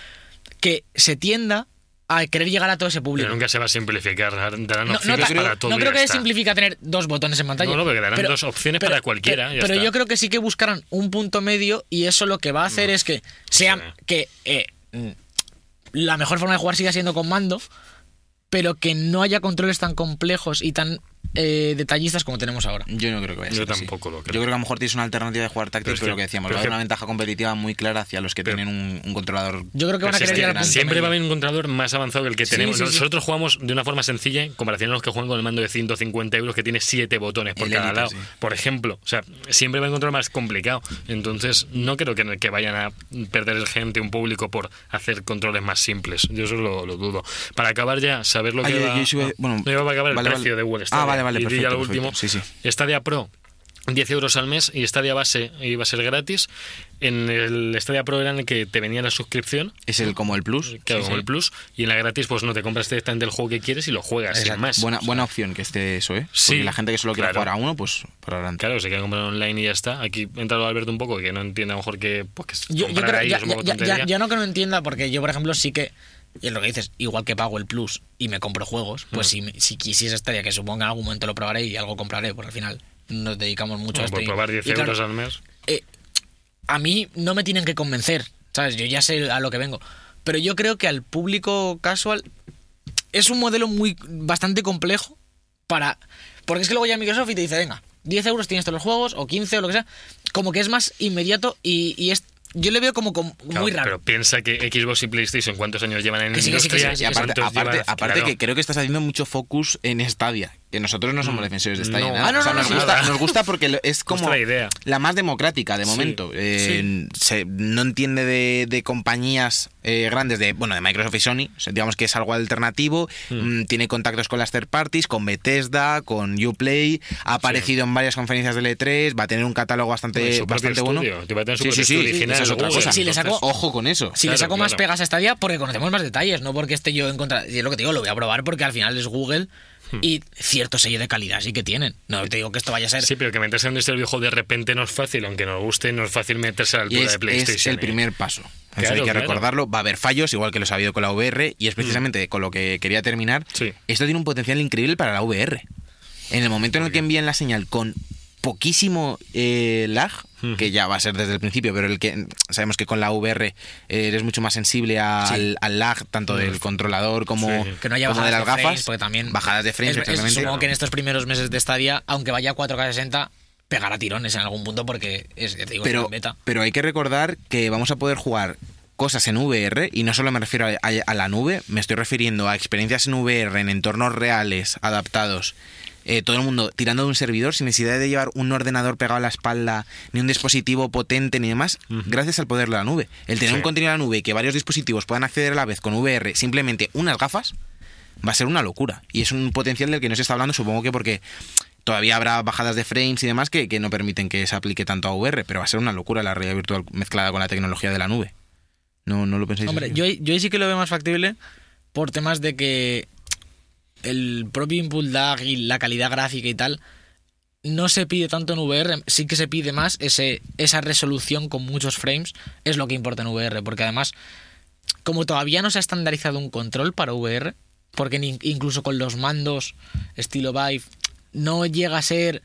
Speaker 3: que se tienda a querer llegar a todo ese público.
Speaker 1: Pero nunca se va a simplificar. Darán darán
Speaker 3: No, no,
Speaker 1: opciones
Speaker 3: ta-
Speaker 1: para todo.
Speaker 3: no
Speaker 1: y
Speaker 3: creo
Speaker 1: ya
Speaker 3: que
Speaker 1: está.
Speaker 3: simplifica tener dos botones en pantalla.
Speaker 1: No, no, porque darán dos opciones para cualquiera,
Speaker 3: pe-
Speaker 1: ya
Speaker 3: Pero,
Speaker 1: está.
Speaker 3: yo creo que sí que buscarán un punto medio y eso lo que va a hacer es que sean
Speaker 1: Mm. sí.
Speaker 3: que eh, la mejor forma de jugar siga siendo con mando, pero que no haya controles tan complejos y tan eh, detallistas como tenemos ahora.
Speaker 2: Yo no creo que vaya a
Speaker 1: Yo
Speaker 2: ser así.
Speaker 1: tampoco lo creo.
Speaker 2: Yo creo que a lo mejor tienes una alternativa de jugar táctico,
Speaker 1: Pero
Speaker 2: pero,
Speaker 1: es
Speaker 2: lo
Speaker 1: que-
Speaker 2: que decíamos,
Speaker 1: pero
Speaker 2: va a
Speaker 1: es
Speaker 2: haber
Speaker 1: que-
Speaker 2: una ventaja competitiva muy clara hacia los que
Speaker 1: Pero-
Speaker 2: tienen un, un controlador.
Speaker 3: Yo creo que van
Speaker 1: Pero
Speaker 3: a
Speaker 1: si
Speaker 3: querer
Speaker 1: es que
Speaker 3: llegar al punto
Speaker 1: siempre va a haber
Speaker 3: medio.
Speaker 1: un controlador más avanzado que el que
Speaker 3: Sí,
Speaker 1: tenemos.
Speaker 3: sí, sí.
Speaker 1: Nosotros jugamos de una forma sencilla en comparación a los que juegan con el mando de 150 euros que tiene 7 botones por
Speaker 2: El
Speaker 1: cada
Speaker 2: Elite,
Speaker 1: lado,
Speaker 2: sí.
Speaker 1: por ejemplo. O sea, siempre va a encontrar más complicado. Entonces, no creo que, que vayan a perder el gente, un público, por hacer controles más simples. Yo eso lo, lo dudo. Para acabar ya, saber lo
Speaker 2: Ah,
Speaker 1: que
Speaker 2: yo-
Speaker 1: va...
Speaker 2: yo sí voy-
Speaker 1: ah,
Speaker 2: bueno,
Speaker 1: no, iba a acabar
Speaker 2: vale,
Speaker 1: el precio
Speaker 2: vale.
Speaker 1: de Wall
Speaker 2: Ah,
Speaker 1: Stadia.
Speaker 2: vale, vale,
Speaker 1: Y ya
Speaker 2: perfecto,
Speaker 1: lo último.
Speaker 2: perfecto. Sí, sí.
Speaker 1: Stadia Pro, 10 euros al mes y Stadia Base iba a ser gratis. En el Stadia Pro era en el que te venía la suscripción
Speaker 2: Es el como el plus.
Speaker 1: Claro, como
Speaker 2: Sí, sí.
Speaker 1: el Plus. Y en la gratis, pues no te compras directamente el juego que quieres y lo juegas sin
Speaker 2: Exacto.
Speaker 1: más.
Speaker 2: Buena,
Speaker 1: O sea,
Speaker 2: buena opción que esté eso, ¿eh?
Speaker 1: Sí,
Speaker 2: Porque la gente que solo quiere
Speaker 1: claro.
Speaker 2: jugar a uno, pues para adelante.
Speaker 1: Claro, se quiere comprar online y ya está. Aquí entra lo de Alberto un poco, que no entiende a lo mejor que, pues, que es
Speaker 3: Yo, yo
Speaker 1: comprar
Speaker 3: creo,
Speaker 1: ahí
Speaker 3: ya,
Speaker 1: es un poco
Speaker 3: ya- ya-
Speaker 1: tontería.
Speaker 3: ya no que no entienda, porque yo, por ejemplo, sí que, y es lo que dices, igual que pago el Plus y me compro juegos,
Speaker 1: Hmm.
Speaker 3: pues si, me- si quisiese estaría que suponga en algún momento lo probaré y algo compraré, porque al final nos dedicamos mucho
Speaker 1: Bueno,
Speaker 3: a esto.
Speaker 1: por
Speaker 3: y-
Speaker 1: probar 10
Speaker 3: y claro,
Speaker 1: euros al mes.
Speaker 3: eh, a mí no me tienen que convencer, ¿sabes? Yo ya sé a lo que vengo. Pero yo creo que al público casual es un modelo muy bastante complejo para... Porque es que luego ya Microsoft y te dice, venga, 10 euros tienes todos los juegos, o 15 o lo que sea. Como que es más inmediato y, y es... Yo le veo como, como
Speaker 1: Claro,
Speaker 3: muy raro.
Speaker 1: Pero piensa que Xbox y PlayStation, ¿cuántos años llevan en
Speaker 3: Que sí, que sí, que sí,
Speaker 1: industria?
Speaker 3: que sí,
Speaker 2: Y
Speaker 3: que sí.
Speaker 2: aparte,
Speaker 1: ¿Cuántos
Speaker 2: aparte,
Speaker 1: llevan?
Speaker 2: aparte
Speaker 1: Claro.
Speaker 2: que creo que estás haciendo mucho focus en Stadia, que nosotros no somos defensores de Stadia.
Speaker 1: no.
Speaker 2: nada.
Speaker 1: Ah, no,
Speaker 2: O sea,
Speaker 1: no,
Speaker 2: nos,
Speaker 1: no,
Speaker 2: gusta,
Speaker 1: nada.
Speaker 2: nos gusta porque lo- es como
Speaker 1: Gusta la idea.
Speaker 2: la más democrática de momento. Eh, se- no entiende de, de compañías eh, grandes, de bueno de Microsoft y Sony. O sea, digamos que es algo alternativo. mm, tiene contactos con las third parties, con Bethesda, con Uplay. Ha aparecido en varias conferencias del E3. Va a tener un catálogo
Speaker 1: Y
Speaker 2: bastante,
Speaker 1: su propio
Speaker 2: bastante bueno.
Speaker 1: estudio, te va a tener su propio estudio original,
Speaker 2: esa es otra
Speaker 1: Google,
Speaker 2: cosa.
Speaker 3: Si le saco-
Speaker 2: Entonces, Ojo con eso.
Speaker 3: Si le
Speaker 1: Claro,
Speaker 3: saco más
Speaker 1: claro.
Speaker 3: pegas a esta día porque conocemos más detalles, no porque esté yo en contra. Y es lo que te digo, lo voy a probar porque al final es Google
Speaker 1: Hmm.
Speaker 3: y cierto sello de calidad sí que tienen. No te digo que esto vaya a ser.
Speaker 1: Sí, pero que meterse en un estudio viejo de repente no es fácil, aunque nos guste, no es fácil meterse a la
Speaker 2: Y
Speaker 1: altura
Speaker 2: es,
Speaker 1: de PlayStation.
Speaker 2: es el
Speaker 1: ¿eh?
Speaker 2: primer paso. Eso
Speaker 1: Claro,
Speaker 2: hay que
Speaker 1: claro. Mm.
Speaker 2: recordarlo. Va a haber fallos, igual que los ha habido con la VR, y es precisamente con lo que quería terminar.
Speaker 1: Sí.
Speaker 2: Esto tiene un potencial increíble para la VR. En el momento en el que envíen la señal con poquísimo eh, lag, que ya va a ser desde el principio, pero el que sabemos que con la VR eh, eres mucho más sensible a-
Speaker 3: Sí.
Speaker 2: al, al lag, tanto del controlador como,
Speaker 1: Sí.
Speaker 3: que no haya
Speaker 2: como de las
Speaker 3: bajadas de
Speaker 2: gafas.
Speaker 3: frames, porque también
Speaker 2: bajadas de frames,
Speaker 3: Es- es-
Speaker 2: exactamente.
Speaker 3: supongo que en estos primeros meses de estadía, aunque vaya a 4K60, pegará tirones en algún punto porque es, ya te digo, es
Speaker 2: pero,
Speaker 3: una beta.
Speaker 2: pero hay que recordar que vamos a poder jugar cosas en VR y no solo me refiero a, a- a la nube, me estoy refiriendo a experiencias en VR, en entornos reales, adaptados. Eh, todo el mundo tirando de un servidor sin necesidad de llevar un ordenador pegado a la espalda, ni un dispositivo potente ni demás, gracias al poder de la nube. El tener
Speaker 1: Sí.
Speaker 2: un contenido en la nube y que varios dispositivos puedan acceder a la vez con VR, simplemente unas gafas, va a ser una locura. Y es un potencial del que no se está hablando, supongo que porque todavía habrá bajadas de frames y demás que, que no permiten que se aplique tanto a VR, pero va a ser una locura la realidad virtual mezclada con la tecnología de la nube. No, no lo pensáis.
Speaker 3: Hombre,
Speaker 2: así?
Speaker 3: yo, ahí- yo ahí sí que lo veo más factible por temas de que el propio input lag y la calidad gráfica y tal no se pide tanto en VR, sí que se pide más ese, esa resolución con muchos frames, es lo que importa en VR, porque además, como todavía no se ha estandarizado un control para VR, porque ni- incluso con los mandos estilo Vive no llega a ser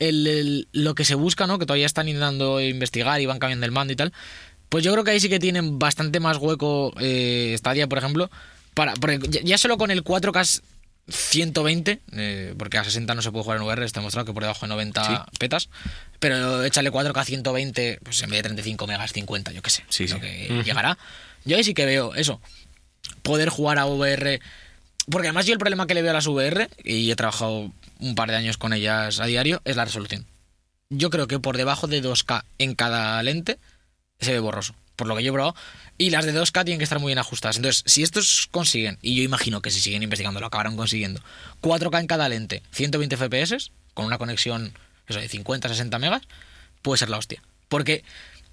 Speaker 3: el- el- lo que se busca, ¿no? Que todavía están intentando investigar y van cambiando el mando y tal. Pues yo creo que ahí sí que tienen bastante más hueco eh, Stadia, por ejemplo. Para, porque ya, ya solo con el 4K 120, eh, porque a 60 no se puede jugar en VR, está mostrado que por debajo de 90 petas. Pero échale 4K 120, pues en vez de 35 megas, 50, yo qué sé.
Speaker 2: Sí,
Speaker 3: lo
Speaker 2: sí.
Speaker 3: que llegará. Yo ahí sí que veo eso. Poder jugar a VR. Porque además yo el problema que le veo a las VR, y he trabajado un par de años con ellas a diario, es la resolución. Yo creo que por debajo de 2K en cada lente se ve borroso, por lo que yo he probado. Y las de 2K tienen que estar muy bien ajustadas. Entonces, si estos consiguen, y yo imagino que si siguen investigando lo acabarán consiguiendo, 4K en cada lente, 120 FPS, con una conexión eso, de 50, 60 megas, puede ser la hostia. Porque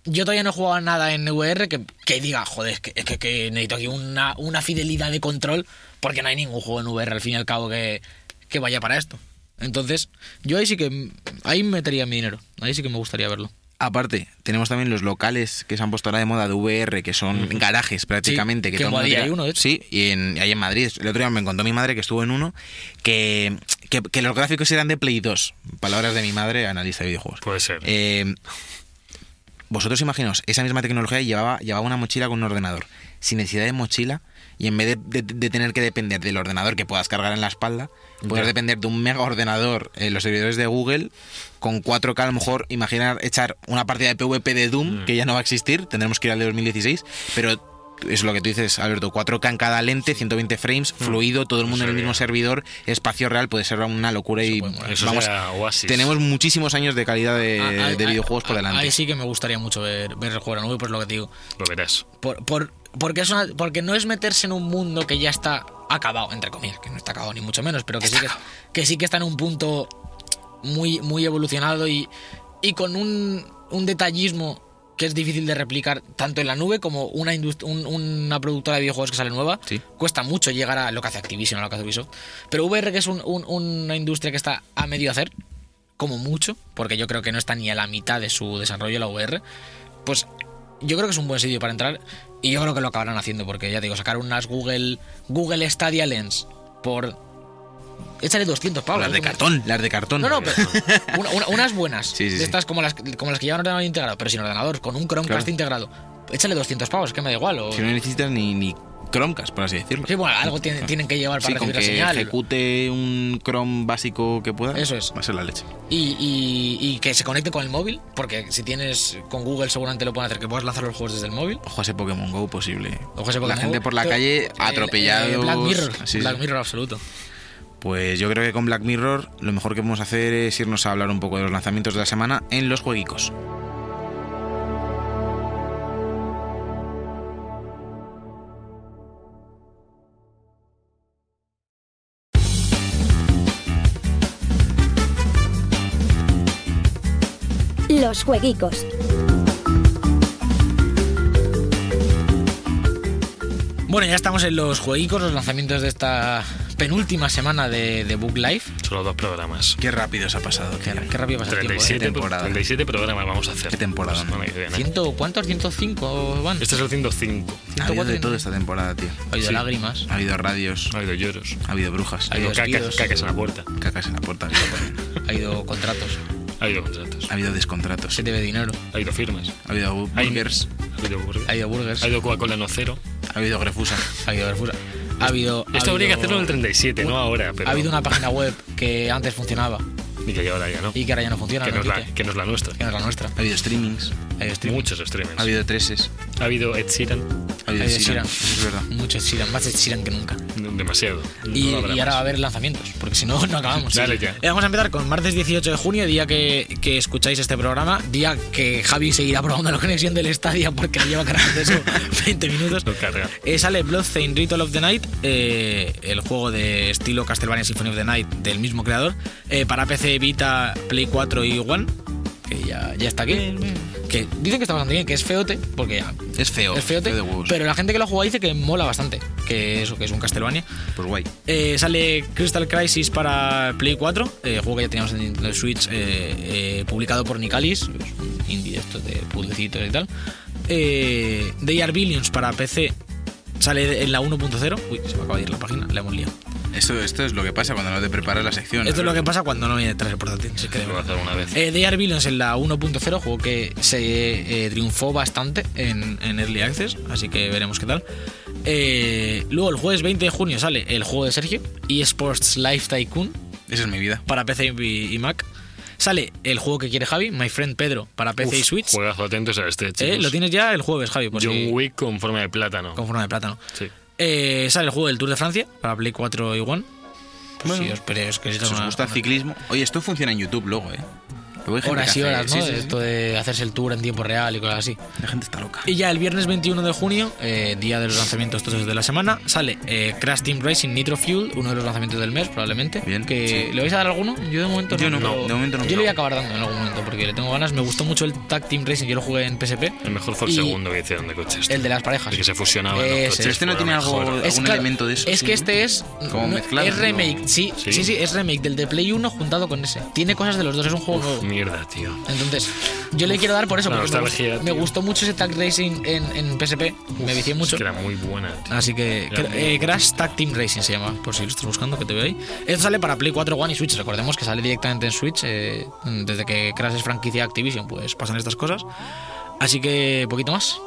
Speaker 3: yo todavía no he jugado a nada en VR que, que diga, joder, es que, es que- que necesito aquí una, una fidelidad de control, porque no hay ningún juego en VR al fin y al cabo que, que vaya para esto. Entonces, yo ahí sí que. Ahí metería mi dinero. Ahí sí que me gustaría verlo.
Speaker 2: Aparte, tenemos también los locales que se han puesto ahora de moda de VR, que son garajes prácticamente.
Speaker 3: que en
Speaker 2: mundo
Speaker 3: Boadilla
Speaker 2: tira-
Speaker 3: hay uno, de hecho.
Speaker 2: Sí, y en, y ahí en Madrid. El otro día me contó mi madre que estuvo en uno, que, que, que los gráficos eran de Play 2. Palabras de mi madre, analista de videojuegos.
Speaker 1: Puede ser.
Speaker 2: Eh, vosotros imaginaos, esa misma tecnología llevaba, llevaba una mochila con un ordenador, sin necesidad de mochila, y en vez de, de- de tener que depender del ordenador que puedas cargar en la espalda, poder
Speaker 1: Ya.
Speaker 2: depender de un mega ordenador en los servidores de Google, con 4K a lo mejor, imaginar echar una partida de PvP de Doom,
Speaker 1: Mm.
Speaker 2: que ya no va a existir, tendremos que ir al de 2016, pero... Es lo que tú dices, Alberto, 4K en cada lente, 120 frames, fluido, todo el mundo en el
Speaker 1: Mm. sería-
Speaker 2: mismo servidor, espacio real, puede ser una locura y
Speaker 1: Eso
Speaker 2: vamos,
Speaker 1: sería Oasis.
Speaker 2: tenemos muchísimos años de calidad de,
Speaker 3: Ah, ah,
Speaker 2: de
Speaker 3: ah,
Speaker 2: videojuegos por
Speaker 3: ah,
Speaker 2: delante.
Speaker 3: Ahí sí que me gustaría mucho ver, ver el juego de la nube, pues lo que te digo.
Speaker 1: Lo verás.
Speaker 3: Por, por- porque, es una- porque no es meterse en un mundo que ya está acabado, entre comillas, que no está acabado ni mucho menos, pero que, sí que, que sí que está en un punto muy, muy evolucionado y, y con un, un detallismo que es difícil de replicar tanto en la nube como una, indust- un- una productora de videojuegos que sale nueva.
Speaker 2: Sí.
Speaker 3: Cuesta mucho llegar a lo que hace Activision, a lo que hace Ubisoft. Pero VR, que es un- un- una industria que está a medio hacer, como mucho, porque yo creo que no está ni a la mitad de su desarrollo la VR, pues yo creo que es un buen sitio para entrar y yo creo que lo acabarán haciendo, porque ya te digo, sacar unas Google Google Stadia Lens por... Échale 200 pavos.
Speaker 2: las de
Speaker 3: ¿eh? Como-
Speaker 2: cartón, las de cartón.
Speaker 3: No, no, pero una- una- unas buenas.
Speaker 2: Sí, sí,
Speaker 3: de
Speaker 2: sí.
Speaker 3: estas como las, como las que llevan ordenador integrado, pero sin ordenador, con un Chromecast
Speaker 2: Claro.
Speaker 3: integrado. Échale 200 pavos, que me da igual. o-
Speaker 2: Si no necesitas ni, ni Chromecast, por así decirlo.
Speaker 3: Sí, bueno, algo tiene- tienen que llevar para
Speaker 2: Sí, con
Speaker 3: recibir la
Speaker 2: que
Speaker 3: señal.
Speaker 2: ejecute un Chrome básico que pueda.
Speaker 3: Eso es.
Speaker 2: Va a ser la leche.
Speaker 3: Y, y- y que se conecte con el móvil, porque si tienes con Google seguramente lo pueden hacer, que puedas lanzar los juegos desde el móvil.
Speaker 2: Ojo a ese Pokémon Go posible.
Speaker 3: Ojo, ese
Speaker 2: la
Speaker 3: Pokémon
Speaker 2: gente
Speaker 3: Go.
Speaker 2: por la
Speaker 3: Pero,
Speaker 2: calle
Speaker 3: eh,
Speaker 2: atropellada.
Speaker 3: eh, Black Mirror, Black Mirror absoluto.
Speaker 2: Pues yo creo que con Black Mirror lo mejor que podemos hacer es irnos a hablar un poco de los lanzamientos de la semana en los jueguicos.
Speaker 5: Los jueguicos.
Speaker 3: Bueno, ya estamos en los jueguicos, los lanzamientos de esta penúltima semana de, de Book Life.
Speaker 1: Solo dos programas.
Speaker 2: Qué rápido se ha pasado.
Speaker 3: Qué,
Speaker 2: tío.
Speaker 3: qué rápido pasa el tiempo. ¿eh?
Speaker 1: 37, pro-
Speaker 2: temporada.
Speaker 1: 37 programas vamos a hacer.
Speaker 2: Qué temporada,
Speaker 1: Pues no me queda nada.
Speaker 3: ¿Ciento, ¿Cuántos? ¿105 van?
Speaker 1: Este es el 105.
Speaker 2: Ha habido
Speaker 3: 104
Speaker 2: de todo esta temporada, tío.
Speaker 3: Ha habido
Speaker 1: sí.
Speaker 3: lágrimas.
Speaker 2: Ha habido radios,
Speaker 1: Ha habido lloros.
Speaker 2: ha habido brujas,
Speaker 1: Ha habido
Speaker 3: despidos.
Speaker 1: cacas, cacas en la puerta.
Speaker 2: cacas en la puerta,
Speaker 3: Ha habido contratos.
Speaker 1: Ha habido contratos.
Speaker 2: ha habido descontratos,
Speaker 3: Se debe dinero.
Speaker 1: Ha habido firmas.
Speaker 2: ha habido
Speaker 1: Ha-
Speaker 2: burgers,
Speaker 1: Ha habido burgers.
Speaker 3: Ha habido burgers.
Speaker 1: Ha habido Coca-Cola no cero.
Speaker 2: ha habido grefusa.
Speaker 3: Ha habido verfusa. Ha habido. ha
Speaker 1: Esto habría que
Speaker 3: habido-
Speaker 1: hacerlo en el 37, no ahora. Pero
Speaker 3: Ha habido una página web que antes funcionaba
Speaker 1: Y que ahora ya no.
Speaker 3: y que ahora ya no funciona.
Speaker 1: que, no es la,
Speaker 3: existe.
Speaker 1: que no es la nuestra.
Speaker 3: Que no es la nuestra.
Speaker 2: Ha habido streamings,
Speaker 3: Ha habido streaming.
Speaker 1: Muchos streamers.
Speaker 2: ha habido treses,
Speaker 1: Ha habido Ed Sheeran.
Speaker 2: ha habido
Speaker 3: Ha habido
Speaker 2: Siran.
Speaker 3: Siran.
Speaker 2: Eso es verdad.
Speaker 3: Mucho Sheeran, más Sheeran que nunca.
Speaker 1: Demasiado.
Speaker 3: Y,
Speaker 1: No habrá
Speaker 3: y ahora va
Speaker 1: más.
Speaker 3: a haber lanzamientos, porque si no, no acabamos.
Speaker 1: Dale ya.
Speaker 3: Eh, vamos a empezar con martes 18 de junio, día que, que escucháis este programa, día que Javi seguirá probando la conexión del Stadia porque lleva cargando eso 20 minutos.
Speaker 1: Lo carga.
Speaker 3: Eh, sale Bloodstained Ritual of the Night, eh, el juego de estilo Castlevania Symphony of the Night del mismo creador, eh, para PC, Vita, Play 4 y One, que ya, ya está aquí. Que dicen que está bastante bien, que es feote, porque ya,
Speaker 2: Es feo,
Speaker 3: es feote,
Speaker 2: de huevos.
Speaker 3: pero la gente que lo ha jugado dice que mola bastante, que eso, que es un Castlevania.
Speaker 2: Pues guay.
Speaker 3: Eh, sale Crystal Crisis para Play 4, eh, juego que ya teníamos en Nintendo Switch, eh, eh, publicado por Nicalis, es un indie de estos de puzzlecitos y tal. Eh, They Are Billions para PC sale en la 1.0. Uy, se me acaba de ir la página, la hemos liado.
Speaker 2: Esto, esto es lo que pasa cuando no te preparas la sección.
Speaker 3: Esto es lo que pasa cuando no viene detrás el portátil, sí que de
Speaker 1: Lo va a
Speaker 3: verdad.
Speaker 1: hacer una vez.
Speaker 3: Eh, They Are Billions en la 1.0, juego que se eh, triunfó bastante en, en Early Access, así que veremos qué tal. Eh, luego el jueves 20 de junio sale el juego de Sergio, eSports Life Tycoon,
Speaker 2: Esa es mi vida.
Speaker 3: para PC y, y Mac. Sale el juego que quiere Javi, My Friend Pedro, para PC y
Speaker 1: Uf,
Speaker 3: Switch.
Speaker 1: Juegazo atentos a este,
Speaker 3: Eh,
Speaker 1: chicos.
Speaker 3: Lo tienes ya el jueves, Javi, por
Speaker 1: John
Speaker 3: si-
Speaker 1: Wick con forma de plátano.
Speaker 3: con forma de plátano.
Speaker 1: Sí.
Speaker 3: Eh, sale el juego del Tour de Francia para Play 4 y One. Pues si os, pero es que
Speaker 2: Si os gusta el ciclismo. Oye, esto funciona en YouTube luego, ¿eh? Luego hay gente
Speaker 3: horas
Speaker 2: que
Speaker 3: y
Speaker 2: hace-
Speaker 3: horas,
Speaker 2: sí,
Speaker 3: ¿no?
Speaker 2: sí, sí.
Speaker 3: Esto de hacerse el tour en tiempo real y cosas así.
Speaker 2: La gente está loca.
Speaker 3: Y ya el viernes 21 de junio, eh, día de los lanzamientos todos de la semana, sale eh, Crash Team Racing Nitro Fuel, uno de los lanzamientos del mes probablemente.
Speaker 2: Bien,
Speaker 3: que
Speaker 2: sí.
Speaker 3: ¿Le vais a dar alguno? Yo de momento
Speaker 2: Yo
Speaker 3: no.
Speaker 2: no,
Speaker 3: pero-
Speaker 2: de momento no.
Speaker 3: Yo le voy a acabar dando en algún momento porque le tengo ganas. Me gustó mucho el Tag Team Racing, yo lo jugué en PSP.
Speaker 1: El mejor fue el
Speaker 3: Y-
Speaker 1: segundo que hicieron de coches.
Speaker 3: El de las parejas.
Speaker 1: El que se fusionaban los
Speaker 3: Ese.
Speaker 1: coches.
Speaker 3: Pero
Speaker 2: este no
Speaker 1: fue lo
Speaker 2: tiene algo-
Speaker 1: mejor.
Speaker 2: algún elemento de eso,
Speaker 3: Es
Speaker 2: sí,
Speaker 3: que
Speaker 2: ¿no?
Speaker 3: este es.
Speaker 2: Como mezclado,
Speaker 3: Es remake,
Speaker 2: ¿no?
Speaker 3: sí,
Speaker 1: Sí.
Speaker 3: sí, sí, es remake del de Play 1 juntado con ese. Tiene cosas de los dos, es un juego nuevo.
Speaker 1: mierda, tío.
Speaker 3: Entonces, yo le quiero dar por eso,
Speaker 1: La
Speaker 3: porque me,
Speaker 1: nostalgia,
Speaker 3: gustó, me
Speaker 1: tío.
Speaker 3: gustó mucho ese Tag Racing en, en PSP, me vicié
Speaker 1: Es
Speaker 3: mucho.
Speaker 1: que era muy buena, tío.
Speaker 3: Así que,
Speaker 1: Era
Speaker 3: cra-
Speaker 1: muy
Speaker 3: eh,
Speaker 1: buena.
Speaker 3: Crash Tag Team Racing se llama, por si lo estás buscando, que te veo ahí. Esto sale para Play 4, One y Switch. Recordemos que sale directamente en Switch. eh, desde que Crash es franquicia de Activision, pues pasan estas cosas. Así que, poquito más.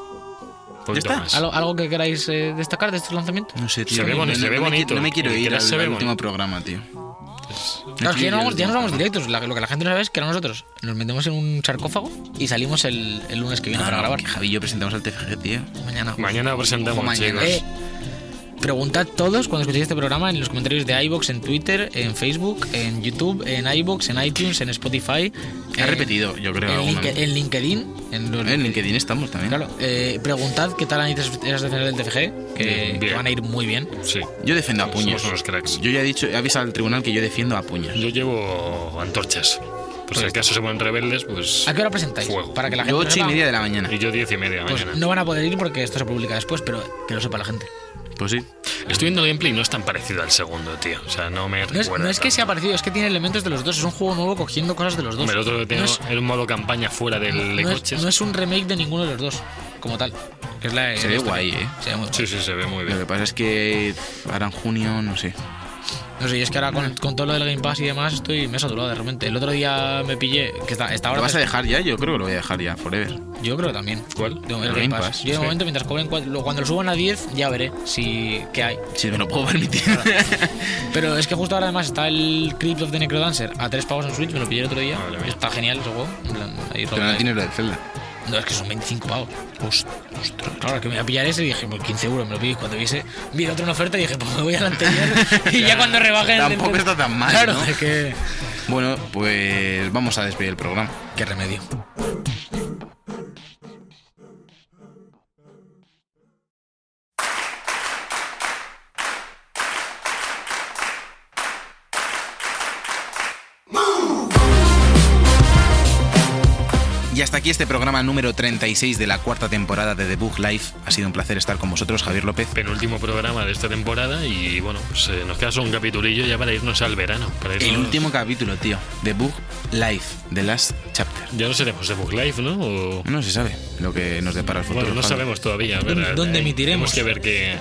Speaker 1: Poquito
Speaker 6: está?
Speaker 1: más.
Speaker 3: ¿Algo, algo que queráis eh, destacar de estos lanzamientos?
Speaker 2: No sé, tío.
Speaker 1: Se ve boni-
Speaker 2: no,
Speaker 1: se ve
Speaker 2: no me qui-
Speaker 1: bonito.
Speaker 2: No me quiero
Speaker 1: El
Speaker 2: ir
Speaker 1: Crash
Speaker 2: al,
Speaker 1: se ve
Speaker 2: al
Speaker 1: bonito.
Speaker 2: último programa, tío.
Speaker 3: Claro, es que ya, no
Speaker 2: quiero ir al
Speaker 3: vamos, ya nos vamos
Speaker 2: último
Speaker 3: directos. La- lo que la gente no sabe es que nosotros nos metemos en un sarcófago y salimos el, el lunes que viene
Speaker 2: programa. No,
Speaker 3: para
Speaker 2: no,
Speaker 3: grabar.
Speaker 2: que Javi y yo presentamos al TFG, tío.
Speaker 3: Mañana.
Speaker 1: Mañana lo presentamos,
Speaker 2: Ojo, mañana.
Speaker 1: chicos.
Speaker 3: Eh, preguntad todos cuando escuchéis este programa en los comentarios de iBox, en Twitter, en Facebook, en YouTube, en iBox, en iTunes, en Spotify.
Speaker 2: Ha
Speaker 3: en-
Speaker 2: repetido, yo creo,
Speaker 3: En,
Speaker 2: alguna
Speaker 3: Linke-
Speaker 2: vez.
Speaker 3: en LinkedIn. En los-
Speaker 2: En LinkedIn estamos también.
Speaker 3: Claro, eh, preguntad qué tal han ido esas esas defensas del TFG, que,
Speaker 1: Bien.
Speaker 3: que van a ir muy bien.
Speaker 1: Sí.
Speaker 2: Yo defiendo a puños.
Speaker 1: Somos unos cracks.
Speaker 2: Yo ya he dicho, he avisado al tribunal que yo defiendo a puños.
Speaker 1: Yo llevo antorchas. Por si acaso se ponen rebeldes, pues.
Speaker 3: Pues ¿A qué hora presentáis?
Speaker 1: Fuego.
Speaker 3: Para que la
Speaker 2: Yo
Speaker 3: gente lo
Speaker 2: ocho y
Speaker 3: sepa.
Speaker 2: media de la mañana.
Speaker 1: Y yo diez y media
Speaker 3: Pues
Speaker 1: mañana.
Speaker 3: no van a poder ir porque esto se publica después, pero que lo sepa la gente.
Speaker 2: Pues sí.
Speaker 1: Estoy viendo el gameplay y no es tan parecido al segundo, tío. O sea, no me
Speaker 3: No es,
Speaker 1: recuerda.
Speaker 3: no es que
Speaker 1: tanto.
Speaker 3: sea parecido, es que tiene elementos de los dos. Es un juego nuevo cogiendo cosas de los dos.
Speaker 1: Hombre, El otro tiene
Speaker 3: No es-
Speaker 1: era un modo campaña fuera del de
Speaker 3: no es,
Speaker 1: coches.
Speaker 3: no es un remake de ninguno de los dos, como tal. Que es la-
Speaker 2: Se ve
Speaker 3: la historia.
Speaker 2: guay, ¿eh?
Speaker 3: Se ve muy guay.
Speaker 1: Sí, sí, se ve muy
Speaker 2: Lo que
Speaker 1: bien.
Speaker 2: pasa es que harán junio, no sé.
Speaker 3: No sé, y es que ahora
Speaker 1: Mm.
Speaker 3: con, con todo lo del Game Pass y demás estoy me he saturado de repente. El otro día me pillé, que está, está ahora...
Speaker 2: ¿Lo vas a dejar ya? Yo creo que lo voy a dejar ya, forever.
Speaker 3: Yo creo que también.
Speaker 1: ¿Cuál?
Speaker 3: No, el Game Pass. Yo de
Speaker 2: sí.
Speaker 3: momento, mientras cobren cua- lo- cuando lo suban a 10, ya veré si qué hay.
Speaker 2: Si me lo puedo permitir.
Speaker 3: Pero es que justo ahora además está el Crypt of the Necrodancer a 3 pavos en Switch, me lo pillé el otro día.
Speaker 1: Madre mía.
Speaker 3: Está genial ese juego. en plan, ahí
Speaker 2: Pero
Speaker 3: roba-
Speaker 2: no tienes lo del Zelda.
Speaker 3: No, es que son 25 pavos. Ostras. Claro, que me voy a pillar ese y dije, pues 15 euros me lo pillo. Y Cuando vi ese, vi la otra en oferta y dije, pues me voy al anterior. y ya cuando rebajen el del-
Speaker 2: Tampoco está tan mal,
Speaker 3: Claro,
Speaker 2: ¿no?
Speaker 3: es que.
Speaker 2: Bueno, pues vamos a despedir el programa.
Speaker 3: Qué remedio.
Speaker 2: Y hasta aquí este programa número 36 de la cuarta temporada de The Book Life. Ha sido un placer estar con vosotros, Javier López.
Speaker 1: Penúltimo programa de esta temporada y bueno, pues eh, nos queda solo un capitulillo ya para irnos al verano. Para irnos-
Speaker 2: El último capítulo, tío. The Book Life, The Last Chapter.
Speaker 1: Ya no seremos de Book Life, ¿no? O-
Speaker 2: No se sabe lo que nos depara el futuro.
Speaker 1: Bueno, no
Speaker 2: Javi.
Speaker 1: sabemos todavía. a ver,
Speaker 3: ¿Dónde-
Speaker 1: eh,
Speaker 3: dónde emitiremos?
Speaker 1: Tenemos que ver que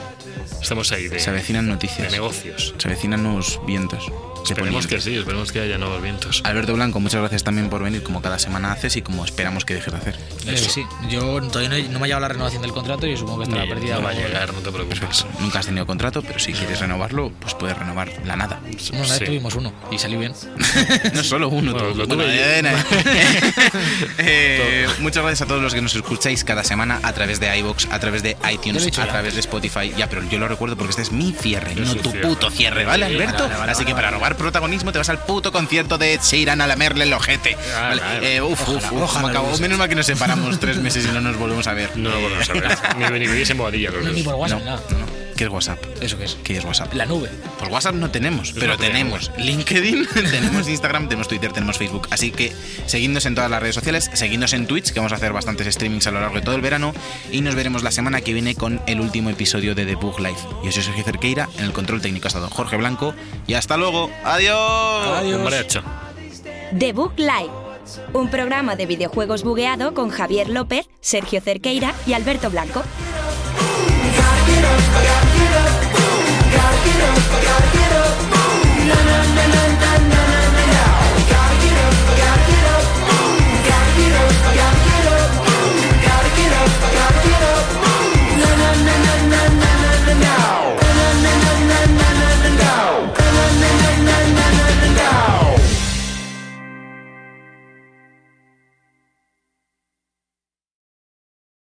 Speaker 1: estamos ahí de,
Speaker 2: Se avecinan
Speaker 1: de
Speaker 2: noticias.
Speaker 1: negocios.
Speaker 2: Se avecinan nuevos vientos. de
Speaker 1: Esperemos
Speaker 2: poniente.
Speaker 1: que sí, esperemos que haya nuevos vientos.
Speaker 2: Alberto Blanco, muchas gracias también por venir, como cada semana haces y como esperamos que dejes de hacer.
Speaker 3: Eh, sí, yo todavía no, he- no me ha llegado la renovación del contrato y supongo que estará
Speaker 1: Y
Speaker 3: perdida.
Speaker 1: no va a
Speaker 3: como-
Speaker 1: llegar, no te preocupes.
Speaker 2: Nunca has tenido contrato, pero si quieres renovarlo, pues puedes renovar la nada.
Speaker 3: Bueno, una vez
Speaker 1: Sí.
Speaker 3: tuvimos uno y salió bien.
Speaker 2: No solo uno.
Speaker 1: Bueno,
Speaker 2: tú.
Speaker 1: lo tuve yo.
Speaker 2: eh, eh, eh, muchas gracias a todos los que nos escucháis cada semana a través de iBox, a través de
Speaker 3: Ya lo he
Speaker 2: iTunes,
Speaker 3: dicho
Speaker 2: a
Speaker 3: ya.
Speaker 2: través de Spotify. Ya, pero yo lo recuerdo porque este es mi cierre,
Speaker 1: Es
Speaker 2: no
Speaker 1: su
Speaker 2: tu
Speaker 1: cierre.
Speaker 2: puto cierre, ¿vale,
Speaker 1: Sí,
Speaker 2: Alberto?
Speaker 1: vale,
Speaker 2: Así que para robar protagonismo te vas al puto concierto de Ed Sheeran a lamerle el ojete.
Speaker 1: Ah,
Speaker 2: Vale,
Speaker 1: vale.
Speaker 2: eh, uf, uf, uf, me acabo. Menos mal que nos separamos tres meses y no nos volvemos a ver. Eh,
Speaker 1: No lo volvemos a ver. Ni venís en bobadilla los
Speaker 3: No,
Speaker 1: dos.
Speaker 3: ni por WhatsApp, nada.
Speaker 2: No, no. ¿Qué es WhatsApp?
Speaker 3: ¿Eso qué es?
Speaker 2: ¿Qué es WhatsApp?
Speaker 3: La nube.
Speaker 2: Pues WhatsApp no tenemos,
Speaker 1: no
Speaker 2: pero
Speaker 1: tenemos.
Speaker 2: tenemos LinkedIn, tenemos Instagram, tenemos Twitter, tenemos Facebook. Así que seguidnos en todas las redes sociales, seguidnos en Twitch, que vamos a hacer bastantes streamings a lo largo de todo el verano. Y nos veremos la semana que viene con el último episodio de The Bug Life. Yo soy Sergio Cerqueira, en el control técnico ha estado Jorge Blanco. Y hasta luego. ¡Adiós!
Speaker 1: Un mariachi.
Speaker 4: The Book Live, un programa de videojuegos bugueado con Javier López, Sergio Cerqueira y Alberto Blanco.